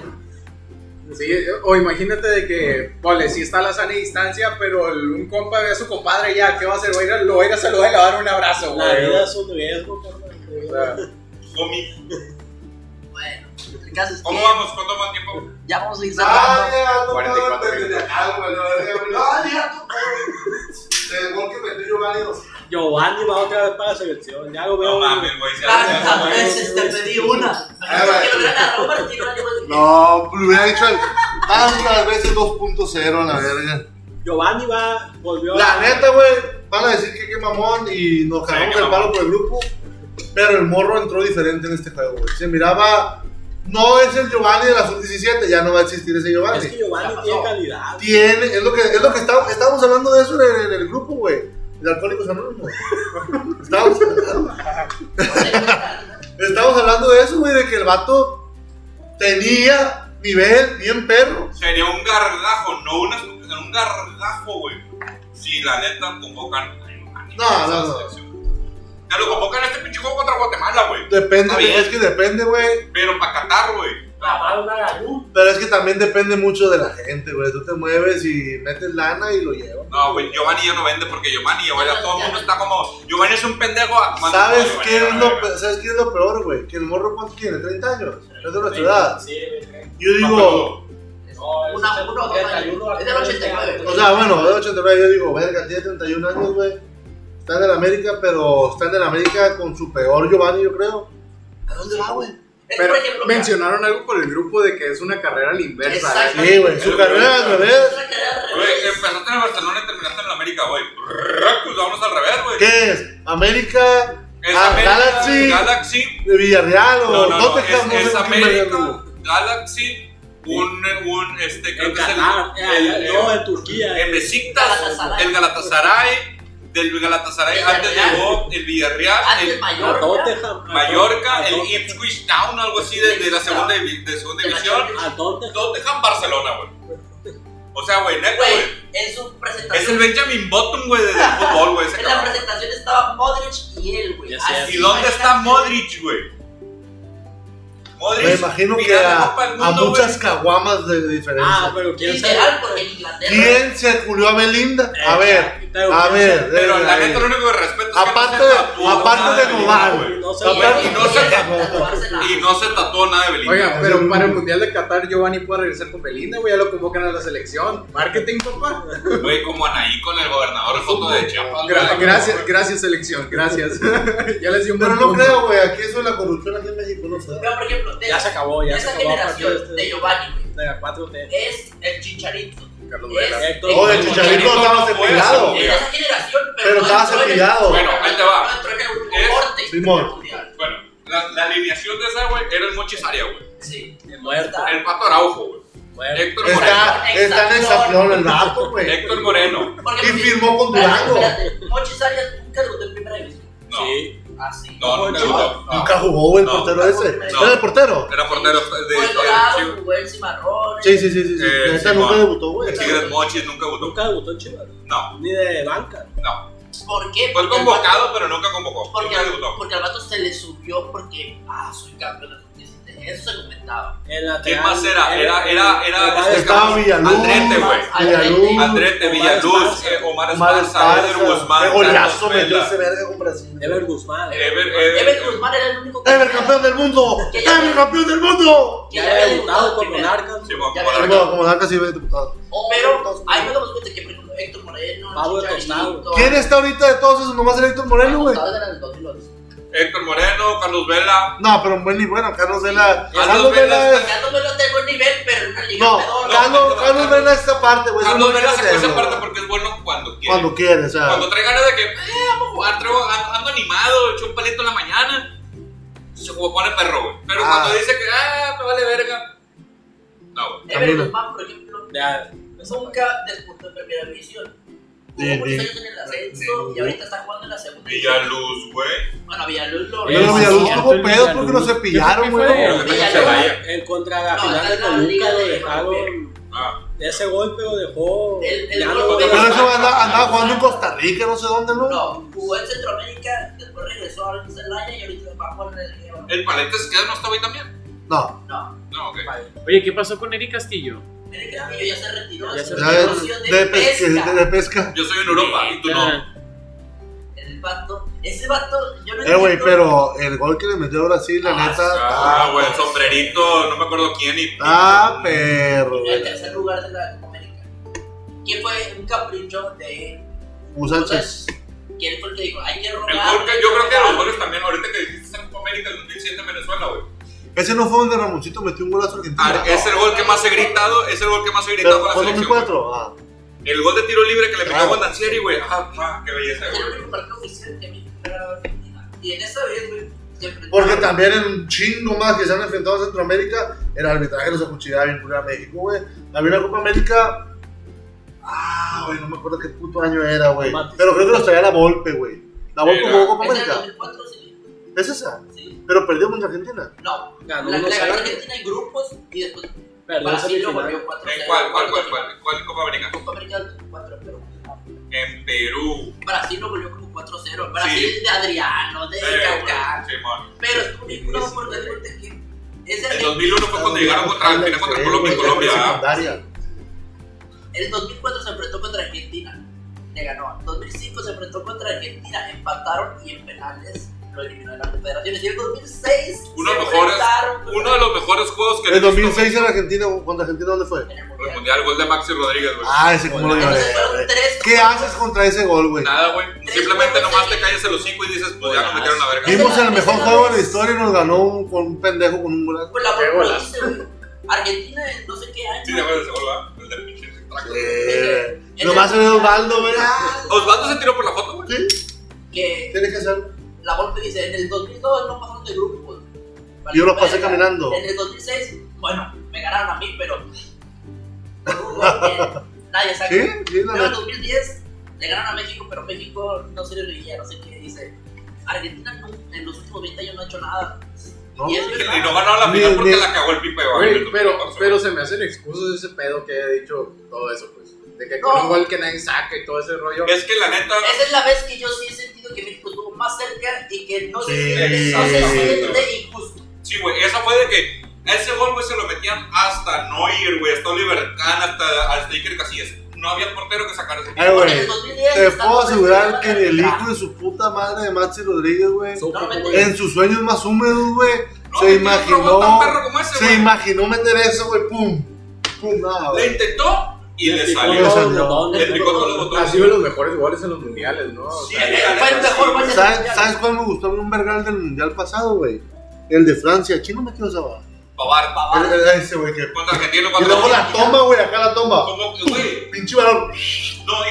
[SPEAKER 4] Sí, o imagínate de que, vale, sí está la sana distancia, pero el- un compa ve a su compadre ya, ¿qué va a hacer? Va a ir a- Lo va a ir a saludar y le va a dar un abrazo,
[SPEAKER 5] la
[SPEAKER 4] güey.
[SPEAKER 5] vida
[SPEAKER 4] O
[SPEAKER 5] es un riesgo,
[SPEAKER 4] sea,
[SPEAKER 5] carnal.
[SPEAKER 1] homie.
[SPEAKER 2] Bueno, el caso es
[SPEAKER 1] ¿Cómo
[SPEAKER 2] que
[SPEAKER 1] vamos? ¿Cuánto más tiempo?
[SPEAKER 2] ya vamos a ir
[SPEAKER 3] Ah,
[SPEAKER 2] cerrando.
[SPEAKER 3] ya, no,
[SPEAKER 4] 44
[SPEAKER 3] no, no,
[SPEAKER 4] minutos.
[SPEAKER 3] ah, güey, la verga, güey. Ah, ya, tú, güey. El gol que metió Giovanni, o sea,
[SPEAKER 5] Giovanni va otra vez para la selección. Ya lo veo.
[SPEAKER 1] No
[SPEAKER 5] güey.
[SPEAKER 1] mames, güey. se hace-
[SPEAKER 2] Tantas veces te pedí una.
[SPEAKER 3] Ah,
[SPEAKER 2] Quiero ver a Roberto y no le voy a decir.
[SPEAKER 3] No, le hubiera dicho al Tantas veces 2.0 a la verga.
[SPEAKER 5] Giovanni va, volvió
[SPEAKER 3] La
[SPEAKER 5] a-
[SPEAKER 3] neta, güey, van a decir que qué mamón y nos
[SPEAKER 1] Sí,
[SPEAKER 3] cagamos
[SPEAKER 1] qué
[SPEAKER 3] el palo
[SPEAKER 1] mamón.
[SPEAKER 3] por el grupo. Pero el morro entró diferente en este juego, güey. Se miraba, no es el Giovanni de la sub-17, ya no va a existir ese Giovanni.
[SPEAKER 5] Es que Giovanni
[SPEAKER 2] Ya
[SPEAKER 5] tiene
[SPEAKER 2] pasó.
[SPEAKER 5] calidad.
[SPEAKER 3] Tiene, es lo que, es lo que está- estábamos hablando de eso en el, en el grupo, güey. De
[SPEAKER 1] *laughs*
[SPEAKER 3] Alcohólicos Anónimos. estábamos, estábamos hablando de eso, güey, de que el vato tenía nivel bien perro.
[SPEAKER 1] Sería un gargajo, no una estupidez, un gargajo, güey. Si la neta convocan. ay, no, ni
[SPEAKER 3] No,
[SPEAKER 1] esa
[SPEAKER 3] no, no.
[SPEAKER 1] selección. Te lo convocan a este pinche juego contra Guatemala, güey.
[SPEAKER 3] Depende,
[SPEAKER 1] Está bien.
[SPEAKER 3] es que depende, güey.
[SPEAKER 1] Pero para Qatar, güey.
[SPEAKER 5] Clavar una galú.
[SPEAKER 3] Pero es que también depende mucho de la gente, güey. Tú te mueves y metes lana y lo llevas.
[SPEAKER 1] No, güey, Giovanni ya no vende porque Giovanni, güey, ya todo el mundo está como. Giovanni es un pendejo. ah, manda a
[SPEAKER 3] ¿Sabes
[SPEAKER 1] Giovanni
[SPEAKER 3] qué,
[SPEAKER 1] a la
[SPEAKER 3] es lo,
[SPEAKER 1] verga.
[SPEAKER 3] pe- ¿Sabes qué es lo peor, güey? Que el morro, ¿cuánto tiene? ¿30 años? Es de nuestra
[SPEAKER 5] Sí,
[SPEAKER 3] edad.
[SPEAKER 5] Sí, güey.
[SPEAKER 3] Yo digo,
[SPEAKER 1] No,
[SPEAKER 5] No,
[SPEAKER 2] Una-
[SPEAKER 5] es el
[SPEAKER 2] uno, dos
[SPEAKER 5] 71
[SPEAKER 2] años. Es del 89.
[SPEAKER 3] O sea, bueno, de 89 yo digo, verga, tiene 31 años, güey. Está en el América, pero está en el América con su peor Giovanni, yo creo. ¿A dónde va, güey?
[SPEAKER 4] *laughs*
[SPEAKER 7] Pero
[SPEAKER 2] por ejemplo,
[SPEAKER 7] mencionaron algo por el grupo de que es una carrera a la inversa. ¿eh?
[SPEAKER 2] Exacto.
[SPEAKER 3] Sí, güey, su carrera al revés.
[SPEAKER 1] pero- Güey, empezaste en el Barcelona y terminaste en el América, güey. Brrr, Pues vámonos al revés, güey.
[SPEAKER 3] ¿Qué es? ¿América?
[SPEAKER 1] Es
[SPEAKER 3] ah,
[SPEAKER 1] América,
[SPEAKER 3] Galaxy,
[SPEAKER 1] Galaxy
[SPEAKER 3] de Villarreal o
[SPEAKER 1] No, no, no,
[SPEAKER 3] Tottenham, no sé
[SPEAKER 1] es, es
[SPEAKER 3] qué verga,
[SPEAKER 1] América, Galaxy, un, un este, creo
[SPEAKER 5] En
[SPEAKER 1] que es el,
[SPEAKER 5] Qatar.
[SPEAKER 1] el,
[SPEAKER 5] eh,
[SPEAKER 1] el-
[SPEAKER 5] No, en Turquía. eh.
[SPEAKER 1] el Besiktas,
[SPEAKER 2] Galatasaray.
[SPEAKER 1] el Galatasaray, del Galatasaray antes
[SPEAKER 2] Villarreal.
[SPEAKER 1] llegó el Villarreal,
[SPEAKER 2] Antes
[SPEAKER 1] el
[SPEAKER 5] A
[SPEAKER 2] Ah, Mallorca.
[SPEAKER 5] Tottenham. a
[SPEAKER 1] Mallorca,
[SPEAKER 5] Tot-
[SPEAKER 1] el Ipswich Town, algo así de, de la segunda, divi- de segunda
[SPEAKER 2] De la
[SPEAKER 1] división,
[SPEAKER 5] A Tottenham.
[SPEAKER 1] Tottenham, Barcelona, güey. O sea, güey, neta, güey.
[SPEAKER 2] Güey, en su
[SPEAKER 1] Es el
[SPEAKER 2] presentación.
[SPEAKER 1] Benjamin Bottom, güey, del fútbol, güey, ese
[SPEAKER 2] En la
[SPEAKER 1] cabrón.
[SPEAKER 2] presentación estaba Modric y él, güey.
[SPEAKER 5] Ya sé.
[SPEAKER 2] Así,
[SPEAKER 1] ¿Y dónde está
[SPEAKER 2] imagínate.
[SPEAKER 1] Modric, güey? Modric,
[SPEAKER 3] Me imagino que
[SPEAKER 1] final de
[SPEAKER 3] a,
[SPEAKER 1] Copa del
[SPEAKER 3] a
[SPEAKER 1] Mundo, güey.
[SPEAKER 3] muchas caguamas de diferencia.
[SPEAKER 5] Ah, pero quién sabe.
[SPEAKER 2] Literal, porque en Inglaterra.
[SPEAKER 3] ¿Quién se culió a Belinda?
[SPEAKER 1] Eh,
[SPEAKER 3] A ver,
[SPEAKER 5] Pero
[SPEAKER 3] a
[SPEAKER 5] quién
[SPEAKER 3] ver. eh,
[SPEAKER 1] Pero la
[SPEAKER 3] a ver.
[SPEAKER 1] neta lo único que respeto es
[SPEAKER 3] Aparte,
[SPEAKER 1] que no se tatuó
[SPEAKER 3] aparte
[SPEAKER 1] nada
[SPEAKER 3] de
[SPEAKER 1] Belinda,
[SPEAKER 3] Noval.
[SPEAKER 1] güey.
[SPEAKER 5] No se
[SPEAKER 2] Y-
[SPEAKER 3] Aparte-
[SPEAKER 2] y-
[SPEAKER 1] no se
[SPEAKER 2] y-
[SPEAKER 1] tatuó.
[SPEAKER 2] tatuársela.
[SPEAKER 1] Y no se tatuó nada de Belinda.
[SPEAKER 7] Oiga, pero para el Mundial de Qatar Giovanni puede regresar con Belinda, güey, ya lo convocan a la selección. Marketing, papá.
[SPEAKER 1] Güey, como Anaí con el gobernador de foto de Chiapas.
[SPEAKER 7] Gra-
[SPEAKER 1] güey.
[SPEAKER 7] gracias, gracias selección, gracias. *laughs* ya les di un
[SPEAKER 3] Pero
[SPEAKER 7] buen
[SPEAKER 3] no
[SPEAKER 7] punto.
[SPEAKER 3] creo, güey, aquí eso de la corrupción aquí en México no sé.
[SPEAKER 2] Pero, por ejemplo, de,
[SPEAKER 5] Ya se acabó, ya
[SPEAKER 2] de
[SPEAKER 5] se
[SPEAKER 2] esa
[SPEAKER 5] acabó. a partir
[SPEAKER 2] generación
[SPEAKER 5] este-
[SPEAKER 2] de Giovanni, Eh, güey,
[SPEAKER 5] de la 4T.
[SPEAKER 2] es el Chicharito.
[SPEAKER 7] Carlos
[SPEAKER 2] Es
[SPEAKER 7] Vela.
[SPEAKER 5] Héctor.
[SPEAKER 3] Oh, el
[SPEAKER 5] Bueno,
[SPEAKER 3] chicharito
[SPEAKER 1] Chicharito
[SPEAKER 3] estaba
[SPEAKER 1] no fue
[SPEAKER 3] cepillado.
[SPEAKER 1] así.
[SPEAKER 2] Es de esa generación, pero,
[SPEAKER 3] Pero
[SPEAKER 2] no
[SPEAKER 3] estaba
[SPEAKER 2] entró en el-
[SPEAKER 3] cepillado.
[SPEAKER 1] Bueno, ahí te
[SPEAKER 2] No
[SPEAKER 1] va.
[SPEAKER 2] entró en el
[SPEAKER 1] Es-
[SPEAKER 2] corte.
[SPEAKER 3] Simón.
[SPEAKER 2] mundial.
[SPEAKER 1] Bueno, la, la alineación de esa, güey, era el Mochis Aria, güey.
[SPEAKER 2] Sí. El
[SPEAKER 5] muerto.
[SPEAKER 1] El Pato Araujo, güey.
[SPEAKER 5] Bueno,
[SPEAKER 1] Héctor Moreno.
[SPEAKER 3] Está, está en exapión el vato, güey.
[SPEAKER 1] Héctor Moreno.
[SPEAKER 2] Porque
[SPEAKER 3] Y firmó con Durango.
[SPEAKER 2] Espérate, Mochis Arias nunca debutó en primera división. Ah,
[SPEAKER 1] No,
[SPEAKER 5] sí.
[SPEAKER 2] Así.
[SPEAKER 1] no, nunca debutó. no.
[SPEAKER 3] Nunca jugó güey, el
[SPEAKER 1] No.
[SPEAKER 3] portero ese.
[SPEAKER 2] No.
[SPEAKER 3] ¿Era el portero?
[SPEAKER 1] Era portero de,
[SPEAKER 2] Fue
[SPEAKER 1] de,
[SPEAKER 2] el
[SPEAKER 1] Chivas.
[SPEAKER 2] Dorado, jugó el Cimarrones.
[SPEAKER 3] Sí, sí, sí, sí. sí.
[SPEAKER 1] Eh,
[SPEAKER 3] Neta,
[SPEAKER 1] Simón.
[SPEAKER 3] nunca debutó, güey.
[SPEAKER 1] El Tigres Mochis nunca debutó.
[SPEAKER 5] Nunca debutó en Chivas.
[SPEAKER 1] No,
[SPEAKER 5] Ni de banca.
[SPEAKER 1] no.
[SPEAKER 2] ¿Por qué?
[SPEAKER 1] Fue
[SPEAKER 2] Porque al
[SPEAKER 1] convocado,
[SPEAKER 2] vato-
[SPEAKER 1] pero nunca convocó.
[SPEAKER 2] Porque,
[SPEAKER 1] Nunca
[SPEAKER 2] al-
[SPEAKER 1] debutó.
[SPEAKER 2] porque al vato se le subió porque, ah, soy campeón de sub-17. Eso se comentaba.
[SPEAKER 5] El lateral-
[SPEAKER 1] ¿Quién más era? Era, era, era.
[SPEAKER 5] Omar
[SPEAKER 1] este
[SPEAKER 3] estaba
[SPEAKER 1] cabrón,
[SPEAKER 3] Villaluz.
[SPEAKER 1] Andrete, güey.
[SPEAKER 3] Villaluz.
[SPEAKER 1] Andrete, Villaluz,
[SPEAKER 5] Esparza.
[SPEAKER 1] eh, Omar
[SPEAKER 3] Omar
[SPEAKER 1] Esparza,
[SPEAKER 3] Esparza.
[SPEAKER 1] Eder Guzmán,
[SPEAKER 3] Qué golazo
[SPEAKER 1] Carlos
[SPEAKER 3] metió
[SPEAKER 1] Vela.
[SPEAKER 3] ese verga con Brasil.
[SPEAKER 5] Ever Guzmán.
[SPEAKER 2] Eh,
[SPEAKER 1] Ever, Ever,
[SPEAKER 2] Ever Guzmán era el único que.
[SPEAKER 3] ¡Ever campeón del mundo!
[SPEAKER 2] Que ya-
[SPEAKER 3] ¡Ever campeón del mundo!
[SPEAKER 2] que
[SPEAKER 5] Ya había
[SPEAKER 2] debutado
[SPEAKER 5] debutado
[SPEAKER 2] en
[SPEAKER 5] con
[SPEAKER 2] primera.
[SPEAKER 5] Monarcas.
[SPEAKER 1] Sí, como
[SPEAKER 2] Ya
[SPEAKER 1] como
[SPEAKER 2] había
[SPEAKER 1] la-
[SPEAKER 3] Bueno, como Danca sí ve diputado.
[SPEAKER 2] Oh, Pero ahí nos damos cuenta que, por ejemplo, Héctor Moreno,
[SPEAKER 5] Pablo
[SPEAKER 2] Chicharito,
[SPEAKER 5] Tostado.
[SPEAKER 3] ¿Quién está ahorita de todos esos? Nomás el Héctor Moreno, güey.
[SPEAKER 2] Tostado era en el 2011.
[SPEAKER 1] Héctor Moreno, Carlos Vela.
[SPEAKER 3] No, pero bueno y bueno, Carlos Vela.
[SPEAKER 1] Carlos
[SPEAKER 3] Carlos Vela
[SPEAKER 1] Vela
[SPEAKER 3] es.
[SPEAKER 2] Carlos Vela tengo el nivel, pero en una liga
[SPEAKER 3] No,
[SPEAKER 2] peor.
[SPEAKER 1] no,
[SPEAKER 3] Carlos Carlos
[SPEAKER 1] Carlos-
[SPEAKER 3] Vela es esta parte, güey.
[SPEAKER 1] Carlos Vela se
[SPEAKER 3] se
[SPEAKER 1] fue esa parte porque es bueno cuando quiere.
[SPEAKER 3] Cuando
[SPEAKER 1] Cuando,
[SPEAKER 3] quiere, o sea.
[SPEAKER 1] trae ganas de que, eh, vamos a jugar, traigo, ando, ando animado, echo un palito en la mañana. Se como pone perro, güey. Pero
[SPEAKER 3] Ah.
[SPEAKER 1] cuando dice que, ah, me vale verga. No, güey.
[SPEAKER 2] Ever
[SPEAKER 3] Camilo.
[SPEAKER 2] Guzmán, por ejemplo,
[SPEAKER 5] Ya.
[SPEAKER 2] nunca disputó en primera división.
[SPEAKER 3] Sí,
[SPEAKER 2] Jugó muchos
[SPEAKER 3] sí.
[SPEAKER 2] años en el ascenso y ahorita está jugando en la segunda división.
[SPEAKER 1] Villaluz, güey.
[SPEAKER 2] Bueno, Villaluz lo
[SPEAKER 5] Pero
[SPEAKER 3] Pero Villaluz
[SPEAKER 5] cierto,
[SPEAKER 3] tuvo
[SPEAKER 5] el
[SPEAKER 3] pedos porque
[SPEAKER 5] Villaluz.
[SPEAKER 3] lo cepillaron,
[SPEAKER 6] Yo creo que fue
[SPEAKER 1] Pero
[SPEAKER 3] güey.
[SPEAKER 1] que
[SPEAKER 2] Villaluz.
[SPEAKER 1] se vaya.
[SPEAKER 5] En contra de la
[SPEAKER 2] No,
[SPEAKER 5] final
[SPEAKER 2] está
[SPEAKER 5] de
[SPEAKER 2] en la Liga
[SPEAKER 5] Toluca lo
[SPEAKER 2] de
[SPEAKER 5] dejaron.
[SPEAKER 1] Ah.
[SPEAKER 5] Ese golpe lo dejó.
[SPEAKER 2] El- el
[SPEAKER 5] ya
[SPEAKER 2] gol de-
[SPEAKER 3] Pero
[SPEAKER 5] no,
[SPEAKER 3] eso anda- andaba jugando en Costa Rica, no sé dónde, ¿no?
[SPEAKER 2] No, jugó en Centroamérica, después regresó a Celaya y ahorita va a jugar en el León.
[SPEAKER 1] El paletes que no estaba ahí también.
[SPEAKER 3] No.
[SPEAKER 2] No,
[SPEAKER 1] No, ok.
[SPEAKER 6] Oye, ¿qué pasó con Eric Castillo?
[SPEAKER 2] el Castillo ya se retiró.
[SPEAKER 5] Ya
[SPEAKER 2] se
[SPEAKER 5] se
[SPEAKER 3] Ya
[SPEAKER 2] retiró
[SPEAKER 3] ves, De
[SPEAKER 2] de
[SPEAKER 3] pesca.
[SPEAKER 2] pesca.
[SPEAKER 3] pues, De pesca.
[SPEAKER 1] Yo soy en Europa y tú no.
[SPEAKER 6] Ah,
[SPEAKER 2] El vato, ese vato, yo no
[SPEAKER 3] Eh, güey,
[SPEAKER 2] entiendo-
[SPEAKER 3] pero el gol que le metió a Brasil, la
[SPEAKER 2] Ah,
[SPEAKER 3] neta.
[SPEAKER 1] Ah, güey, el sombrerito, no me acuerdo quién y.
[SPEAKER 3] Ah, perro,
[SPEAKER 2] En el
[SPEAKER 3] güey.
[SPEAKER 2] tercer lugar de la Copa América. Que fue un capricho de.
[SPEAKER 3] Hugo
[SPEAKER 2] o sea,
[SPEAKER 3] Sánchez.
[SPEAKER 2] Que él fue el que dijo, hay que
[SPEAKER 1] El
[SPEAKER 2] robar.
[SPEAKER 1] gol que- yo creo que los goles también, ahorita que dijiste en Copa América del 2007 en Venezuela, güey.
[SPEAKER 3] Ese no fue donde Ramoncito metió un golazo a
[SPEAKER 1] Ah,
[SPEAKER 3] Argentina.
[SPEAKER 1] es el gol que más he gritado, es el gol que más he gritado
[SPEAKER 3] Pero
[SPEAKER 1] con
[SPEAKER 3] fue
[SPEAKER 1] la selección.
[SPEAKER 3] 2004. Ah,
[SPEAKER 1] El gol de tiro libre que le pegó a
[SPEAKER 3] Claro.
[SPEAKER 1] Bondancieri, güey. Ah, ah, qué belleza,
[SPEAKER 2] Era el
[SPEAKER 1] güey.
[SPEAKER 2] único partido oficial que México había ganado a Argentina. Y en esa vez, güey, se enfrentaron-
[SPEAKER 3] Porque también en un chingo más que se han enfrentado a Centroamérica, el arbitraje los acuchillaba bien culero a México, güey. Había una Copa América. Ah, güey, no me acuerdo qué puto año era, güey.
[SPEAKER 5] Matis.
[SPEAKER 3] Pero creo que los traía la Volpe, güey. La Volpe
[SPEAKER 1] Era-
[SPEAKER 3] jugó Copa
[SPEAKER 2] Esa del
[SPEAKER 3] América.
[SPEAKER 2] 2004, sí.
[SPEAKER 3] Es esa.
[SPEAKER 2] Sí.
[SPEAKER 3] Pero perdió contra Argentina.
[SPEAKER 2] No,
[SPEAKER 5] Ganó
[SPEAKER 2] la, la
[SPEAKER 5] unos
[SPEAKER 2] ganó
[SPEAKER 5] años.
[SPEAKER 2] Argentina en grupos y después
[SPEAKER 5] Perdió
[SPEAKER 2] Brasil lo
[SPEAKER 5] semifinal.
[SPEAKER 2] volvió 4
[SPEAKER 1] ¿En Eh, cuál, cuál, cuál, cuál? ¿Cuál Copa América?
[SPEAKER 2] Copa América 2004, pero
[SPEAKER 1] En Perú.
[SPEAKER 2] Brasil lo volvió como 4-0. Brasil de Adriano, de
[SPEAKER 1] Eh,
[SPEAKER 2] Kaká.
[SPEAKER 1] güey, Simón.
[SPEAKER 2] Pero estuvo bien curado porque fíjate que ese
[SPEAKER 1] El 2001 fue cuando llegaron
[SPEAKER 3] Ah,
[SPEAKER 1] contra el final contra Colombia y Colombia. ¿ah?
[SPEAKER 3] Secundaria.
[SPEAKER 2] El 2004 se enfrentó contra Argentina, le ganó. En 2005 se enfrentó contra Argentina, empataron y en penales lo eliminó de la Confederación. Y en 2006
[SPEAKER 1] Uno de
[SPEAKER 2] se
[SPEAKER 1] los mejores-
[SPEAKER 2] enfrentaron contra-
[SPEAKER 1] Uno de los mejores juegos que he
[SPEAKER 3] El
[SPEAKER 1] visto
[SPEAKER 3] 2006 en Argentina, ¿cuándo Argentina dónde fue?
[SPEAKER 2] en el
[SPEAKER 1] en el
[SPEAKER 2] Mundial.
[SPEAKER 1] Mundial, gol de Maxi Rodríguez, güey.
[SPEAKER 3] Ah, ese como lo lloré.
[SPEAKER 2] Entonces fueron
[SPEAKER 3] güey.
[SPEAKER 2] tres
[SPEAKER 3] ¿Qué
[SPEAKER 2] contra-
[SPEAKER 3] haces contra ese gol, güey?
[SPEAKER 1] Nada, güey. Simplemente nomás te callas el hocico y dices, pues ya nos metieron la verga.
[SPEAKER 3] Ah, Vimos el mejor juego de la historia y nos ganó un- con un pendejo con un golazo.
[SPEAKER 2] Pues la
[SPEAKER 7] Qué
[SPEAKER 2] volvió a
[SPEAKER 7] golazo.
[SPEAKER 2] hacer, güey. Argentina en no sé qué año.
[SPEAKER 1] Sí, te acuerdas de ese gol, ¿verdad? El del pinche traco.
[SPEAKER 3] Eh,
[SPEAKER 2] Ese-
[SPEAKER 3] Nomás se ve Osvaldo, güey.
[SPEAKER 1] Ah. Osvaldo se tiró por la foto, güey.
[SPEAKER 3] Sí,
[SPEAKER 2] que
[SPEAKER 3] tiene que hacerlo.
[SPEAKER 2] la Volpe dice, en el 2002 no pasaron de grupos.
[SPEAKER 3] Yo los pasé caminando.
[SPEAKER 2] En el 2006, bueno, me ganaron a mí, pero... *laughs* por un gol que Nadie saca.
[SPEAKER 3] Sí, sí, la
[SPEAKER 2] Pero en
[SPEAKER 3] neta.
[SPEAKER 2] 2010 le ganaron a México, pero México no se le veía, no sé qué dice. Argentina no- en los últimos 20 años no ha hecho nada.
[SPEAKER 3] No,
[SPEAKER 2] y es verdad.
[SPEAKER 1] Y no ganó la
[SPEAKER 3] Ni-
[SPEAKER 1] final porque
[SPEAKER 3] ni-
[SPEAKER 1] la cagó el pipe,
[SPEAKER 7] Güey,
[SPEAKER 1] güey.
[SPEAKER 7] pero, pero se me hacen excusas ese pedo que haya dicho todo eso, pues. De que con
[SPEAKER 2] No.
[SPEAKER 7] un gol que nadie saca y todo ese rollo.
[SPEAKER 1] Es que la neta.
[SPEAKER 2] Esa es la vez que yo sí he sentido que México estuvo más cerca y que no se
[SPEAKER 3] Sí.
[SPEAKER 2] siente, no se siente injusto.
[SPEAKER 1] Sí, güey, esa fue de que a ese gol, güey, se lo metían hasta Neuer, güey, hasta Oliver Kahn, hasta, hasta Iker Casillas. No había portero que sacara ese
[SPEAKER 2] Porque en
[SPEAKER 3] Ay, Eh, güey.
[SPEAKER 2] el 2010
[SPEAKER 3] Te
[SPEAKER 2] están
[SPEAKER 3] puedo
[SPEAKER 2] los
[SPEAKER 3] asegurar
[SPEAKER 2] vestidos
[SPEAKER 3] que ni el
[SPEAKER 2] arbitraje.
[SPEAKER 3] hijo de su puta madre de Maxi Rodríguez, güey,
[SPEAKER 2] No, me-
[SPEAKER 3] en sus sueños más húmedos, güey,
[SPEAKER 1] No, güey,
[SPEAKER 3] se
[SPEAKER 1] tiene un robot
[SPEAKER 3] imaginó.
[SPEAKER 1] tan perro como ese,
[SPEAKER 3] Se
[SPEAKER 1] güey.
[SPEAKER 3] imaginó meter eso, güey, pum. Pum, nada,
[SPEAKER 1] Le
[SPEAKER 3] güey.
[SPEAKER 1] intentó y le
[SPEAKER 3] picó los
[SPEAKER 1] salió.
[SPEAKER 3] botones.
[SPEAKER 1] Le picó todos los
[SPEAKER 7] Ha
[SPEAKER 1] botones.
[SPEAKER 7] sido los mejores goles en los mundiales, ¿no? O
[SPEAKER 1] Sí,
[SPEAKER 7] sea,
[SPEAKER 1] eh,
[SPEAKER 2] Fue el mejor gol de
[SPEAKER 3] ¿Sabes,
[SPEAKER 2] Mundial.
[SPEAKER 3] sabes cuál me gustó a mí un vergal del mundial pasado, güey? El de Francia. ¿Quién no metió esa barra?
[SPEAKER 1] Pavar,
[SPEAKER 3] El-
[SPEAKER 1] Pavar.
[SPEAKER 3] el- Ese, güey, que.
[SPEAKER 1] Contra Argentina,
[SPEAKER 3] Y
[SPEAKER 1] cuando
[SPEAKER 3] luego la toma, güey, acá la toma.
[SPEAKER 1] Como que, güey.
[SPEAKER 3] Pinche balón.
[SPEAKER 1] No,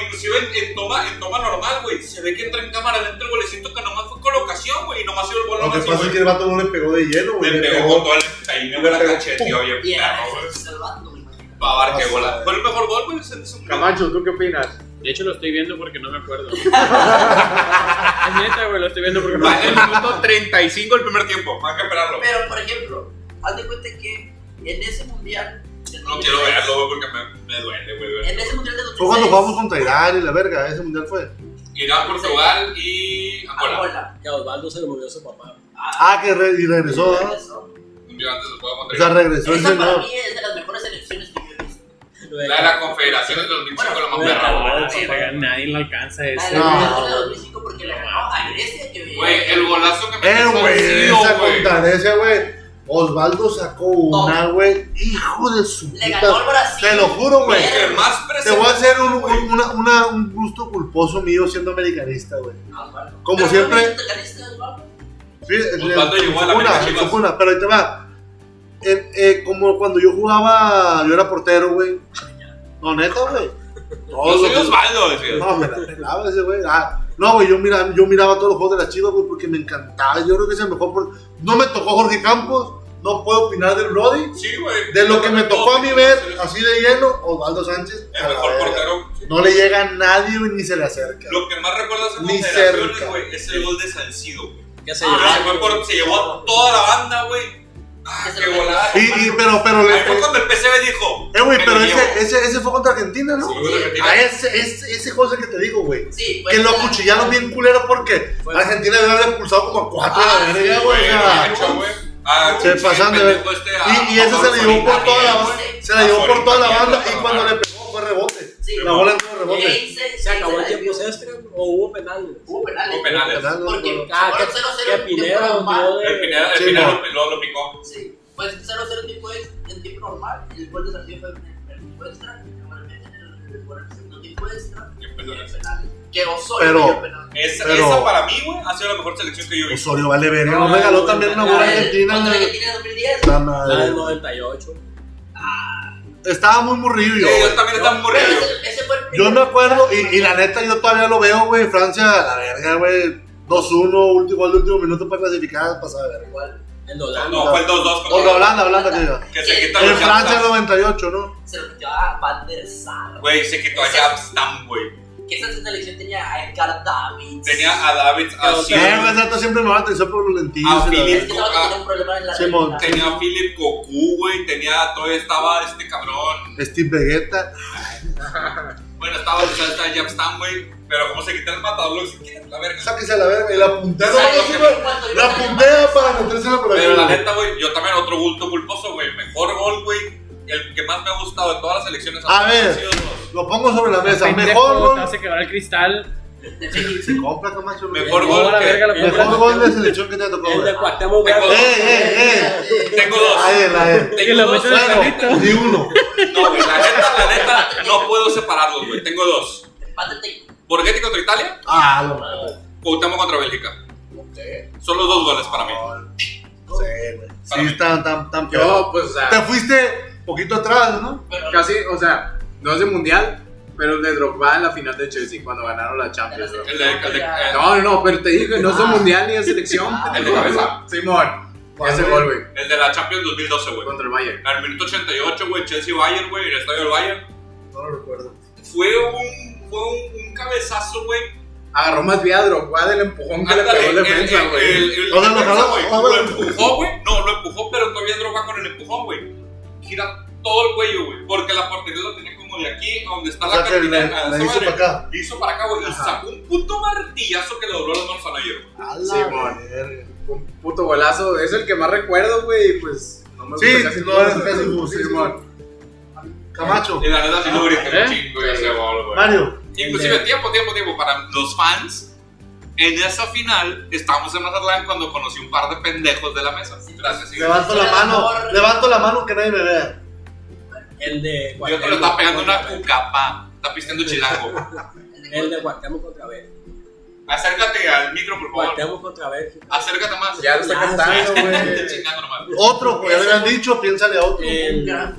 [SPEAKER 1] inclusive en, en toma, en toma normal, güey. Se ve que entra en cámara dentro el golecito que nomás fue colocación, güey. Y nomás se voló
[SPEAKER 3] Lo que
[SPEAKER 1] así,
[SPEAKER 3] pasa es
[SPEAKER 1] güey.
[SPEAKER 3] que el vato no le pegó de hielo, güey.
[SPEAKER 1] Le pegó con todo el. Ahí me la cacheteó bien,
[SPEAKER 2] Y era
[SPEAKER 1] perro, güey.
[SPEAKER 2] salvando, me imagino.
[SPEAKER 1] Pavar, qué bola. Fue el mejor gol, güey. Se hizo un
[SPEAKER 7] Camacho, ¿tú qué opinas?
[SPEAKER 6] De hecho, lo estoy viendo porque no me acuerdo. es neta, güey, lo estoy viendo porque no me
[SPEAKER 1] Va en
[SPEAKER 6] acuerdo.
[SPEAKER 1] el minuto 35 el primer tiempo. Hay que esperarlo.
[SPEAKER 2] Pero, por ejemplo, haz de cuenta que en ese mundial. del
[SPEAKER 1] No quiero
[SPEAKER 2] 2006,
[SPEAKER 1] verlo, güey, porque me, me duele, güey. ver.
[SPEAKER 2] En ese mundial de 2006.
[SPEAKER 3] Fue cuando jugamos contra Irán y la verga, ese mundial fue.
[SPEAKER 1] Irán, Portugal y Angola.
[SPEAKER 2] Angola.
[SPEAKER 5] Que a Osvaldo se le murió su papá.
[SPEAKER 3] Ah, que re- y regresó, ¿ah?
[SPEAKER 2] Eso.
[SPEAKER 1] Un día antes del juego
[SPEAKER 3] O
[SPEAKER 1] contra
[SPEAKER 3] sea,
[SPEAKER 1] Irán.
[SPEAKER 3] regresó el
[SPEAKER 2] Esa para
[SPEAKER 3] señor.
[SPEAKER 2] mí es de las mejores elecciones que yo he visto.
[SPEAKER 1] La de la Confederación del 2005 la más
[SPEAKER 5] Bueno,
[SPEAKER 1] perra, güey.
[SPEAKER 5] bueno.
[SPEAKER 6] Ah, la verga, Nadie lo alcanza
[SPEAKER 2] La
[SPEAKER 6] ese.
[SPEAKER 2] de la
[SPEAKER 3] No.
[SPEAKER 2] Confederación de 2005 porque le ganó a Grecia. Que
[SPEAKER 1] Güey, el golazo que me
[SPEAKER 3] Eh,
[SPEAKER 1] hizo
[SPEAKER 3] güey,
[SPEAKER 1] Sido,
[SPEAKER 3] esa
[SPEAKER 1] güey.
[SPEAKER 3] contadencia, güey. Osvaldo sacó una, güey. Hijo de su
[SPEAKER 2] Le ganó al
[SPEAKER 3] puta.
[SPEAKER 2] Brasil.
[SPEAKER 3] Te lo juro, güey.
[SPEAKER 1] El que más
[SPEAKER 3] Te voy a
[SPEAKER 1] presentó.
[SPEAKER 3] hacer un, un- una- una- un gusto culposo mío siendo americanista, güey.
[SPEAKER 2] Osvaldo.
[SPEAKER 3] Como
[SPEAKER 2] Pero
[SPEAKER 3] siempre-
[SPEAKER 2] fue un tocarista, Osvaldo.
[SPEAKER 3] Sí, el- el-
[SPEAKER 1] Osvaldo Pues llegó a la
[SPEAKER 3] Chocuna,
[SPEAKER 1] América Chivas.
[SPEAKER 3] Chocuna, pero ahí te va. En- eh, como cuando yo jugaba, yo era portero, güey. No, neta, güey.
[SPEAKER 1] Yo soy
[SPEAKER 3] Todos-
[SPEAKER 1] Osvaldo, decía.
[SPEAKER 3] No, me la pelaba ese güey. Ah, no, güey, yo, mira, yo miraba todos los juegos de la Chivas, güey, porque me encantaba. Yo creo que es el mejor. por- No me tocó Jorge Campos, no puedo opinar del Brody.
[SPEAKER 1] Sí, güey.
[SPEAKER 3] De lo que me tocó a mí ver,
[SPEAKER 1] El
[SPEAKER 3] así de lleno, Osvaldo Sánchez. a la
[SPEAKER 1] mejor
[SPEAKER 3] verga.
[SPEAKER 1] portero. sí.
[SPEAKER 3] No le llega a nadie, güey, ni se le acerca.
[SPEAKER 1] Lo que más recuerdo de esas
[SPEAKER 3] Ni
[SPEAKER 1] confederaciones,
[SPEAKER 3] cerca.
[SPEAKER 1] güey, es el gol de Salcido, güey.
[SPEAKER 5] Que se
[SPEAKER 2] Ah,
[SPEAKER 5] llevó.
[SPEAKER 1] Pero se, fue por- se llevó a toda la banda, güey. Ah, qué golazo.
[SPEAKER 3] Y, y- pero, pero le.
[SPEAKER 1] Ahí fue cuando el PCB dijo.
[SPEAKER 3] Eh, güey,
[SPEAKER 1] me lo
[SPEAKER 3] pero
[SPEAKER 1] llevo.
[SPEAKER 3] ese, ese, ese fue contra Argentina, ¿no?
[SPEAKER 1] Sí, fue contra Argentina.
[SPEAKER 3] Ah, ese, ese, ese juego es el que te digo, güey.
[SPEAKER 2] Sí, fue
[SPEAKER 3] Que lo
[SPEAKER 2] la-
[SPEAKER 3] acuchillaron bien culero porque Argentina debe haber expulsado como a cuatro
[SPEAKER 2] Ah,
[SPEAKER 3] de la
[SPEAKER 2] sí,
[SPEAKER 3] verga, güey.
[SPEAKER 1] Güey,
[SPEAKER 3] o sea,
[SPEAKER 1] gacho, güey. Ah,
[SPEAKER 3] Se
[SPEAKER 1] sí,
[SPEAKER 3] pasan de
[SPEAKER 1] el
[SPEAKER 3] ver.
[SPEAKER 1] pendejo este a-
[SPEAKER 3] Y, y ese
[SPEAKER 1] a
[SPEAKER 3] se la llevó por
[SPEAKER 1] Solari,
[SPEAKER 3] toda la
[SPEAKER 1] güey.
[SPEAKER 3] banda. Se la llevó por toda la banda y cuando le
[SPEAKER 1] Solari.
[SPEAKER 3] pegó fue rebote.
[SPEAKER 2] Sí.
[SPEAKER 3] La bola entró de rebote.
[SPEAKER 2] Ey, se-
[SPEAKER 5] Se acabó el
[SPEAKER 2] la
[SPEAKER 5] tiempo
[SPEAKER 2] desvió.
[SPEAKER 5] extra o hubo penales.
[SPEAKER 2] Hubo penales.
[SPEAKER 1] Hubo penales.
[SPEAKER 2] Porque
[SPEAKER 5] Ah,
[SPEAKER 2] fueron
[SPEAKER 5] que-
[SPEAKER 2] 0-0
[SPEAKER 5] que
[SPEAKER 2] en
[SPEAKER 5] Pineda
[SPEAKER 2] tiempo normal.
[SPEAKER 5] dio de-
[SPEAKER 1] El Pineda,
[SPEAKER 3] Sí,
[SPEAKER 1] el Pineda
[SPEAKER 3] no.
[SPEAKER 1] lo, lo- lo picó.
[SPEAKER 2] Sí, pues 0-0 tiempo es en tiempo normal. El gol de Sargento fue en el tiempo extra. Normalmente en el gol del segundo tiempo extra.
[SPEAKER 1] Y
[SPEAKER 2] y en
[SPEAKER 1] empezó a hacer.
[SPEAKER 2] penales. Que Osorio
[SPEAKER 3] Pero,
[SPEAKER 2] dio penal.
[SPEAKER 1] Esa,
[SPEAKER 3] Pero-
[SPEAKER 1] esa para mí, güey, ha sido la mejor selección que yo he visto.
[SPEAKER 3] Osorio vale verga.
[SPEAKER 8] No,
[SPEAKER 3] Nos regaló
[SPEAKER 8] güey,
[SPEAKER 3] también una
[SPEAKER 8] la
[SPEAKER 3] bola
[SPEAKER 8] de-
[SPEAKER 3] argentina.
[SPEAKER 2] ¿Cuánto
[SPEAKER 3] güey.
[SPEAKER 2] Argentina 2010?
[SPEAKER 3] La
[SPEAKER 8] La
[SPEAKER 3] madre.
[SPEAKER 8] del 98.
[SPEAKER 3] Estaba muy morrido
[SPEAKER 1] Sí,
[SPEAKER 3] yo.
[SPEAKER 1] yo también estaba muy
[SPEAKER 2] Pero
[SPEAKER 1] morrido.
[SPEAKER 2] ese, ese fue el
[SPEAKER 3] Yo
[SPEAKER 2] primer-
[SPEAKER 3] me acuerdo, y, y la neta, yo todavía lo veo, güey. Francia, la verga, güey. 2-1, último gol de último minuto para clasificar, pasada de verga.
[SPEAKER 2] Igual.
[SPEAKER 8] El dólar.
[SPEAKER 1] No, fue el 2-2
[SPEAKER 3] O
[SPEAKER 1] contra
[SPEAKER 3] la Holanda, Holanda, que diga.
[SPEAKER 1] Que se quita
[SPEAKER 3] En
[SPEAKER 1] los
[SPEAKER 3] Francia,
[SPEAKER 1] Japstam.
[SPEAKER 3] 98, ¿no?
[SPEAKER 2] Se lo metió a Van der Sar.
[SPEAKER 1] Güey, se quitó a Japstam, güey.
[SPEAKER 2] Que esa selección tenía a Edgar Davids.
[SPEAKER 1] Tenía a David, a
[SPEAKER 3] Sí, güey,
[SPEAKER 1] Sim,
[SPEAKER 3] esa neta siempre me va a atención por los
[SPEAKER 1] Ah,
[SPEAKER 3] lentillos. y la
[SPEAKER 1] Philip.
[SPEAKER 2] Es
[SPEAKER 3] verga.
[SPEAKER 2] que estaba que
[SPEAKER 1] Ah.
[SPEAKER 2] tenía un problema en la
[SPEAKER 3] Simón.
[SPEAKER 2] regla.
[SPEAKER 1] tenía a Philip Cocu, güey. Tenía, todavía estaba este cabrón.
[SPEAKER 3] Steve Vegeta.
[SPEAKER 1] Bueno, estaba, estaba Japstam, güey. Pero como se quitó el matador, se quita la verga.
[SPEAKER 3] Sáquese a la verga y la puntea.
[SPEAKER 2] ¿Sabes
[SPEAKER 3] no,
[SPEAKER 2] qué?
[SPEAKER 3] no, no,
[SPEAKER 2] Cuando yo pues,
[SPEAKER 3] La
[SPEAKER 2] me-
[SPEAKER 3] puntea para metérsela por
[SPEAKER 1] Pero la
[SPEAKER 3] ahí.
[SPEAKER 1] neta, güey, yo también otro bulto culposo, güey. Mejor gol, güey. El que más me ha gustado de todas las elecciones.
[SPEAKER 3] A
[SPEAKER 1] han
[SPEAKER 3] ver.
[SPEAKER 1] sido los-
[SPEAKER 3] Lo pongo sobre la mesa.
[SPEAKER 6] Pendejo,
[SPEAKER 3] Mejor
[SPEAKER 6] Te
[SPEAKER 3] gol.
[SPEAKER 6] hace quebrar el cristal.
[SPEAKER 3] Se compra, Camacho.
[SPEAKER 1] Mejor
[SPEAKER 6] No,
[SPEAKER 1] gol.
[SPEAKER 6] la
[SPEAKER 1] que-
[SPEAKER 6] verga, la
[SPEAKER 3] Mejor gol de selección que te tocó.
[SPEAKER 8] El
[SPEAKER 3] güey.
[SPEAKER 8] de Cuauhtémoc
[SPEAKER 1] Tengo
[SPEAKER 8] Blanco.
[SPEAKER 1] dos.
[SPEAKER 3] ¡Eh, eh, eh!
[SPEAKER 1] Tengo dos.
[SPEAKER 3] A él, a él.
[SPEAKER 6] Que
[SPEAKER 1] Tengo
[SPEAKER 6] lo
[SPEAKER 1] dos.
[SPEAKER 6] metió en el
[SPEAKER 1] Bueno,
[SPEAKER 6] carrito.
[SPEAKER 3] Ni uno.
[SPEAKER 1] No, güey, la neta, la neta, no puedo separarlos, güey. Tengo dos.
[SPEAKER 2] Empate técnico.
[SPEAKER 1] Borghetti contra Italia,
[SPEAKER 3] Ah, lo malo.
[SPEAKER 1] Cuauhtémoc contra Bélgica. Son los dos goles para mí.
[SPEAKER 3] No sé, güey.
[SPEAKER 1] Para
[SPEAKER 3] Sí,
[SPEAKER 1] mí.
[SPEAKER 3] están tan, tan
[SPEAKER 7] Yo,
[SPEAKER 3] peor.
[SPEAKER 7] pues, o sea,
[SPEAKER 3] Te fuiste poquito atrás, ¿no?
[SPEAKER 7] casi, o sea, no es de mundial, pero el de Drogba en la final de Chelsea cuando ganaron la Champions. ¿no?
[SPEAKER 1] El de, el de- eh,
[SPEAKER 7] No, no, no, pero te digo, no es de mundial ni de selección.
[SPEAKER 1] El de cabeza.
[SPEAKER 7] Simón, ese gol, güey,
[SPEAKER 1] el de la Champions 2012, güey.
[SPEAKER 7] contra el Bayern.
[SPEAKER 1] Al minuto 88, güey, Chelsea-Bayern, güey, en el estadio del Bayern.
[SPEAKER 3] No lo recuerdo.
[SPEAKER 1] Fue un, fue un, un cabezazo, güey.
[SPEAKER 7] Agarró más vía a Drogba del empujón que le
[SPEAKER 1] Ándale,
[SPEAKER 7] pegó
[SPEAKER 1] el,
[SPEAKER 7] el defensa,
[SPEAKER 1] el-
[SPEAKER 7] güey.
[SPEAKER 1] el- el
[SPEAKER 3] O sea, lo
[SPEAKER 1] defensa,
[SPEAKER 3] jaló,
[SPEAKER 1] güey,
[SPEAKER 3] o
[SPEAKER 1] Lo
[SPEAKER 3] sea,
[SPEAKER 1] empujó, güey. No, lo empujó, pero todavía droga con el empujón, güey. Gira todo el cuello, güey. Porque la portería lo tenía como de aquí, a donde está
[SPEAKER 3] O sea
[SPEAKER 1] la
[SPEAKER 3] que le,
[SPEAKER 1] carpinera.
[SPEAKER 3] le hizo para acá.
[SPEAKER 1] Le hizo para acá, güey. Y sacó un puto martillazo que le dobló los manos al ayer, güey.
[SPEAKER 3] A
[SPEAKER 7] Sí,
[SPEAKER 3] la
[SPEAKER 7] mon.
[SPEAKER 3] verga.
[SPEAKER 7] Un puto golazo, es el que más recuerdo, güey, y pues no me gusta
[SPEAKER 3] Sí,
[SPEAKER 7] casi
[SPEAKER 3] no,
[SPEAKER 7] todo.
[SPEAKER 3] es casi imposible.
[SPEAKER 7] Simón.
[SPEAKER 3] Camacho.
[SPEAKER 1] Y la neta, sí lo grité
[SPEAKER 6] ¿Eh?
[SPEAKER 1] un chingo ese gol, güey.
[SPEAKER 3] Mario.
[SPEAKER 1] Inclusive, tiempo, tiempo, tiempo. Para los fans, en esa final, estábamos en Mazatlán cuando conocí un par de pendejos de la mesa. Gracias, sí.
[SPEAKER 3] Levanto la mano. Levanto la mano que nadie me vea.
[SPEAKER 8] El de
[SPEAKER 1] Yo te lo estaba pegando una cucapa. Está pisteando chilango.
[SPEAKER 8] El de Cuauhtémoc contra Bélgica.
[SPEAKER 1] Acércate al micro, por favor.
[SPEAKER 8] Cuauhtémoc contra Bélgica.
[SPEAKER 1] Acércate más.
[SPEAKER 7] Ya lo está
[SPEAKER 8] Ah,
[SPEAKER 7] cantando,
[SPEAKER 1] Te
[SPEAKER 7] güey.
[SPEAKER 1] chingando nomás.
[SPEAKER 3] Otro, como ya le habían dicho, piénsale a otro.
[SPEAKER 8] El
[SPEAKER 2] Gran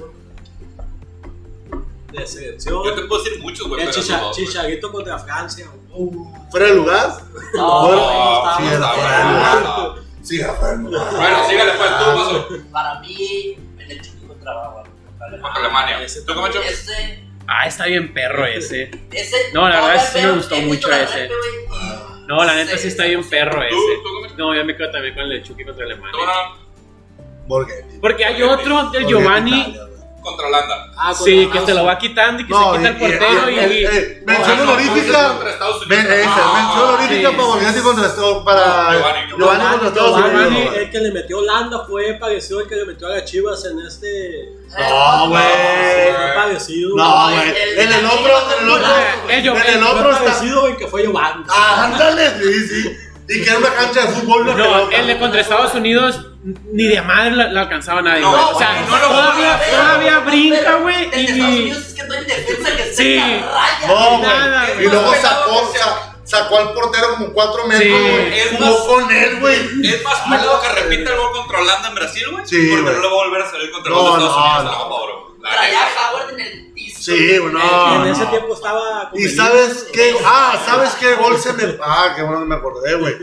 [SPEAKER 8] de selección.
[SPEAKER 1] Yo te puedo decir muchos, güey.
[SPEAKER 8] El
[SPEAKER 1] pero
[SPEAKER 8] chicha-
[SPEAKER 1] no, güey.
[SPEAKER 8] Chichaguito contra Francia. Uh,
[SPEAKER 3] ¿Fuera de lugar?
[SPEAKER 8] No,
[SPEAKER 1] Ah,
[SPEAKER 3] no,
[SPEAKER 1] sí,
[SPEAKER 3] estaba-
[SPEAKER 1] está
[SPEAKER 3] estaba-
[SPEAKER 1] bueno.
[SPEAKER 3] Sí, fuera de lugar.
[SPEAKER 1] Bueno, sígale pues tú, Mazo.
[SPEAKER 2] Para mí, el de Chucky contra Bávaro.
[SPEAKER 1] Contra Alemania.
[SPEAKER 8] ese
[SPEAKER 1] ¿Tú, Camacho?
[SPEAKER 2] Ese,
[SPEAKER 6] Ah, está bien perro ese.
[SPEAKER 2] ese.
[SPEAKER 6] No, la verdad
[SPEAKER 2] todavía
[SPEAKER 6] sí me
[SPEAKER 2] veo-
[SPEAKER 6] gustó
[SPEAKER 2] he visto
[SPEAKER 6] mucho
[SPEAKER 2] la
[SPEAKER 6] ese.
[SPEAKER 2] repe, güey, y-
[SPEAKER 6] No, la neta sí está bien perro
[SPEAKER 1] Tú,
[SPEAKER 6] ese.
[SPEAKER 1] tú, Camacho.
[SPEAKER 6] No, yo me quedo también con el de Chucky contra
[SPEAKER 1] Tú,
[SPEAKER 6] Alemania.
[SPEAKER 1] no,
[SPEAKER 3] Borghetti.
[SPEAKER 6] Porque hay otro del Giovanni.
[SPEAKER 1] Contra Holanda.
[SPEAKER 6] Ah, Sí, que se lo va quitando y que se quita el portero y.
[SPEAKER 3] eh, Mención
[SPEAKER 1] Ah, no,
[SPEAKER 3] honorífica.
[SPEAKER 1] contra Estados
[SPEAKER 3] Ven,
[SPEAKER 1] Unidos.
[SPEAKER 3] esa, mención
[SPEAKER 1] Ah,
[SPEAKER 3] honorífica
[SPEAKER 6] sí.
[SPEAKER 3] para Borghetti contra Estados para
[SPEAKER 1] Giovanni.
[SPEAKER 3] Giovanni contra Estados
[SPEAKER 8] Giovanni,
[SPEAKER 3] Unidos.
[SPEAKER 8] el que le metió a Holanda fue parecido al que le metió a las Chivas en este.
[SPEAKER 6] eh,
[SPEAKER 3] No, güey.
[SPEAKER 8] Fue parecido.
[SPEAKER 3] Eh, No, güey. En el otro, en el otro.
[SPEAKER 6] Eh, yo-
[SPEAKER 3] En el
[SPEAKER 8] Fue
[SPEAKER 3] otro está.
[SPEAKER 8] parecido en que fue Giovanni.
[SPEAKER 3] Ah, ándale, sí, sí. Y que era una cancha de fútbol. una
[SPEAKER 6] No,
[SPEAKER 3] pelota.
[SPEAKER 6] el de contra Estados Unidos ni de madre la, la alcanzaba nadie.
[SPEAKER 1] No,
[SPEAKER 6] güey. o sea,
[SPEAKER 1] güey, no lo
[SPEAKER 6] todavía,
[SPEAKER 1] jugaba.
[SPEAKER 6] todavía brinca, güey.
[SPEAKER 2] El de Estados
[SPEAKER 6] Y,
[SPEAKER 2] Unidos es que no hay defensa que esté
[SPEAKER 6] Sí.
[SPEAKER 2] en la raya.
[SPEAKER 3] No,
[SPEAKER 6] nada,
[SPEAKER 3] güey.
[SPEAKER 6] güey.
[SPEAKER 3] Y luego
[SPEAKER 1] Más
[SPEAKER 3] sacó,
[SPEAKER 1] pelado que
[SPEAKER 3] sa- sacó al portero como cuatro metros,
[SPEAKER 6] Sí.
[SPEAKER 3] güey.
[SPEAKER 1] Es
[SPEAKER 3] Jugó
[SPEAKER 1] más-
[SPEAKER 3] con él, güey.
[SPEAKER 1] Es más pelado que repita el gol contra Holanda en Brasil, güey.
[SPEAKER 3] Sí,
[SPEAKER 1] porque
[SPEAKER 3] güey.
[SPEAKER 1] no lo va a volver a salir contra
[SPEAKER 3] No,
[SPEAKER 1] los Estados
[SPEAKER 3] no,
[SPEAKER 1] Unidos Ah, en
[SPEAKER 3] no.
[SPEAKER 1] la Copa Oro. La
[SPEAKER 2] Traía
[SPEAKER 1] neta.
[SPEAKER 2] a Howard en el piso.
[SPEAKER 3] Sí, güey,
[SPEAKER 8] Y
[SPEAKER 3] no.
[SPEAKER 8] Eh, en ese
[SPEAKER 3] no.
[SPEAKER 8] tiempo estaba. con
[SPEAKER 3] ¿Y
[SPEAKER 8] Benítez.
[SPEAKER 3] sabes qué? Ah, ¿sabes qué gol se me... Ah, qué bueno que me acordé, güey.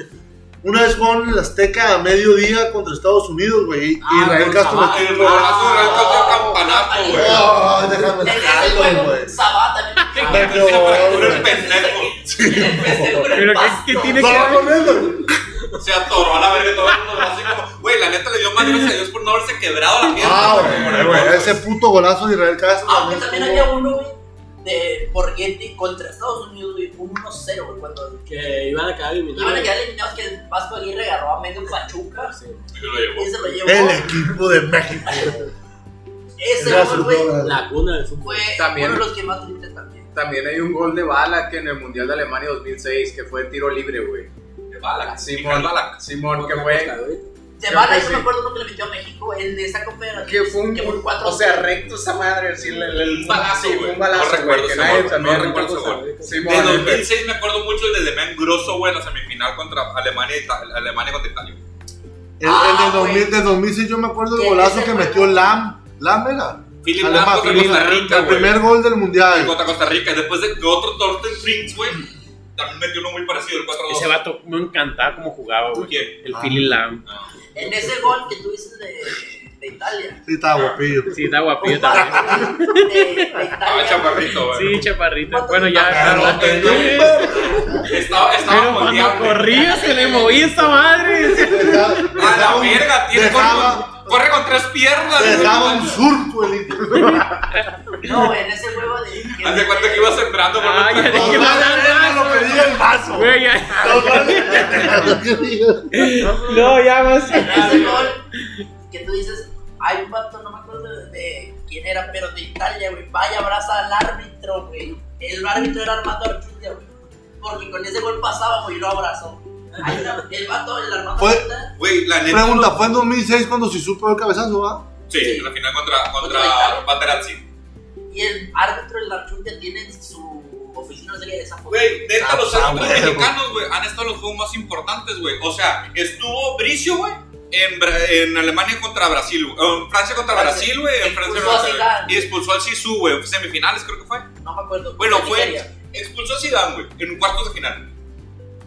[SPEAKER 3] Una vez jugó en el Azteca a mediodía contra Estados Unidos, güey. Y
[SPEAKER 8] Ah,
[SPEAKER 3] Raúl
[SPEAKER 8] con
[SPEAKER 3] Castro
[SPEAKER 8] Zavala.
[SPEAKER 3] metió
[SPEAKER 1] El
[SPEAKER 3] el gol.
[SPEAKER 1] golazo de Real Castro Campanato, güey.
[SPEAKER 3] Ah, déjame
[SPEAKER 2] En ese
[SPEAKER 3] dejarlo,
[SPEAKER 2] juego,
[SPEAKER 3] güey.
[SPEAKER 2] Sabá también.
[SPEAKER 6] *laughs*
[SPEAKER 3] Me
[SPEAKER 1] Ese para que tú
[SPEAKER 3] quedó,
[SPEAKER 1] eres
[SPEAKER 3] güey.
[SPEAKER 1] pendejo.
[SPEAKER 6] pero ¿qué, qué tiene que
[SPEAKER 3] Solo
[SPEAKER 6] ver?
[SPEAKER 3] con él, güey.
[SPEAKER 1] Se atoró a la verga todo el mundo. Así como, güey, la neta le dio más gracias a Dios por no haberse quebrado la pierna.
[SPEAKER 3] Ah,
[SPEAKER 1] güey, por
[SPEAKER 3] güey,
[SPEAKER 1] el
[SPEAKER 3] güey.
[SPEAKER 1] gol.
[SPEAKER 3] Ese puto golazo de Israel Castro
[SPEAKER 2] Aunque Ah, también había
[SPEAKER 3] también.
[SPEAKER 2] uno, güey, de Borghetti contra Estados Unidos, güey, un 1-0, güey, cuando
[SPEAKER 8] Que iban a quedar eliminados.
[SPEAKER 2] iban a quedar eliminados que Vasco Aguirre agarró a medio Pachuca
[SPEAKER 1] Y se lo llevó.
[SPEAKER 2] y se lo llevó.
[SPEAKER 3] El equipo de México.
[SPEAKER 2] Ese
[SPEAKER 3] Era
[SPEAKER 2] gol,
[SPEAKER 3] su
[SPEAKER 2] güey,
[SPEAKER 3] gol.
[SPEAKER 8] La cuna del fútbol.
[SPEAKER 2] fue
[SPEAKER 7] También.
[SPEAKER 2] uno de los que más triste también.
[SPEAKER 7] También hay un gol de bala que en el Mundial de Alemania 2006, que fue tiro libre, güey.
[SPEAKER 1] De bala, sí,
[SPEAKER 7] Simón,
[SPEAKER 1] bala.
[SPEAKER 7] Simón, que fue
[SPEAKER 2] De
[SPEAKER 7] Creo
[SPEAKER 2] bala,
[SPEAKER 7] que
[SPEAKER 2] yo
[SPEAKER 7] sí.
[SPEAKER 2] me acuerdo uno que le metió a México, el de esa confederación.
[SPEAKER 7] Que fue un.
[SPEAKER 2] que fue cuatro.
[SPEAKER 7] o sea, recto esa madre. Sí, le- le-
[SPEAKER 1] Un balazo,
[SPEAKER 7] sí,
[SPEAKER 1] güey.
[SPEAKER 7] fue un balazo.
[SPEAKER 1] No recuerdo
[SPEAKER 7] güey, que
[SPEAKER 1] ese
[SPEAKER 7] nadie
[SPEAKER 1] gol,
[SPEAKER 7] también
[SPEAKER 1] no recuerdo
[SPEAKER 7] recuerda.
[SPEAKER 1] ese
[SPEAKER 7] Sí,
[SPEAKER 1] De
[SPEAKER 7] bueno,
[SPEAKER 1] 2006 me acuerdo mucho el del alemán grosso, güey, en la semifinal contra Alemania, y Ita- Alemania contra Italia.
[SPEAKER 3] El,
[SPEAKER 2] Ah,
[SPEAKER 3] el de,
[SPEAKER 2] güey.
[SPEAKER 3] 2000, de 2006 yo me acuerdo
[SPEAKER 2] Que
[SPEAKER 3] el golazo
[SPEAKER 2] ese
[SPEAKER 3] que
[SPEAKER 2] fue-
[SPEAKER 3] metió Lam. Lam era.
[SPEAKER 1] Philip
[SPEAKER 3] Alemán,
[SPEAKER 1] Lam contra
[SPEAKER 3] Philip
[SPEAKER 1] Costa
[SPEAKER 3] Lam,
[SPEAKER 1] Rica,
[SPEAKER 3] El
[SPEAKER 1] güey.
[SPEAKER 3] primer gol del mundial.
[SPEAKER 1] Contra Costa Rica. Y después de que otro Torsten Frings, güey, también metió uno muy parecido, el 4-2.
[SPEAKER 6] Ese vato me encantaba cómo jugaba, güey.
[SPEAKER 1] ¿Quién?
[SPEAKER 6] El Philly Lam.
[SPEAKER 2] En ese gol que tú dices de, de Italia.
[SPEAKER 3] Sí, estaba guapillo.
[SPEAKER 6] Sí, está guapillo
[SPEAKER 2] Un
[SPEAKER 6] también.
[SPEAKER 2] par de- *laughs* de
[SPEAKER 1] Ah,
[SPEAKER 2] Italia.
[SPEAKER 1] chaparrito, güey.
[SPEAKER 6] Sí, chaparrito. Bueno, ya.
[SPEAKER 1] Claro,
[SPEAKER 6] Pero
[SPEAKER 1] güey. Estaba, estaba
[SPEAKER 6] cuando
[SPEAKER 1] moldeable.
[SPEAKER 6] corría se le movía esta madre.
[SPEAKER 3] Dejaba-
[SPEAKER 1] A la
[SPEAKER 3] dejaba un-
[SPEAKER 1] verga, tiene corre,
[SPEAKER 3] dejaba-
[SPEAKER 1] corre con tres piernas.
[SPEAKER 3] Dejaba
[SPEAKER 1] güey.
[SPEAKER 3] un surco el
[SPEAKER 2] No, güey, en ese juego de.
[SPEAKER 1] Haz de cuenta que iba sembrando por
[SPEAKER 6] Ah, ya dije, va a dar
[SPEAKER 3] Lo
[SPEAKER 6] más,
[SPEAKER 3] pedía
[SPEAKER 1] *laughs*
[SPEAKER 3] el vaso.
[SPEAKER 6] Güey, ya.
[SPEAKER 3] Totalmente.
[SPEAKER 6] No, ya más.
[SPEAKER 2] En ese gol que tú dices, hay un vato, no me acuerdo de, de quién era, pero de Italia, güey. Vaya, abraza al árbitro, güey. El árbitro era Armando Arquilla, güey. Porque con ese gol pasaba, güey, y lo abrazó. Ahí era- el vato, el Armando
[SPEAKER 3] Fue-
[SPEAKER 2] Arquilla,
[SPEAKER 1] Güey, la neta.
[SPEAKER 3] Pregunta, ¿fue en 2006 cuando se supo el cabezazo, va?
[SPEAKER 1] Sí, en la final contra,
[SPEAKER 2] Contra Italia.
[SPEAKER 1] contra Materazzi.
[SPEAKER 2] y el árbitro, el Arquilla, tiene en su oficina, no sé qué, esa foto.
[SPEAKER 1] Güey, neta,
[SPEAKER 3] Ah,
[SPEAKER 1] los
[SPEAKER 3] ah,
[SPEAKER 1] árbitros
[SPEAKER 3] huevo.
[SPEAKER 1] mexicanos, güey, han estado en los juegos más importantes, güey. O sea, estuvo Bricio, güey, en, Bra- en Alemania contra Brasil, güey. O En Francia contra
[SPEAKER 2] Francia.
[SPEAKER 1] Brasil, güey. En Francia
[SPEAKER 2] Expulsó a
[SPEAKER 1] contra Brasil.
[SPEAKER 2] Zidane.
[SPEAKER 1] Y expulsó al Sisu, güey. Semifinales, creo que fue.
[SPEAKER 2] No me acuerdo.
[SPEAKER 1] Bueno,
[SPEAKER 2] de Nigeria.
[SPEAKER 1] fue. Expulsó a Zidane, güey, en cuartos de final.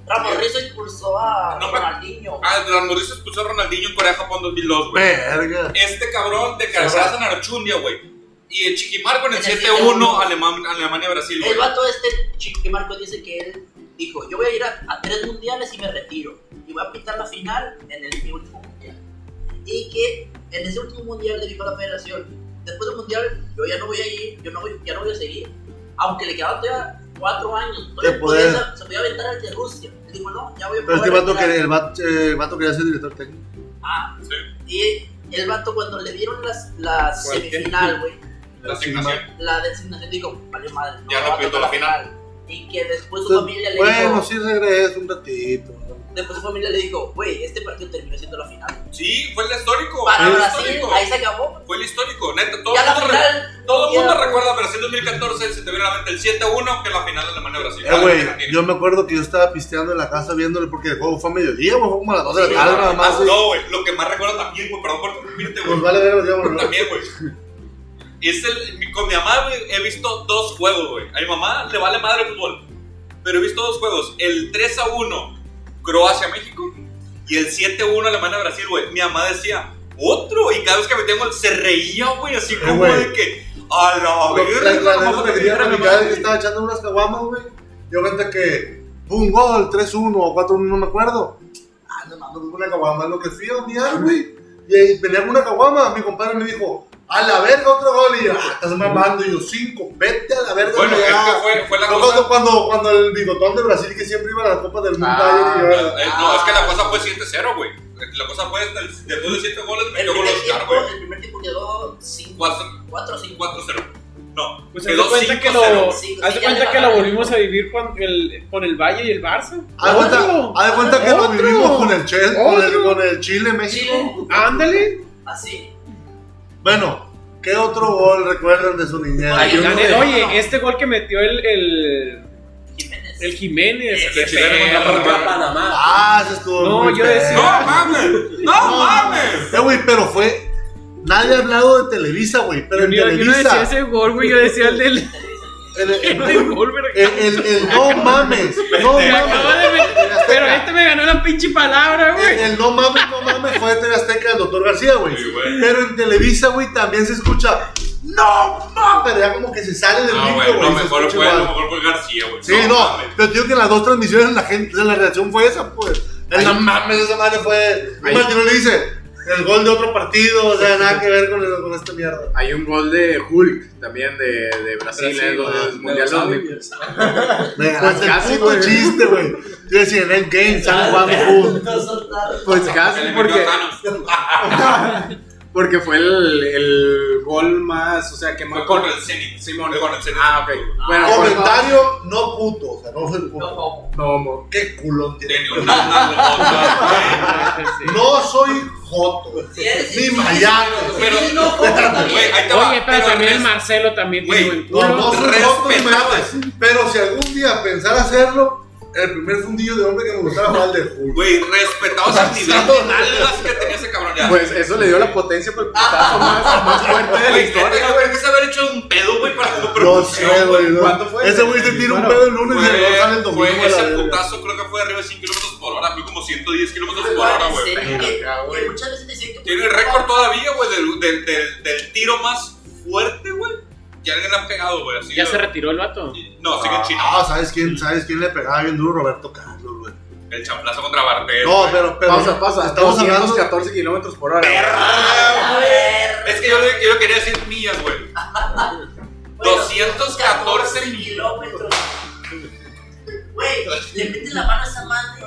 [SPEAKER 2] Ramos Rizzo expulsó a
[SPEAKER 1] No me-
[SPEAKER 2] Ronaldinho.
[SPEAKER 1] Ah, Ramorrizo expulsó a Ronaldinho en Corea-Japón 2002, güey.
[SPEAKER 3] Verga.
[SPEAKER 1] este cabrón de cabezazo en Archundia, güey. Y el Chiquimarco en el
[SPEAKER 2] En el
[SPEAKER 1] 7-1
[SPEAKER 2] 7-1.
[SPEAKER 1] Alemán- Alemania-Brasil,
[SPEAKER 2] El
[SPEAKER 1] güey.
[SPEAKER 2] vato este chi- que Marco dice que él dijo, yo voy a ir a, a tres mundiales y me retiro. Y voy a pintar la final en el mi último mundial. Y que en ese último mundial le dijo a la federación, después del mundial yo ya no voy a ir, yo no voy, ya no voy a seguir. Aunque le quedaban todavía cuatro años, todavía
[SPEAKER 3] De poder.
[SPEAKER 2] podía- se podía aventar al de Rusia. Él dijo, no, ya voy a
[SPEAKER 3] Pero este
[SPEAKER 2] poder
[SPEAKER 3] vato,
[SPEAKER 2] aventar".
[SPEAKER 3] quería, el, vato, eh, el vato quería ser director técnico.
[SPEAKER 2] Ah,
[SPEAKER 1] Sí.
[SPEAKER 2] y el vato cuando le dieron las, la
[SPEAKER 6] ¿Cuál qué?
[SPEAKER 2] semifinal, güey,
[SPEAKER 1] La asignación.
[SPEAKER 2] la designación dijo, vale madre,
[SPEAKER 1] Ya no
[SPEAKER 2] va a
[SPEAKER 1] pintó
[SPEAKER 2] tocar
[SPEAKER 1] la final.
[SPEAKER 2] Y que después su familia
[SPEAKER 3] Entonces,
[SPEAKER 2] le
[SPEAKER 3] Bueno,
[SPEAKER 2] dijo,
[SPEAKER 3] sí regreso un ratito.
[SPEAKER 2] después su familia le dijo, güey, este partido terminó siendo la final.
[SPEAKER 1] Sí, fue el histórico.
[SPEAKER 2] Para
[SPEAKER 1] fue el
[SPEAKER 2] Brasil,
[SPEAKER 1] histórico.
[SPEAKER 2] ahí se acabó.
[SPEAKER 1] Fue el histórico, neta. Todo
[SPEAKER 2] Ya
[SPEAKER 1] el
[SPEAKER 2] la
[SPEAKER 1] mundo, re-
[SPEAKER 2] final.
[SPEAKER 1] todo el mundo
[SPEAKER 2] ya-
[SPEAKER 1] recuerda Brasil 2014, se te viene a la mente el 7-1, que la final de Alemania-Brasil.
[SPEAKER 3] Eh, güey, yo me acuerdo que yo estaba pisteando en la casa viéndole porque el juego fue a mediodía, güey, fue como a las 2 de la tarde nada más. güey.
[SPEAKER 1] No, güey, lo que más recuerdo también, güey, perdón por interrumpirte, güey.
[SPEAKER 3] Pues vale, verga, ya, güey.
[SPEAKER 1] También, güey. Es el, mi- con mi mamá, güey, he visto dos juegos, güey. A mi mamá le vale madre el fútbol. Pero he visto dos juegos. El 3 a 1, Croacia-México. Y el 7 a 1, Alemania-Brasil, güey. Mi mamá decía, otro. Y cada vez que me tengo, se reía, güey, así como
[SPEAKER 3] Eh, güey.
[SPEAKER 1] de que. A la
[SPEAKER 3] La-
[SPEAKER 1] verga,
[SPEAKER 3] la
[SPEAKER 1] nomás
[SPEAKER 3] anécdota
[SPEAKER 1] me
[SPEAKER 3] que tenía
[SPEAKER 1] dijeron,
[SPEAKER 3] con mi
[SPEAKER 1] no
[SPEAKER 3] cara es
[SPEAKER 1] mames".
[SPEAKER 3] que estaba echando unas caguamas, güey. Yo cuenta que un gol, 3-1 o 4-1, no me acuerdo. Ah, no mames, una caguama, lo que fui a odiar, güey. Y ahí venía con una caguama, mi compadre me dijo, a la verga otro gol. Y yo, "Ah, estás mamando, y yo, cinco, vete a la verga.
[SPEAKER 1] Bueno,
[SPEAKER 3] ya".
[SPEAKER 1] es que fue, fue la
[SPEAKER 3] Fue
[SPEAKER 1] cosa.
[SPEAKER 3] cuando, cuando, cuando el bigotón de Brasil que siempre iba a la Copa del Mundo
[SPEAKER 7] Ah,
[SPEAKER 3] ayer, y yo,
[SPEAKER 1] Eh, no, es que la cosa fue 7-0, güey. La cosa fue hasta el- después de 7 goles,
[SPEAKER 2] El
[SPEAKER 1] metió gol
[SPEAKER 2] primer,
[SPEAKER 1] Oscar,
[SPEAKER 2] tiempo,
[SPEAKER 1] güey.
[SPEAKER 2] el primer tiempo quedó 5
[SPEAKER 1] Cuatro-
[SPEAKER 2] 4 5
[SPEAKER 1] 4-0. No,
[SPEAKER 6] Pues haz de
[SPEAKER 1] quedó
[SPEAKER 6] cuenta que
[SPEAKER 1] 5-0.
[SPEAKER 6] lo,
[SPEAKER 2] Sí,
[SPEAKER 6] haz
[SPEAKER 2] sí,
[SPEAKER 6] de
[SPEAKER 2] ya
[SPEAKER 6] cuenta
[SPEAKER 2] le
[SPEAKER 6] que lo
[SPEAKER 2] bajaron.
[SPEAKER 6] volvimos a vivir con el, con el Valle y el Barça.
[SPEAKER 3] haz de
[SPEAKER 6] Otro.
[SPEAKER 3] cuenta, haz de cuenta que lo
[SPEAKER 6] Otro.
[SPEAKER 3] vivimos con el, Chel- con el,
[SPEAKER 6] Otro.
[SPEAKER 3] con el Chile, México.
[SPEAKER 2] Chile,
[SPEAKER 6] Ándale.
[SPEAKER 2] así.
[SPEAKER 3] Bueno, ¿qué otro gol recuerdan de su niñez?
[SPEAKER 2] Ay,
[SPEAKER 3] Yo no
[SPEAKER 2] gané
[SPEAKER 3] sé.
[SPEAKER 2] hoy.
[SPEAKER 6] Oye, este gol que metió el, el,
[SPEAKER 2] Jiménez.
[SPEAKER 6] el Jiménez.
[SPEAKER 2] El
[SPEAKER 6] qué
[SPEAKER 1] chileno
[SPEAKER 6] perro.
[SPEAKER 1] contra Panamá.
[SPEAKER 8] Panamá.
[SPEAKER 3] Ah, eso estuvo
[SPEAKER 6] No,
[SPEAKER 3] muy
[SPEAKER 6] yo
[SPEAKER 3] feo.
[SPEAKER 6] decía-
[SPEAKER 1] ¡No mames! ¡No mames!
[SPEAKER 3] Eh, güey, pero fue. Nadie ha hablado de Televisa, güey. Pero
[SPEAKER 6] Yo
[SPEAKER 3] en
[SPEAKER 6] no- yo no decía
[SPEAKER 3] Televisa.
[SPEAKER 6] ese gol, güey. Yo decía el del.
[SPEAKER 3] El, el-
[SPEAKER 6] Este gol, verga.
[SPEAKER 3] el- el- el no mames. No
[SPEAKER 6] Me acaba de
[SPEAKER 3] mames.
[SPEAKER 6] meter- Pero este me ganó la pinche palabra,
[SPEAKER 3] El,
[SPEAKER 6] güey.
[SPEAKER 3] el no mames, no mames fue de TV Azteca del doctor García, güey.
[SPEAKER 1] Sí, güey.
[SPEAKER 3] Pero en Televisa, güey, también se escucha. ¡No mames! Pero ya como que se sale del
[SPEAKER 1] No,
[SPEAKER 3] micro,
[SPEAKER 1] güey,
[SPEAKER 3] güey.
[SPEAKER 1] no,
[SPEAKER 3] se
[SPEAKER 1] mejor
[SPEAKER 3] escucha
[SPEAKER 1] fue,
[SPEAKER 3] igual.
[SPEAKER 1] lo mejor fue García, güey.
[SPEAKER 3] Sí, no.
[SPEAKER 1] mames.
[SPEAKER 3] Pero te digo que en las dos transmisiones la gente, la reacción fue esa, pues. El no mames, esa madre fue.
[SPEAKER 7] Ahí.
[SPEAKER 3] Martín le dice. El gol de otro partido, o sea, nada que ver con, el- con esta mierda.
[SPEAKER 7] Hay un gol de Hulk también de, de Brasil, en
[SPEAKER 3] ah,
[SPEAKER 5] ah,
[SPEAKER 7] el Mundial
[SPEAKER 8] Pero sabe,
[SPEAKER 7] 2000.
[SPEAKER 8] güey, sabe.
[SPEAKER 3] Me ganaste
[SPEAKER 7] casi,
[SPEAKER 3] el puto
[SPEAKER 7] güey.
[SPEAKER 3] chiste, güey. Yo decía, en el game, están jugando juntos.
[SPEAKER 2] Soltar.
[SPEAKER 7] Pues
[SPEAKER 1] Se
[SPEAKER 7] casi,
[SPEAKER 1] le metió
[SPEAKER 7] porque
[SPEAKER 1] a Thanos.
[SPEAKER 7] Porque fue el, el gol más, o sea, que más...
[SPEAKER 1] Fue con el Zenit.
[SPEAKER 7] Simón,
[SPEAKER 1] Fue
[SPEAKER 7] con
[SPEAKER 1] con el Zenit.
[SPEAKER 7] Ah, ok. Bueno,
[SPEAKER 3] Comentario no puto, o sea, no soy
[SPEAKER 2] No,
[SPEAKER 3] puto.
[SPEAKER 2] no.
[SPEAKER 7] No, mo-
[SPEAKER 3] Qué culón tiene.
[SPEAKER 1] Tenía una- una-
[SPEAKER 6] *laughs*
[SPEAKER 1] una-
[SPEAKER 3] No soy joto.
[SPEAKER 2] Si eres-
[SPEAKER 3] Ni Miami.
[SPEAKER 1] Pero-
[SPEAKER 2] Sí, no, ¿cómo también?
[SPEAKER 1] Güey, ahí te va,
[SPEAKER 6] Oye, pero también el
[SPEAKER 1] res-
[SPEAKER 6] Marcelo también
[SPEAKER 1] Güey,
[SPEAKER 6] tiene buen
[SPEAKER 3] No,
[SPEAKER 6] culo.
[SPEAKER 3] no soy joto ni
[SPEAKER 1] Respetables.
[SPEAKER 3] Miami. Pero si algún día pensara hacerlo, el primer fundillo de hombre que me gustaba fue el de Julio.
[SPEAKER 1] Güey, respetados al nivel de nalgas que tenía ese cabrón ya.
[SPEAKER 7] Pues eso le dio la potencia para el putazo más, más fuerte de la
[SPEAKER 1] Güey, neta,
[SPEAKER 7] historia,
[SPEAKER 1] güey,
[SPEAKER 7] güey.
[SPEAKER 1] Tienes que haber hecho un pedo, güey, para que no
[SPEAKER 3] No sé,
[SPEAKER 1] percusión,
[SPEAKER 3] güey. no.
[SPEAKER 7] ¿Cuánto fue?
[SPEAKER 3] Ese güey se tira un
[SPEAKER 7] Bueno,
[SPEAKER 3] pedo el lunes y el otro sale el
[SPEAKER 1] Fue, fue
[SPEAKER 3] domingo. a la
[SPEAKER 1] ese
[SPEAKER 3] verga.
[SPEAKER 1] putazo, creo que fue arriba de 100 kilómetros por hora, fue como 110
[SPEAKER 6] Ah,
[SPEAKER 1] kilómetros por hora,
[SPEAKER 2] Igual,
[SPEAKER 1] güey.
[SPEAKER 2] sería que-
[SPEAKER 7] Venga, güey.
[SPEAKER 2] que muchas veces decían que-
[SPEAKER 1] Tiene el récord todavía, güey, del, del, del, del tiro más fuerte, güey, que alguien le han pegado, güey. así
[SPEAKER 6] Ya
[SPEAKER 1] de-
[SPEAKER 6] se retiró el vato.
[SPEAKER 1] No, sigue en China.
[SPEAKER 3] Ah, ¿sabes quién, ¿sabes quién le pegaba bien duro? Roberto Carlos, güey.
[SPEAKER 1] El champlazo contra Bartel.
[SPEAKER 3] No, pero, pero.
[SPEAKER 7] Pausa, pausa.
[SPEAKER 3] Estamos hablando.
[SPEAKER 7] 14 kilómetros por hora.
[SPEAKER 1] Perra,
[SPEAKER 2] A
[SPEAKER 1] Ah, güey.
[SPEAKER 2] ver.
[SPEAKER 1] Es que yo le, yo le quería decir millas, güey.
[SPEAKER 2] Bueno,
[SPEAKER 1] 214 millones.
[SPEAKER 2] kilómetros. Güey, le meten la mano a esa madre.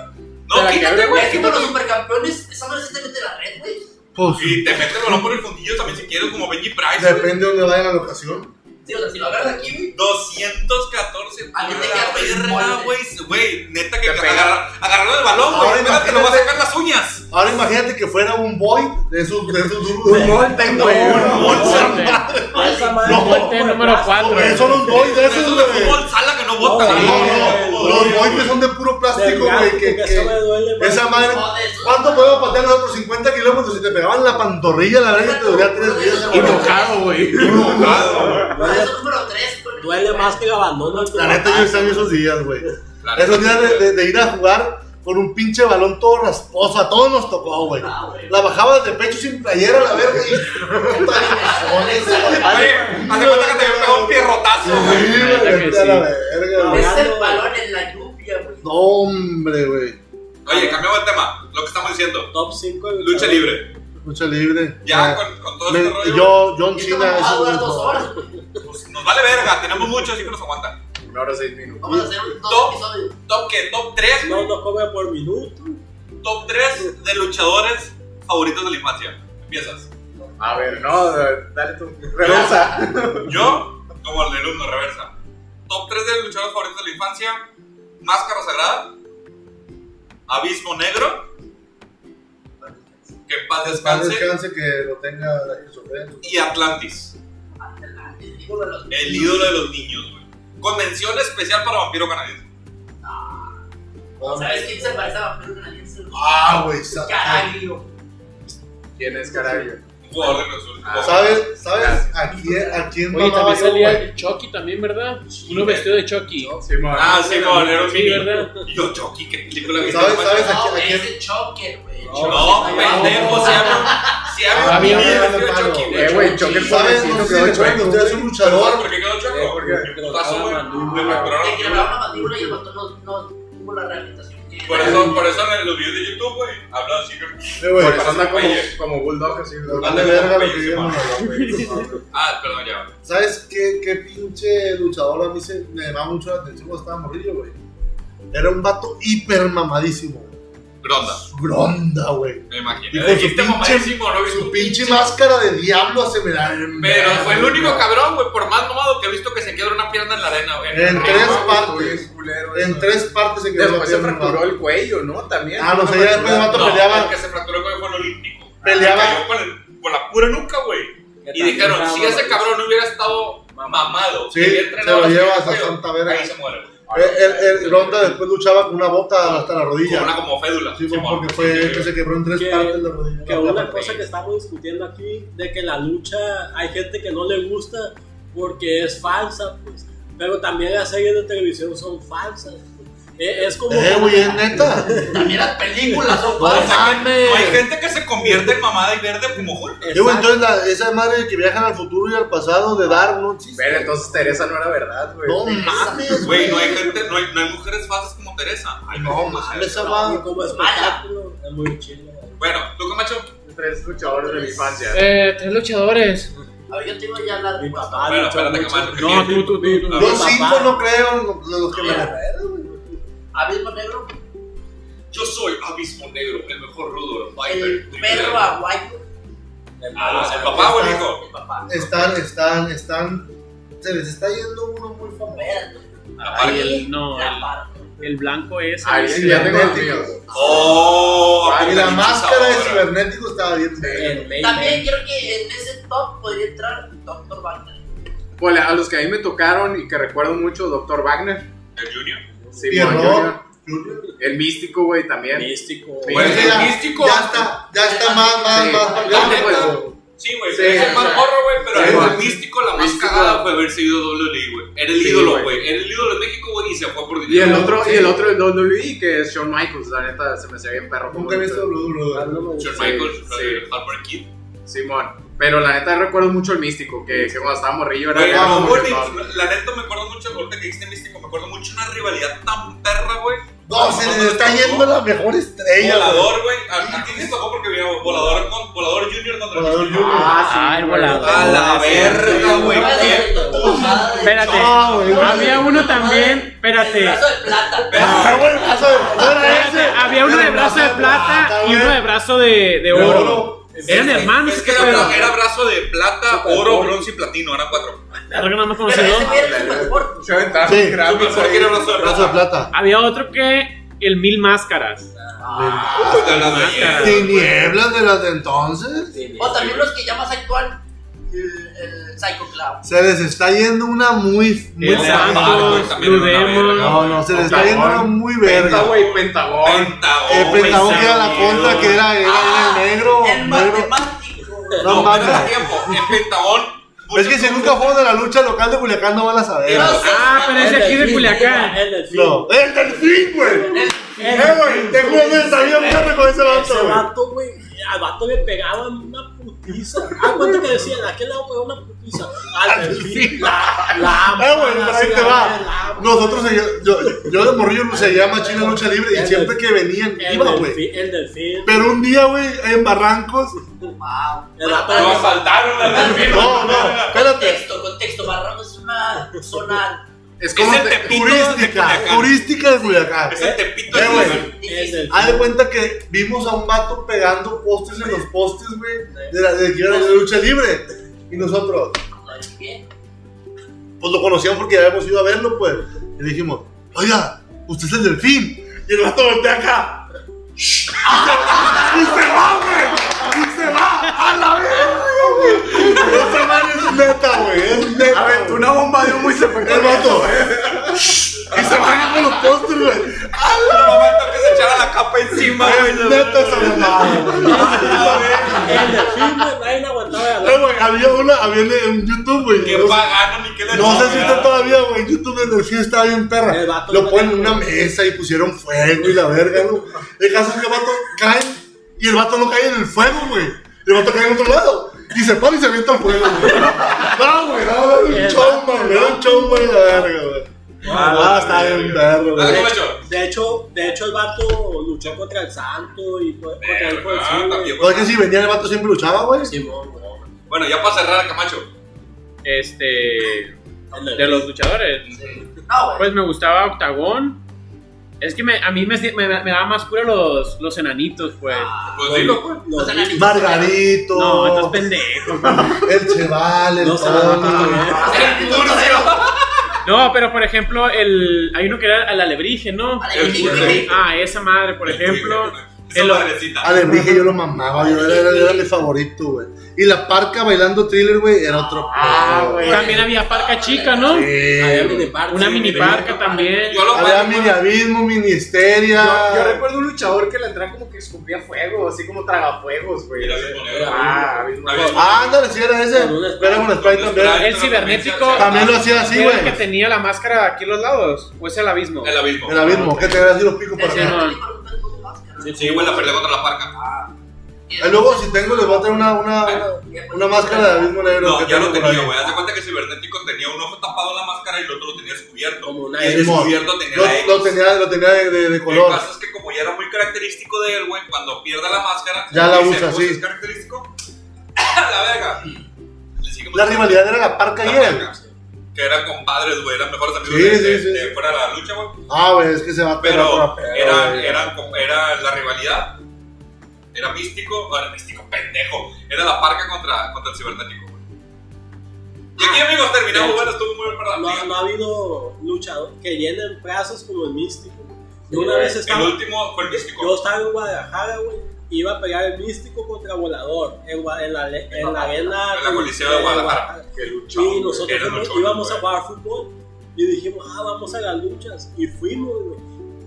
[SPEAKER 1] No, quítate, güey,
[SPEAKER 2] Es como los
[SPEAKER 1] quítate.
[SPEAKER 2] supercampeones, esa madre se te mete la red, güey.
[SPEAKER 3] Pues,
[SPEAKER 1] Y te mete el balón por el fundillo también si quieres, como Benji Price. güey.
[SPEAKER 3] depende de dónde vaya la locación.
[SPEAKER 2] Sí, o sea, si lo agarras aquí, güey.
[SPEAKER 1] 214
[SPEAKER 2] Ah, que te
[SPEAKER 1] pura
[SPEAKER 2] quedaste
[SPEAKER 1] verga,
[SPEAKER 2] molde.
[SPEAKER 1] güey. Güey, neta que
[SPEAKER 7] Te pega.
[SPEAKER 1] agarra, agarró el balón,
[SPEAKER 3] Ahora
[SPEAKER 1] güey. Espérate, lo va a
[SPEAKER 3] imagínate.
[SPEAKER 1] sacar las uñas.
[SPEAKER 3] Ahora imagínate que fuera un boy de esos, de esos duros.
[SPEAKER 7] Un golpe, güey.
[SPEAKER 3] No,
[SPEAKER 7] Un
[SPEAKER 3] no,
[SPEAKER 6] golpe.
[SPEAKER 3] madre.
[SPEAKER 8] Esa madre
[SPEAKER 3] No,
[SPEAKER 8] fue
[SPEAKER 6] Este
[SPEAKER 8] como el
[SPEAKER 6] número
[SPEAKER 8] brazo,
[SPEAKER 6] 4.
[SPEAKER 3] Güey, Son los boys de
[SPEAKER 1] Eso es
[SPEAKER 3] esos,
[SPEAKER 1] de
[SPEAKER 3] güey.
[SPEAKER 1] fútbol, sala que no bota.
[SPEAKER 3] No,
[SPEAKER 1] güey.
[SPEAKER 3] no,
[SPEAKER 1] Güey,
[SPEAKER 3] los boys que son de puro
[SPEAKER 8] del
[SPEAKER 3] plástico,
[SPEAKER 8] brazo,
[SPEAKER 3] güey. Que,
[SPEAKER 8] que eso me
[SPEAKER 3] que
[SPEAKER 8] duele más.
[SPEAKER 3] esa madre. ¿Cuánto podemos patear nosotros? 50 kilómetros. Si te pegaban la pantorrilla, la verga te dolía tres días.
[SPEAKER 2] Y
[SPEAKER 3] güey.
[SPEAKER 6] Enojado, güey.
[SPEAKER 1] enojado, güey.
[SPEAKER 2] Por
[SPEAKER 8] Duele-
[SPEAKER 2] eso número 3.
[SPEAKER 8] Duele más que el abandono de tu
[SPEAKER 3] La neta,
[SPEAKER 8] papá.
[SPEAKER 3] yo extraño esos días, güey.
[SPEAKER 1] La neta,
[SPEAKER 3] Esos días de,
[SPEAKER 1] güey.
[SPEAKER 3] de- de ir a jugar con un pinche balón todo rasposo. A todos nos tocó, güey.
[SPEAKER 2] Ah, güey.
[SPEAKER 3] La bajaba de pecho sin playera, la verga. Y... Puta, cojones, güey.
[SPEAKER 1] Oye, haz de cuenta que te había pegado un
[SPEAKER 3] Sí,
[SPEAKER 1] pierrotazo, güey.
[SPEAKER 3] güey,
[SPEAKER 6] que
[SPEAKER 3] vete a la
[SPEAKER 6] sí.
[SPEAKER 3] verga, güey.
[SPEAKER 2] Es el balón en la lluvia, güey.
[SPEAKER 3] No, hombre, güey.
[SPEAKER 1] Oye, cambiamos de tema. Lo que estamos diciendo.
[SPEAKER 8] Top 5 de
[SPEAKER 1] Lucha libre.
[SPEAKER 3] Lucha libre.
[SPEAKER 1] Ya
[SPEAKER 3] Ah,
[SPEAKER 1] con, con todo
[SPEAKER 3] me-
[SPEAKER 1] este rollo.
[SPEAKER 3] Yo, John
[SPEAKER 2] Esto nos
[SPEAKER 3] Cena.
[SPEAKER 2] va a
[SPEAKER 3] ese
[SPEAKER 2] durar
[SPEAKER 3] güey,
[SPEAKER 2] dos
[SPEAKER 3] no.
[SPEAKER 2] horas, güey.
[SPEAKER 1] pues, nos vale verga. Tenemos mucho, así que nos aguanta.
[SPEAKER 7] Una hora seis minutos.
[SPEAKER 2] Vamos a hacer un, dos
[SPEAKER 1] Top.
[SPEAKER 2] episodios.
[SPEAKER 1] Top que top 3,
[SPEAKER 8] No, no come por minuto.
[SPEAKER 1] top 3 de luchadores favoritos de la infancia. Empiezas.
[SPEAKER 7] A ver, no, dale tu reversa.
[SPEAKER 1] Yo, como el alumno, reversa. Top 3 de luchadores favoritos de la infancia: Máscara Sagrada, Abismo Negro, Que en paz
[SPEAKER 3] Más
[SPEAKER 1] descanse,
[SPEAKER 3] descanse que lo tenga la esquizofrenia.
[SPEAKER 1] y Atlantis,
[SPEAKER 2] El ídolo de los-
[SPEAKER 1] el ídolo de los niños, güey. Con mención especial para Vampiro Canadiense.
[SPEAKER 2] ¿Sabes quién se parece a Vampiro Canadiense?
[SPEAKER 3] Ah, güey. sa-
[SPEAKER 2] Caraglio.
[SPEAKER 7] ¿Quién es, carajo?
[SPEAKER 1] Un jugador de Cruz Azul.
[SPEAKER 3] ¿Sabes? ¿Sabes? ¿A quién, a quién
[SPEAKER 6] Oye,
[SPEAKER 3] mamaba
[SPEAKER 6] también
[SPEAKER 3] yo,
[SPEAKER 6] salía
[SPEAKER 3] güey?
[SPEAKER 6] el Chucky también, ¿verdad? Uno
[SPEAKER 1] güey.
[SPEAKER 6] vestido de Chucky.
[SPEAKER 7] Simón.
[SPEAKER 1] Ah, sí, con era un
[SPEAKER 6] Sí,
[SPEAKER 1] mini.
[SPEAKER 6] ¿verdad?
[SPEAKER 1] Y yo, Chucky, qué película viste.
[SPEAKER 3] ¿Sabes?
[SPEAKER 1] nomás?
[SPEAKER 3] ¿Sabes?
[SPEAKER 2] No,
[SPEAKER 3] ¿A
[SPEAKER 2] güey,
[SPEAKER 3] quién-
[SPEAKER 2] es el Choker, güey.
[SPEAKER 1] No,
[SPEAKER 8] No,
[SPEAKER 1] pendejo,
[SPEAKER 8] no.
[SPEAKER 1] se habla. Se habla.
[SPEAKER 6] Ah,
[SPEAKER 1] un mini
[SPEAKER 6] bien,
[SPEAKER 1] vestido de
[SPEAKER 3] claro.
[SPEAKER 1] Chucky, güey.
[SPEAKER 7] Eh, güey, choque el
[SPEAKER 3] ¿Sabes? No
[SPEAKER 7] pobrecito
[SPEAKER 3] sé si
[SPEAKER 7] quedó
[SPEAKER 3] recuerdan
[SPEAKER 7] chueco.
[SPEAKER 3] ustedes un
[SPEAKER 1] ¿Sabes
[SPEAKER 3] luchador.
[SPEAKER 1] por qué quedó
[SPEAKER 7] Eh,
[SPEAKER 1] choco?
[SPEAKER 7] porque-
[SPEAKER 1] Putazo, güey.
[SPEAKER 7] Ah,
[SPEAKER 1] Le fracturaron
[SPEAKER 2] Le
[SPEAKER 1] la
[SPEAKER 2] quebraron
[SPEAKER 1] mandíbula.
[SPEAKER 2] la mandíbula y el botón no, no tuvo la rehabilitación que
[SPEAKER 1] Por eso, por eso en los videos de YouTube, güey, habla así. güey.
[SPEAKER 3] Sí, güey.
[SPEAKER 7] Por eso anda como,
[SPEAKER 1] Oye.
[SPEAKER 7] como bulldog así. güey.
[SPEAKER 3] Vale verga lo que digan, güey.
[SPEAKER 1] Ah, perdón, ya. güey.
[SPEAKER 3] ¿Sabes qué, qué pinche luchador a mí se me llamaba mucho la atención cuando estaba morrillo, güey? Era un vato hiper mamadísimo, güey.
[SPEAKER 1] Ronda,
[SPEAKER 3] Gronda, güey.
[SPEAKER 1] me
[SPEAKER 3] Y
[SPEAKER 1] imagino.
[SPEAKER 3] con su
[SPEAKER 1] Dijiste
[SPEAKER 3] pinche-
[SPEAKER 1] mamadísimo, ¿no?
[SPEAKER 3] Su
[SPEAKER 1] Su
[SPEAKER 3] pinche máscara de diablo hace mirar.
[SPEAKER 1] Pero fue el único cabrón, güey, por más mamado que he visto que se quedó una pierna en la arena, güey.
[SPEAKER 3] En
[SPEAKER 1] Ah,
[SPEAKER 3] tres
[SPEAKER 1] güey.
[SPEAKER 3] partes.
[SPEAKER 7] Bien culero
[SPEAKER 3] En
[SPEAKER 7] eso.
[SPEAKER 3] tres partes se quedó
[SPEAKER 7] Después se
[SPEAKER 3] pierna,
[SPEAKER 7] fracturó
[SPEAKER 3] güey.
[SPEAKER 7] el cuello, ¿no? También.
[SPEAKER 3] Ah, no sé, ya después el vato
[SPEAKER 1] No,
[SPEAKER 3] peleaba.
[SPEAKER 1] el que se fracturó güey, fue el olímpico.
[SPEAKER 3] Peleaba.
[SPEAKER 1] Cayó con, el- con la pura nuca, güey. Y dijeron, si ese cabrón no hubiera estado mamado,
[SPEAKER 3] Sí,
[SPEAKER 1] que hubiera
[SPEAKER 3] se
[SPEAKER 1] entrenado
[SPEAKER 3] lo
[SPEAKER 1] así,
[SPEAKER 3] llevas a
[SPEAKER 1] güey,
[SPEAKER 3] Santa Verga.
[SPEAKER 1] Ahí se muere, güey.
[SPEAKER 3] El, el- el Ronda después luchaba con una bota hasta la
[SPEAKER 1] Como
[SPEAKER 3] rodilla.
[SPEAKER 1] una como fédula.
[SPEAKER 3] Sí, fue
[SPEAKER 1] Simón.
[SPEAKER 3] porque fue
[SPEAKER 1] Sí,
[SPEAKER 3] que se quebró en tres
[SPEAKER 8] Que-
[SPEAKER 3] partes la rodilla.
[SPEAKER 8] Que
[SPEAKER 3] la
[SPEAKER 8] una
[SPEAKER 3] pata.
[SPEAKER 8] cosa que estamos discutiendo aquí, de que la lucha hay gente que no le gusta porque es falsa, pues. Pero también las series de televisión son falsas. pues. Eh, Es como.
[SPEAKER 3] Eh, güey, es neta.
[SPEAKER 2] También las películas son
[SPEAKER 3] No
[SPEAKER 2] falsas.
[SPEAKER 3] mames.
[SPEAKER 1] No hay gente que se convierte en mamada y verde como Hulk.
[SPEAKER 3] Eh, güey,
[SPEAKER 8] Exacto.
[SPEAKER 3] entonces la- esa madre de que viajan al futuro y al pasado de Dark no existe.
[SPEAKER 7] Pero entonces Teresa no era verdad, güey.
[SPEAKER 3] No mames,
[SPEAKER 1] Güey, no hay gente, no hay, no hay mujeres falsas como Teresa. Ay,
[SPEAKER 3] No
[SPEAKER 1] no sé.
[SPEAKER 3] mames, esa
[SPEAKER 8] No,
[SPEAKER 3] madre.
[SPEAKER 8] y como espectáculo, es muy chido.
[SPEAKER 1] Bueno, tú Camacho,
[SPEAKER 7] Tres luchadores de la infancia.
[SPEAKER 6] Eh, tres luchadores.
[SPEAKER 2] A ver, yo tengo ya la
[SPEAKER 8] Mi
[SPEAKER 2] respuesta.
[SPEAKER 8] papá
[SPEAKER 1] Bueno,
[SPEAKER 8] luchó
[SPEAKER 1] espérate,
[SPEAKER 8] mucho.
[SPEAKER 1] Camargo, que
[SPEAKER 6] No,
[SPEAKER 1] tiene-
[SPEAKER 6] tú, tú, tú. tú.
[SPEAKER 1] No,
[SPEAKER 3] Los
[SPEAKER 8] papá.
[SPEAKER 3] cinco no creo, no- de los que me
[SPEAKER 2] Abismo Negro,
[SPEAKER 1] yo soy Abismo Negro, el mejor rudo.
[SPEAKER 2] el perro aguayo,
[SPEAKER 1] Ah, ¿El papá o el hijo?
[SPEAKER 2] El papá.
[SPEAKER 3] Están, están, están. Se les está yendo uno muy famoso.
[SPEAKER 2] Roberto.
[SPEAKER 1] Ah,
[SPEAKER 6] Ay,
[SPEAKER 2] Ahí
[SPEAKER 6] el- no,
[SPEAKER 2] la
[SPEAKER 6] el-
[SPEAKER 2] paro.
[SPEAKER 6] El blanco es.
[SPEAKER 7] Ay, sí, ya tengo los míos.
[SPEAKER 1] Oh,
[SPEAKER 3] Y la
[SPEAKER 1] pinche
[SPEAKER 3] máscara de
[SPEAKER 1] sabor.
[SPEAKER 3] cibernético estaba bien. verga.
[SPEAKER 8] El main
[SPEAKER 2] También
[SPEAKER 8] event.
[SPEAKER 2] creo que en ese top podría entrar Dr. Wagner.
[SPEAKER 7] Pues a los que a mí me tocaron y que recuerdo mucho, Dr. Wagner.
[SPEAKER 1] ¿El Junior?
[SPEAKER 7] Sí,
[SPEAKER 3] Pierrot,
[SPEAKER 7] bueno, yo-
[SPEAKER 3] Junior.
[SPEAKER 7] el místico, güey, también.
[SPEAKER 8] místico.
[SPEAKER 7] Sí.
[SPEAKER 1] Pues,
[SPEAKER 3] Ya-
[SPEAKER 1] el místico.
[SPEAKER 3] Ya está, ya está más, más,
[SPEAKER 7] Sí.
[SPEAKER 3] más.
[SPEAKER 1] La
[SPEAKER 3] para acá,
[SPEAKER 1] neta,
[SPEAKER 3] güey.
[SPEAKER 1] Sí, güey,
[SPEAKER 7] Sí,
[SPEAKER 1] es el
[SPEAKER 7] o
[SPEAKER 1] más
[SPEAKER 7] sea,
[SPEAKER 1] morro, güey, pero
[SPEAKER 7] sí,
[SPEAKER 1] el
[SPEAKER 7] güey.
[SPEAKER 1] místico la más
[SPEAKER 7] Místico.
[SPEAKER 1] cagada fue haber sido WWE, E, güey. Era el
[SPEAKER 7] Sí,
[SPEAKER 1] ídolo,
[SPEAKER 7] güey.
[SPEAKER 1] güey. Era el ídolo de México, güey, y se fue por dinero.
[SPEAKER 7] Y el otro,
[SPEAKER 3] Sí.
[SPEAKER 7] y el otro el WWE, que es Shawn Michaels, la neta, se me hacía bien perro.
[SPEAKER 3] Nunca he visto WWE.
[SPEAKER 1] Shawn
[SPEAKER 7] Sí,
[SPEAKER 1] Michaels,
[SPEAKER 7] sí.
[SPEAKER 1] brother, Harper Kid.
[SPEAKER 7] Simón. Pero la neta recuerdo mucho el místico, que, que cuando estaba morrillo era...
[SPEAKER 1] Güey,
[SPEAKER 7] era
[SPEAKER 1] no,
[SPEAKER 7] como
[SPEAKER 1] güey,
[SPEAKER 7] que todo.
[SPEAKER 1] la neta me acuerdo mucho, ahorita que dijiste místico, me acuerdo mucho una rivalidad tan perra, güey.
[SPEAKER 3] No, se les está yendo la mejor estrella. güey.
[SPEAKER 1] Volador, güey. ¿A a quién les tocó? Porque mira, volador, con, volador Junior contra
[SPEAKER 3] Volador
[SPEAKER 1] Místico.
[SPEAKER 3] Junior.
[SPEAKER 6] Ah, el volador.
[SPEAKER 1] A la verga, güey.
[SPEAKER 2] Ahora
[SPEAKER 1] qué
[SPEAKER 2] sí, la pomada de
[SPEAKER 6] Espérate.
[SPEAKER 3] No, güey.
[SPEAKER 6] Había uno también.
[SPEAKER 2] El
[SPEAKER 6] Espérate.
[SPEAKER 2] brazo de plata.
[SPEAKER 3] Ah, güey, brazo de- no era
[SPEAKER 6] Espérate,
[SPEAKER 3] ese.
[SPEAKER 6] Había uno de
[SPEAKER 3] Era
[SPEAKER 6] brazo de plata y
[SPEAKER 3] güey.
[SPEAKER 6] uno de brazo de, de
[SPEAKER 3] De
[SPEAKER 6] oro.
[SPEAKER 3] oro.
[SPEAKER 6] Eran hermanos,
[SPEAKER 1] Es
[SPEAKER 6] qué
[SPEAKER 1] que era,
[SPEAKER 6] pedo.
[SPEAKER 1] bra- era brazo de plata, oro, bronce y platino, eran cuatro.
[SPEAKER 6] La verga, no me
[SPEAKER 2] Pero
[SPEAKER 6] conocí
[SPEAKER 2] ese
[SPEAKER 6] dos.
[SPEAKER 2] güey era super fuerte.
[SPEAKER 7] Se aventaron
[SPEAKER 3] Sí.
[SPEAKER 7] gráficos
[SPEAKER 1] Super que
[SPEAKER 7] ahí.
[SPEAKER 1] era brazo de
[SPEAKER 3] Brazo de
[SPEAKER 1] plata.
[SPEAKER 3] plata.
[SPEAKER 6] Había otro que el mil máscaras.
[SPEAKER 3] Ah,
[SPEAKER 1] Uy, de la verga.
[SPEAKER 3] ¿Tinieblas de las de entonces?
[SPEAKER 2] O también los que ya más actual, el, el Psycho Clown.
[SPEAKER 3] Se les está yendo una muy. muy
[SPEAKER 6] El
[SPEAKER 3] famosa.
[SPEAKER 1] Santos,
[SPEAKER 6] Santos, Blue Demon.
[SPEAKER 3] No, no, se les está yendo una muy
[SPEAKER 7] Penta,
[SPEAKER 3] verga.
[SPEAKER 7] güey, pentagón.
[SPEAKER 3] El
[SPEAKER 1] Pentagón.
[SPEAKER 3] Pentagón que era la contra, que era, era, era el negro.
[SPEAKER 2] El
[SPEAKER 3] negro.
[SPEAKER 2] matemático.
[SPEAKER 1] No,
[SPEAKER 3] No
[SPEAKER 1] pero
[SPEAKER 3] mames.
[SPEAKER 1] era tiempo. El Pentagón.
[SPEAKER 3] *laughs* Es que si nunca fueron de la lucha local de Culiacán, no van a saber.
[SPEAKER 2] Era-
[SPEAKER 6] Ah, pero es de aquí de Culiacán.
[SPEAKER 8] El delfín.
[SPEAKER 3] No, el delfín, güey. Eh, güey, te juro que sabía mierda con ese
[SPEAKER 8] Ese
[SPEAKER 3] este vato, güey.
[SPEAKER 8] vato, güey, al vato le pegaban una putiza. Ah, ¿cuánto que decían? ¿A qué lado pegó una putiza? Al delfín. La, la
[SPEAKER 3] *laughs* Eh, güey,
[SPEAKER 5] Ah,
[SPEAKER 8] aman,
[SPEAKER 3] pero ahí
[SPEAKER 8] así,
[SPEAKER 3] te
[SPEAKER 8] la
[SPEAKER 3] va.
[SPEAKER 8] aman, la aman.
[SPEAKER 3] Nosotros, seguía- yo, yo de morrillo seguía machina lucha libre y siempre que venían,
[SPEAKER 8] El
[SPEAKER 3] iba, güey.
[SPEAKER 8] delfín. El delfín.
[SPEAKER 3] Pero un día, güey, en Barrancos.
[SPEAKER 8] El vato
[SPEAKER 1] Lo
[SPEAKER 8] de-
[SPEAKER 1] asaltaron al delfín.
[SPEAKER 3] No, no, espérate.
[SPEAKER 2] Contexto, contexto. Barramos es una zona
[SPEAKER 7] Es como...
[SPEAKER 1] Es el
[SPEAKER 7] te-
[SPEAKER 1] tepito de
[SPEAKER 3] Turística,
[SPEAKER 1] Culiacán.
[SPEAKER 3] turística de Culiacán.
[SPEAKER 1] Es el tepito
[SPEAKER 3] Eh,
[SPEAKER 1] de
[SPEAKER 3] güey.
[SPEAKER 1] Culiacán.
[SPEAKER 8] El
[SPEAKER 2] difícil.
[SPEAKER 8] delfín.
[SPEAKER 3] Haz de cuenta que vimos a un vato pegando postes en los postes, güey, de la de, que era de lucha libre. Y nosotros,
[SPEAKER 2] Bien.
[SPEAKER 3] pues lo conocíamos porque ya habíamos ido a verlo, pues. Y le dijimos, oiga, usted es el delfín. Y el vato voltea acá. "Shh". Y se va, güey. Y se va a la verga, güey. Ese man es neta, güey. Es neta.
[SPEAKER 7] Aventó
[SPEAKER 3] güey.
[SPEAKER 7] una bomba de humo y se fue.
[SPEAKER 3] El vato. "Shh". Y se va con los postes, güey.
[SPEAKER 1] El ¡Ah, momento que se echara la capa encima, güey.
[SPEAKER 3] Es neta esa mamada, güey. Ah,
[SPEAKER 8] El delfín, güey, nadie le aguantaba la
[SPEAKER 3] Eh, güey, había una, había en YouTube, güey.
[SPEAKER 1] Qué
[SPEAKER 3] no sé-
[SPEAKER 1] pagano ah, ni qué le
[SPEAKER 3] No sé si
[SPEAKER 1] chingada.
[SPEAKER 3] está todavía, güey. YouTube del delfín estaba bien perra.
[SPEAKER 8] El vato
[SPEAKER 3] Lo
[SPEAKER 8] no
[SPEAKER 3] ponen en
[SPEAKER 8] tenía-
[SPEAKER 3] una mesa y pusieron fuego y la verga, ¿no? El caso es que el vato cae y el vato no cae en el fuego, güey. El vato cae en otro lado. Y se para y se avienta al fuego, güey. No, güey, no, era un
[SPEAKER 8] El
[SPEAKER 3] chomba, güey. Era un chomba y la verga, güey. Ah, está bien perro,
[SPEAKER 1] Dale,
[SPEAKER 3] güey.
[SPEAKER 1] Cocho.
[SPEAKER 8] De hecho, de hecho el vato luchó contra el santo y fue- contra el
[SPEAKER 1] Ah,
[SPEAKER 8] juez.
[SPEAKER 1] también,
[SPEAKER 3] ¿No es
[SPEAKER 1] güey.
[SPEAKER 3] que si venía el vato siempre luchaba, güey?
[SPEAKER 8] Simón, güey.
[SPEAKER 1] Bueno, ya para cerrar, Camacho.
[SPEAKER 6] Este.
[SPEAKER 8] El
[SPEAKER 6] De los luchadores.
[SPEAKER 2] No, güey.
[SPEAKER 6] Pues me gustaba Octagón. Es que me- a mí me, me, me daba más cura los, los enanitos, pues.
[SPEAKER 2] Ah.
[SPEAKER 1] Pues dilo, güey.
[SPEAKER 2] Los enanitos.
[SPEAKER 3] Margarito,
[SPEAKER 6] No, estás pendejo.
[SPEAKER 3] el Cheval, el
[SPEAKER 8] No se
[SPEAKER 3] Tony.
[SPEAKER 8] va
[SPEAKER 1] El Turcio.
[SPEAKER 6] No, pero por ejemplo, el, hay uno que era el alebrije, ¿no?
[SPEAKER 1] El Turcio.
[SPEAKER 6] Ah, esa madre, por ejemplo.
[SPEAKER 1] Esa
[SPEAKER 6] el-
[SPEAKER 1] madrecita.
[SPEAKER 3] Alebrije Ah, yo lo mamaba, yo era, era- era mi favorito, güey. Y la parca bailando thriller, güey, era otro.
[SPEAKER 7] Ah,
[SPEAKER 3] pedo,
[SPEAKER 6] También había parca chica, ¿no?
[SPEAKER 3] Sí,
[SPEAKER 8] Había
[SPEAKER 3] güey.
[SPEAKER 8] mini parque.
[SPEAKER 6] Una mini parca también.
[SPEAKER 1] Yo lo
[SPEAKER 3] Había mini abismo, ministeria.
[SPEAKER 7] Yo, yo recuerdo un luchador que le entraba como que escupía fuego, así como tragafuegos, güey.
[SPEAKER 1] Mira, mismo negro.
[SPEAKER 7] Ah, abismo.
[SPEAKER 1] Abismo.
[SPEAKER 3] Ah, ándale, sí era ese.
[SPEAKER 8] Con un Sprite.
[SPEAKER 3] Era con Sprite también.
[SPEAKER 6] El cibernético.
[SPEAKER 3] También lo hacía así,
[SPEAKER 6] ¿Era el que
[SPEAKER 3] güey.
[SPEAKER 6] tenía la máscara aquí a los lados? ¿O es el abismo?
[SPEAKER 1] El abismo.
[SPEAKER 3] El abismo, que te así los picos para
[SPEAKER 2] Ese
[SPEAKER 3] acá.
[SPEAKER 2] era el único que tuvo máscara.
[SPEAKER 1] Sí, güey, la perdió contra la parca.
[SPEAKER 3] Y Eh, luego, si tengo, les voy a traer una, una, una máscara de abismo negro.
[SPEAKER 1] No,
[SPEAKER 3] que
[SPEAKER 1] ya
[SPEAKER 3] tengo
[SPEAKER 1] lo
[SPEAKER 3] por
[SPEAKER 1] tenía,
[SPEAKER 3] ahí.
[SPEAKER 1] güey. Haz de cuenta que Cibernético tenía un ojo tapado en la máscara y el otro lo tenía descubierto.
[SPEAKER 8] Como
[SPEAKER 1] Y
[SPEAKER 8] una
[SPEAKER 1] el
[SPEAKER 3] X.
[SPEAKER 1] descubierto tenía la X.
[SPEAKER 3] Lo, lo tenía, lo tenía de, de- de
[SPEAKER 1] Lo
[SPEAKER 3] color.
[SPEAKER 1] que pasa es que como ya era muy característico de él, güey, cuando pierda la máscara,
[SPEAKER 3] Ya la
[SPEAKER 1] dice,
[SPEAKER 3] usa,
[SPEAKER 1] "Pues,
[SPEAKER 3] sí.
[SPEAKER 1] Es característico. *coughs* la verga. Le sigue
[SPEAKER 3] La
[SPEAKER 1] mostrando.
[SPEAKER 3] rivalidad era la parca y
[SPEAKER 1] La
[SPEAKER 3] él.
[SPEAKER 1] verga, Que eran compadres, güey, eran mejores amigos
[SPEAKER 3] Sí,
[SPEAKER 1] de,
[SPEAKER 3] sí,
[SPEAKER 1] de-
[SPEAKER 3] sí.
[SPEAKER 1] de fuera de la lucha, güey.
[SPEAKER 3] Ah, güey, es que se va a pegar por
[SPEAKER 1] Pero
[SPEAKER 5] eh,
[SPEAKER 3] la peda,
[SPEAKER 1] eran,
[SPEAKER 3] güey.
[SPEAKER 1] eran, com- era la rivalidad. Era místico, no era místico, pendejo. Era la parca contra, contra el cibernético, güey. Y aquí, amigos, terminamos. Bueno, estuvo muy bien para la
[SPEAKER 5] Ah, No,
[SPEAKER 1] liga.
[SPEAKER 5] no ha habido luchador que llenen plazas como el místico. güey. Yo una
[SPEAKER 1] Eh,
[SPEAKER 5] vez estaba,
[SPEAKER 1] El último fue el místico.
[SPEAKER 5] yo estaba en Guadalajara, güey. Iba a pelear el místico contra volador en, Gua- en la, le- en la arena.
[SPEAKER 1] En la Coliseo de Guadalajara.
[SPEAKER 4] Que luchó.
[SPEAKER 5] Y nosotros
[SPEAKER 1] Era
[SPEAKER 5] fuimos-
[SPEAKER 1] luchón,
[SPEAKER 5] íbamos
[SPEAKER 1] güey.
[SPEAKER 5] a jugar fútbol y dijimos, ah, vamos a las luchas. Y fuimos, güey.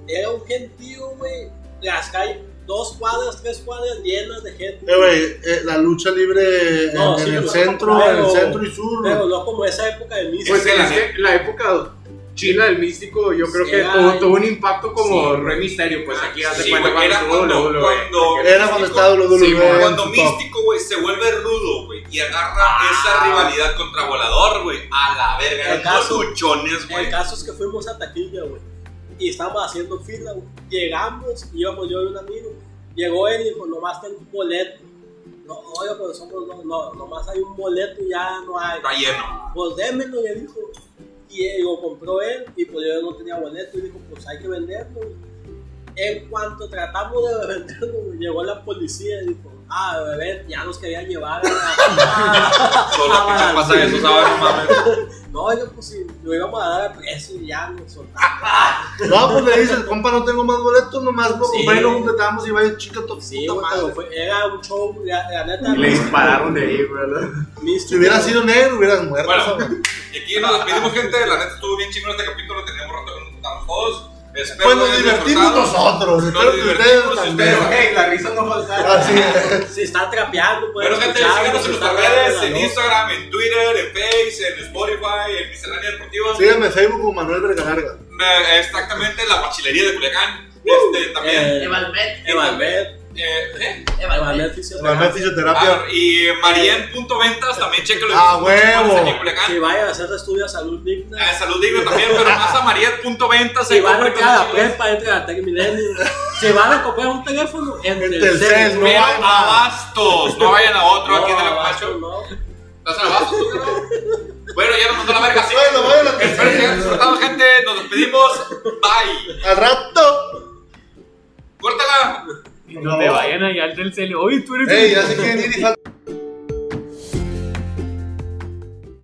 [SPEAKER 5] Era un gentío, güey. Las calles, dos cuadras, tres cuadras llenas de gente.
[SPEAKER 3] Eh, güey, eh, la lucha libre en,
[SPEAKER 5] No,
[SPEAKER 3] en
[SPEAKER 5] sí,
[SPEAKER 3] el
[SPEAKER 5] pero-
[SPEAKER 3] centro, en el
[SPEAKER 5] pero-
[SPEAKER 3] centro y sur.
[SPEAKER 5] Pero no como esa época de mí.
[SPEAKER 7] Pues
[SPEAKER 1] Es que
[SPEAKER 7] es
[SPEAKER 1] la-
[SPEAKER 7] que la época chila del místico, yo creo
[SPEAKER 5] Sí,
[SPEAKER 7] que
[SPEAKER 5] ay.
[SPEAKER 7] tuvo, tuvo un impacto como
[SPEAKER 4] Sí.
[SPEAKER 7] Rey Misterio, pues aquí hace
[SPEAKER 1] Sí,
[SPEAKER 7] cuenta
[SPEAKER 1] güey, era
[SPEAKER 7] estuvo
[SPEAKER 1] cuando,
[SPEAKER 7] WWE.
[SPEAKER 1] cuando-
[SPEAKER 3] Era cuando estaba WWE.
[SPEAKER 7] Sí,
[SPEAKER 3] en
[SPEAKER 1] Cuando
[SPEAKER 3] su top.
[SPEAKER 1] Místico, güey, se vuelve rudo, güey, y agarra esa rivalidad contra Volador, güey, a la verga.
[SPEAKER 5] Ah. El
[SPEAKER 1] Los
[SPEAKER 5] caso-
[SPEAKER 1] luchones, güey.
[SPEAKER 5] El caso es que fuimos a taquilla, güey. Y estábamos haciendo fila, güey. Llegamos, y íbamos yo y un amigo. Llegó él y dijo, nomás tengo un boleto. No, oye, pues somos dos. No, nomás hay un boleto y ya no hay.
[SPEAKER 1] Está lleno.
[SPEAKER 5] Pues démelo, le dijo. Y eh, lo compró él, y pues yo no tenía boleto. Y dijo, pues hay que venderlo. En cuanto tratamos de venderlo, güey, llegó la policía y dijo, ah, bebé, ya nos querían llevar a *laughs* la-
[SPEAKER 1] Solo
[SPEAKER 5] Ah,
[SPEAKER 1] pinches pasa
[SPEAKER 5] sí.
[SPEAKER 1] eso, ¿sabes? No mames.
[SPEAKER 5] No, yo pues si lo íbamos a dar a preso y ya nos soltaron.
[SPEAKER 3] No, pues le dices, compa, no tengo más boletos, nomás lo
[SPEAKER 5] Sí.
[SPEAKER 3] compré y lo completamos y vaya chica tu
[SPEAKER 5] Sí,
[SPEAKER 3] puta
[SPEAKER 5] güey,
[SPEAKER 3] madre.
[SPEAKER 5] pero fue- era un show, la, la neta.
[SPEAKER 7] Y le dispararon de ahí, ¿verdad?
[SPEAKER 5] Místico.
[SPEAKER 3] Si hubiera sido negro, hubieras muerto.
[SPEAKER 1] Bueno,
[SPEAKER 3] ¿sabes?
[SPEAKER 1] y aquí
[SPEAKER 3] Ah,
[SPEAKER 1] nos despedimos, gente. La neta estuvo bien chingón este capítulo. Teníamos rato que nos juntamos todos. Espero
[SPEAKER 3] pues nos
[SPEAKER 1] hayan
[SPEAKER 3] divertimos
[SPEAKER 1] disfrutado.
[SPEAKER 3] nosotros.
[SPEAKER 1] Nos
[SPEAKER 3] Espero que
[SPEAKER 1] divertimos,
[SPEAKER 3] ustedes también.
[SPEAKER 7] Pero, hey, la risa no faltaba.
[SPEAKER 3] Así es.
[SPEAKER 5] Si está trapeando, pues.
[SPEAKER 1] Bueno, gente, síganos en nuestras redes: en Instagram, en Twitter, en Face, en Spotify, en Miscelánea Deportiva.
[SPEAKER 3] Síganme en Facebook como Manuel Vergalarga.
[SPEAKER 1] Eh, Exactamente, la bachilería de Culiacán.
[SPEAKER 3] Uh.
[SPEAKER 1] Este
[SPEAKER 2] Eh.
[SPEAKER 1] también.
[SPEAKER 2] Evalmet,
[SPEAKER 5] Evalmet,
[SPEAKER 1] eh, ¿eh?
[SPEAKER 2] Evalmet.
[SPEAKER 5] Evalmet
[SPEAKER 3] Manuel
[SPEAKER 5] Fisioterapia.
[SPEAKER 1] Ah,
[SPEAKER 3] Fisioterapia.
[SPEAKER 1] y Marien.ventas también, chéquenlo.
[SPEAKER 3] Ah, huevo.
[SPEAKER 1] Aquí en Culiacán.
[SPEAKER 5] Si vayan a hacer estudio de salud digna.
[SPEAKER 1] Eh, salud digna también, pero más a Mariet.ventas.
[SPEAKER 5] Si van a entrar a la prepa, entren a Tech Millennium.
[SPEAKER 1] *laughs*
[SPEAKER 5] Si van a comprar un teléfono, en
[SPEAKER 3] En
[SPEAKER 5] Telcel.
[SPEAKER 3] Telcel, no
[SPEAKER 1] Pero
[SPEAKER 3] hay nada.
[SPEAKER 1] abastos, no vayan a otro aquí en el
[SPEAKER 5] abajo
[SPEAKER 1] Apacho.
[SPEAKER 5] no.
[SPEAKER 1] ¿Estás en abastos tú, cabrón? Bueno, ya nos mandó la verga. Sí.
[SPEAKER 3] Bueno, vayan a-
[SPEAKER 1] Espero que hayan disfrutado, gente. Nos despedimos. Bye.
[SPEAKER 3] Al rato.
[SPEAKER 1] Córtala.
[SPEAKER 6] Donde vayan allá al del cel. Oye, tú eres
[SPEAKER 3] Ey, ya sé que ni falta.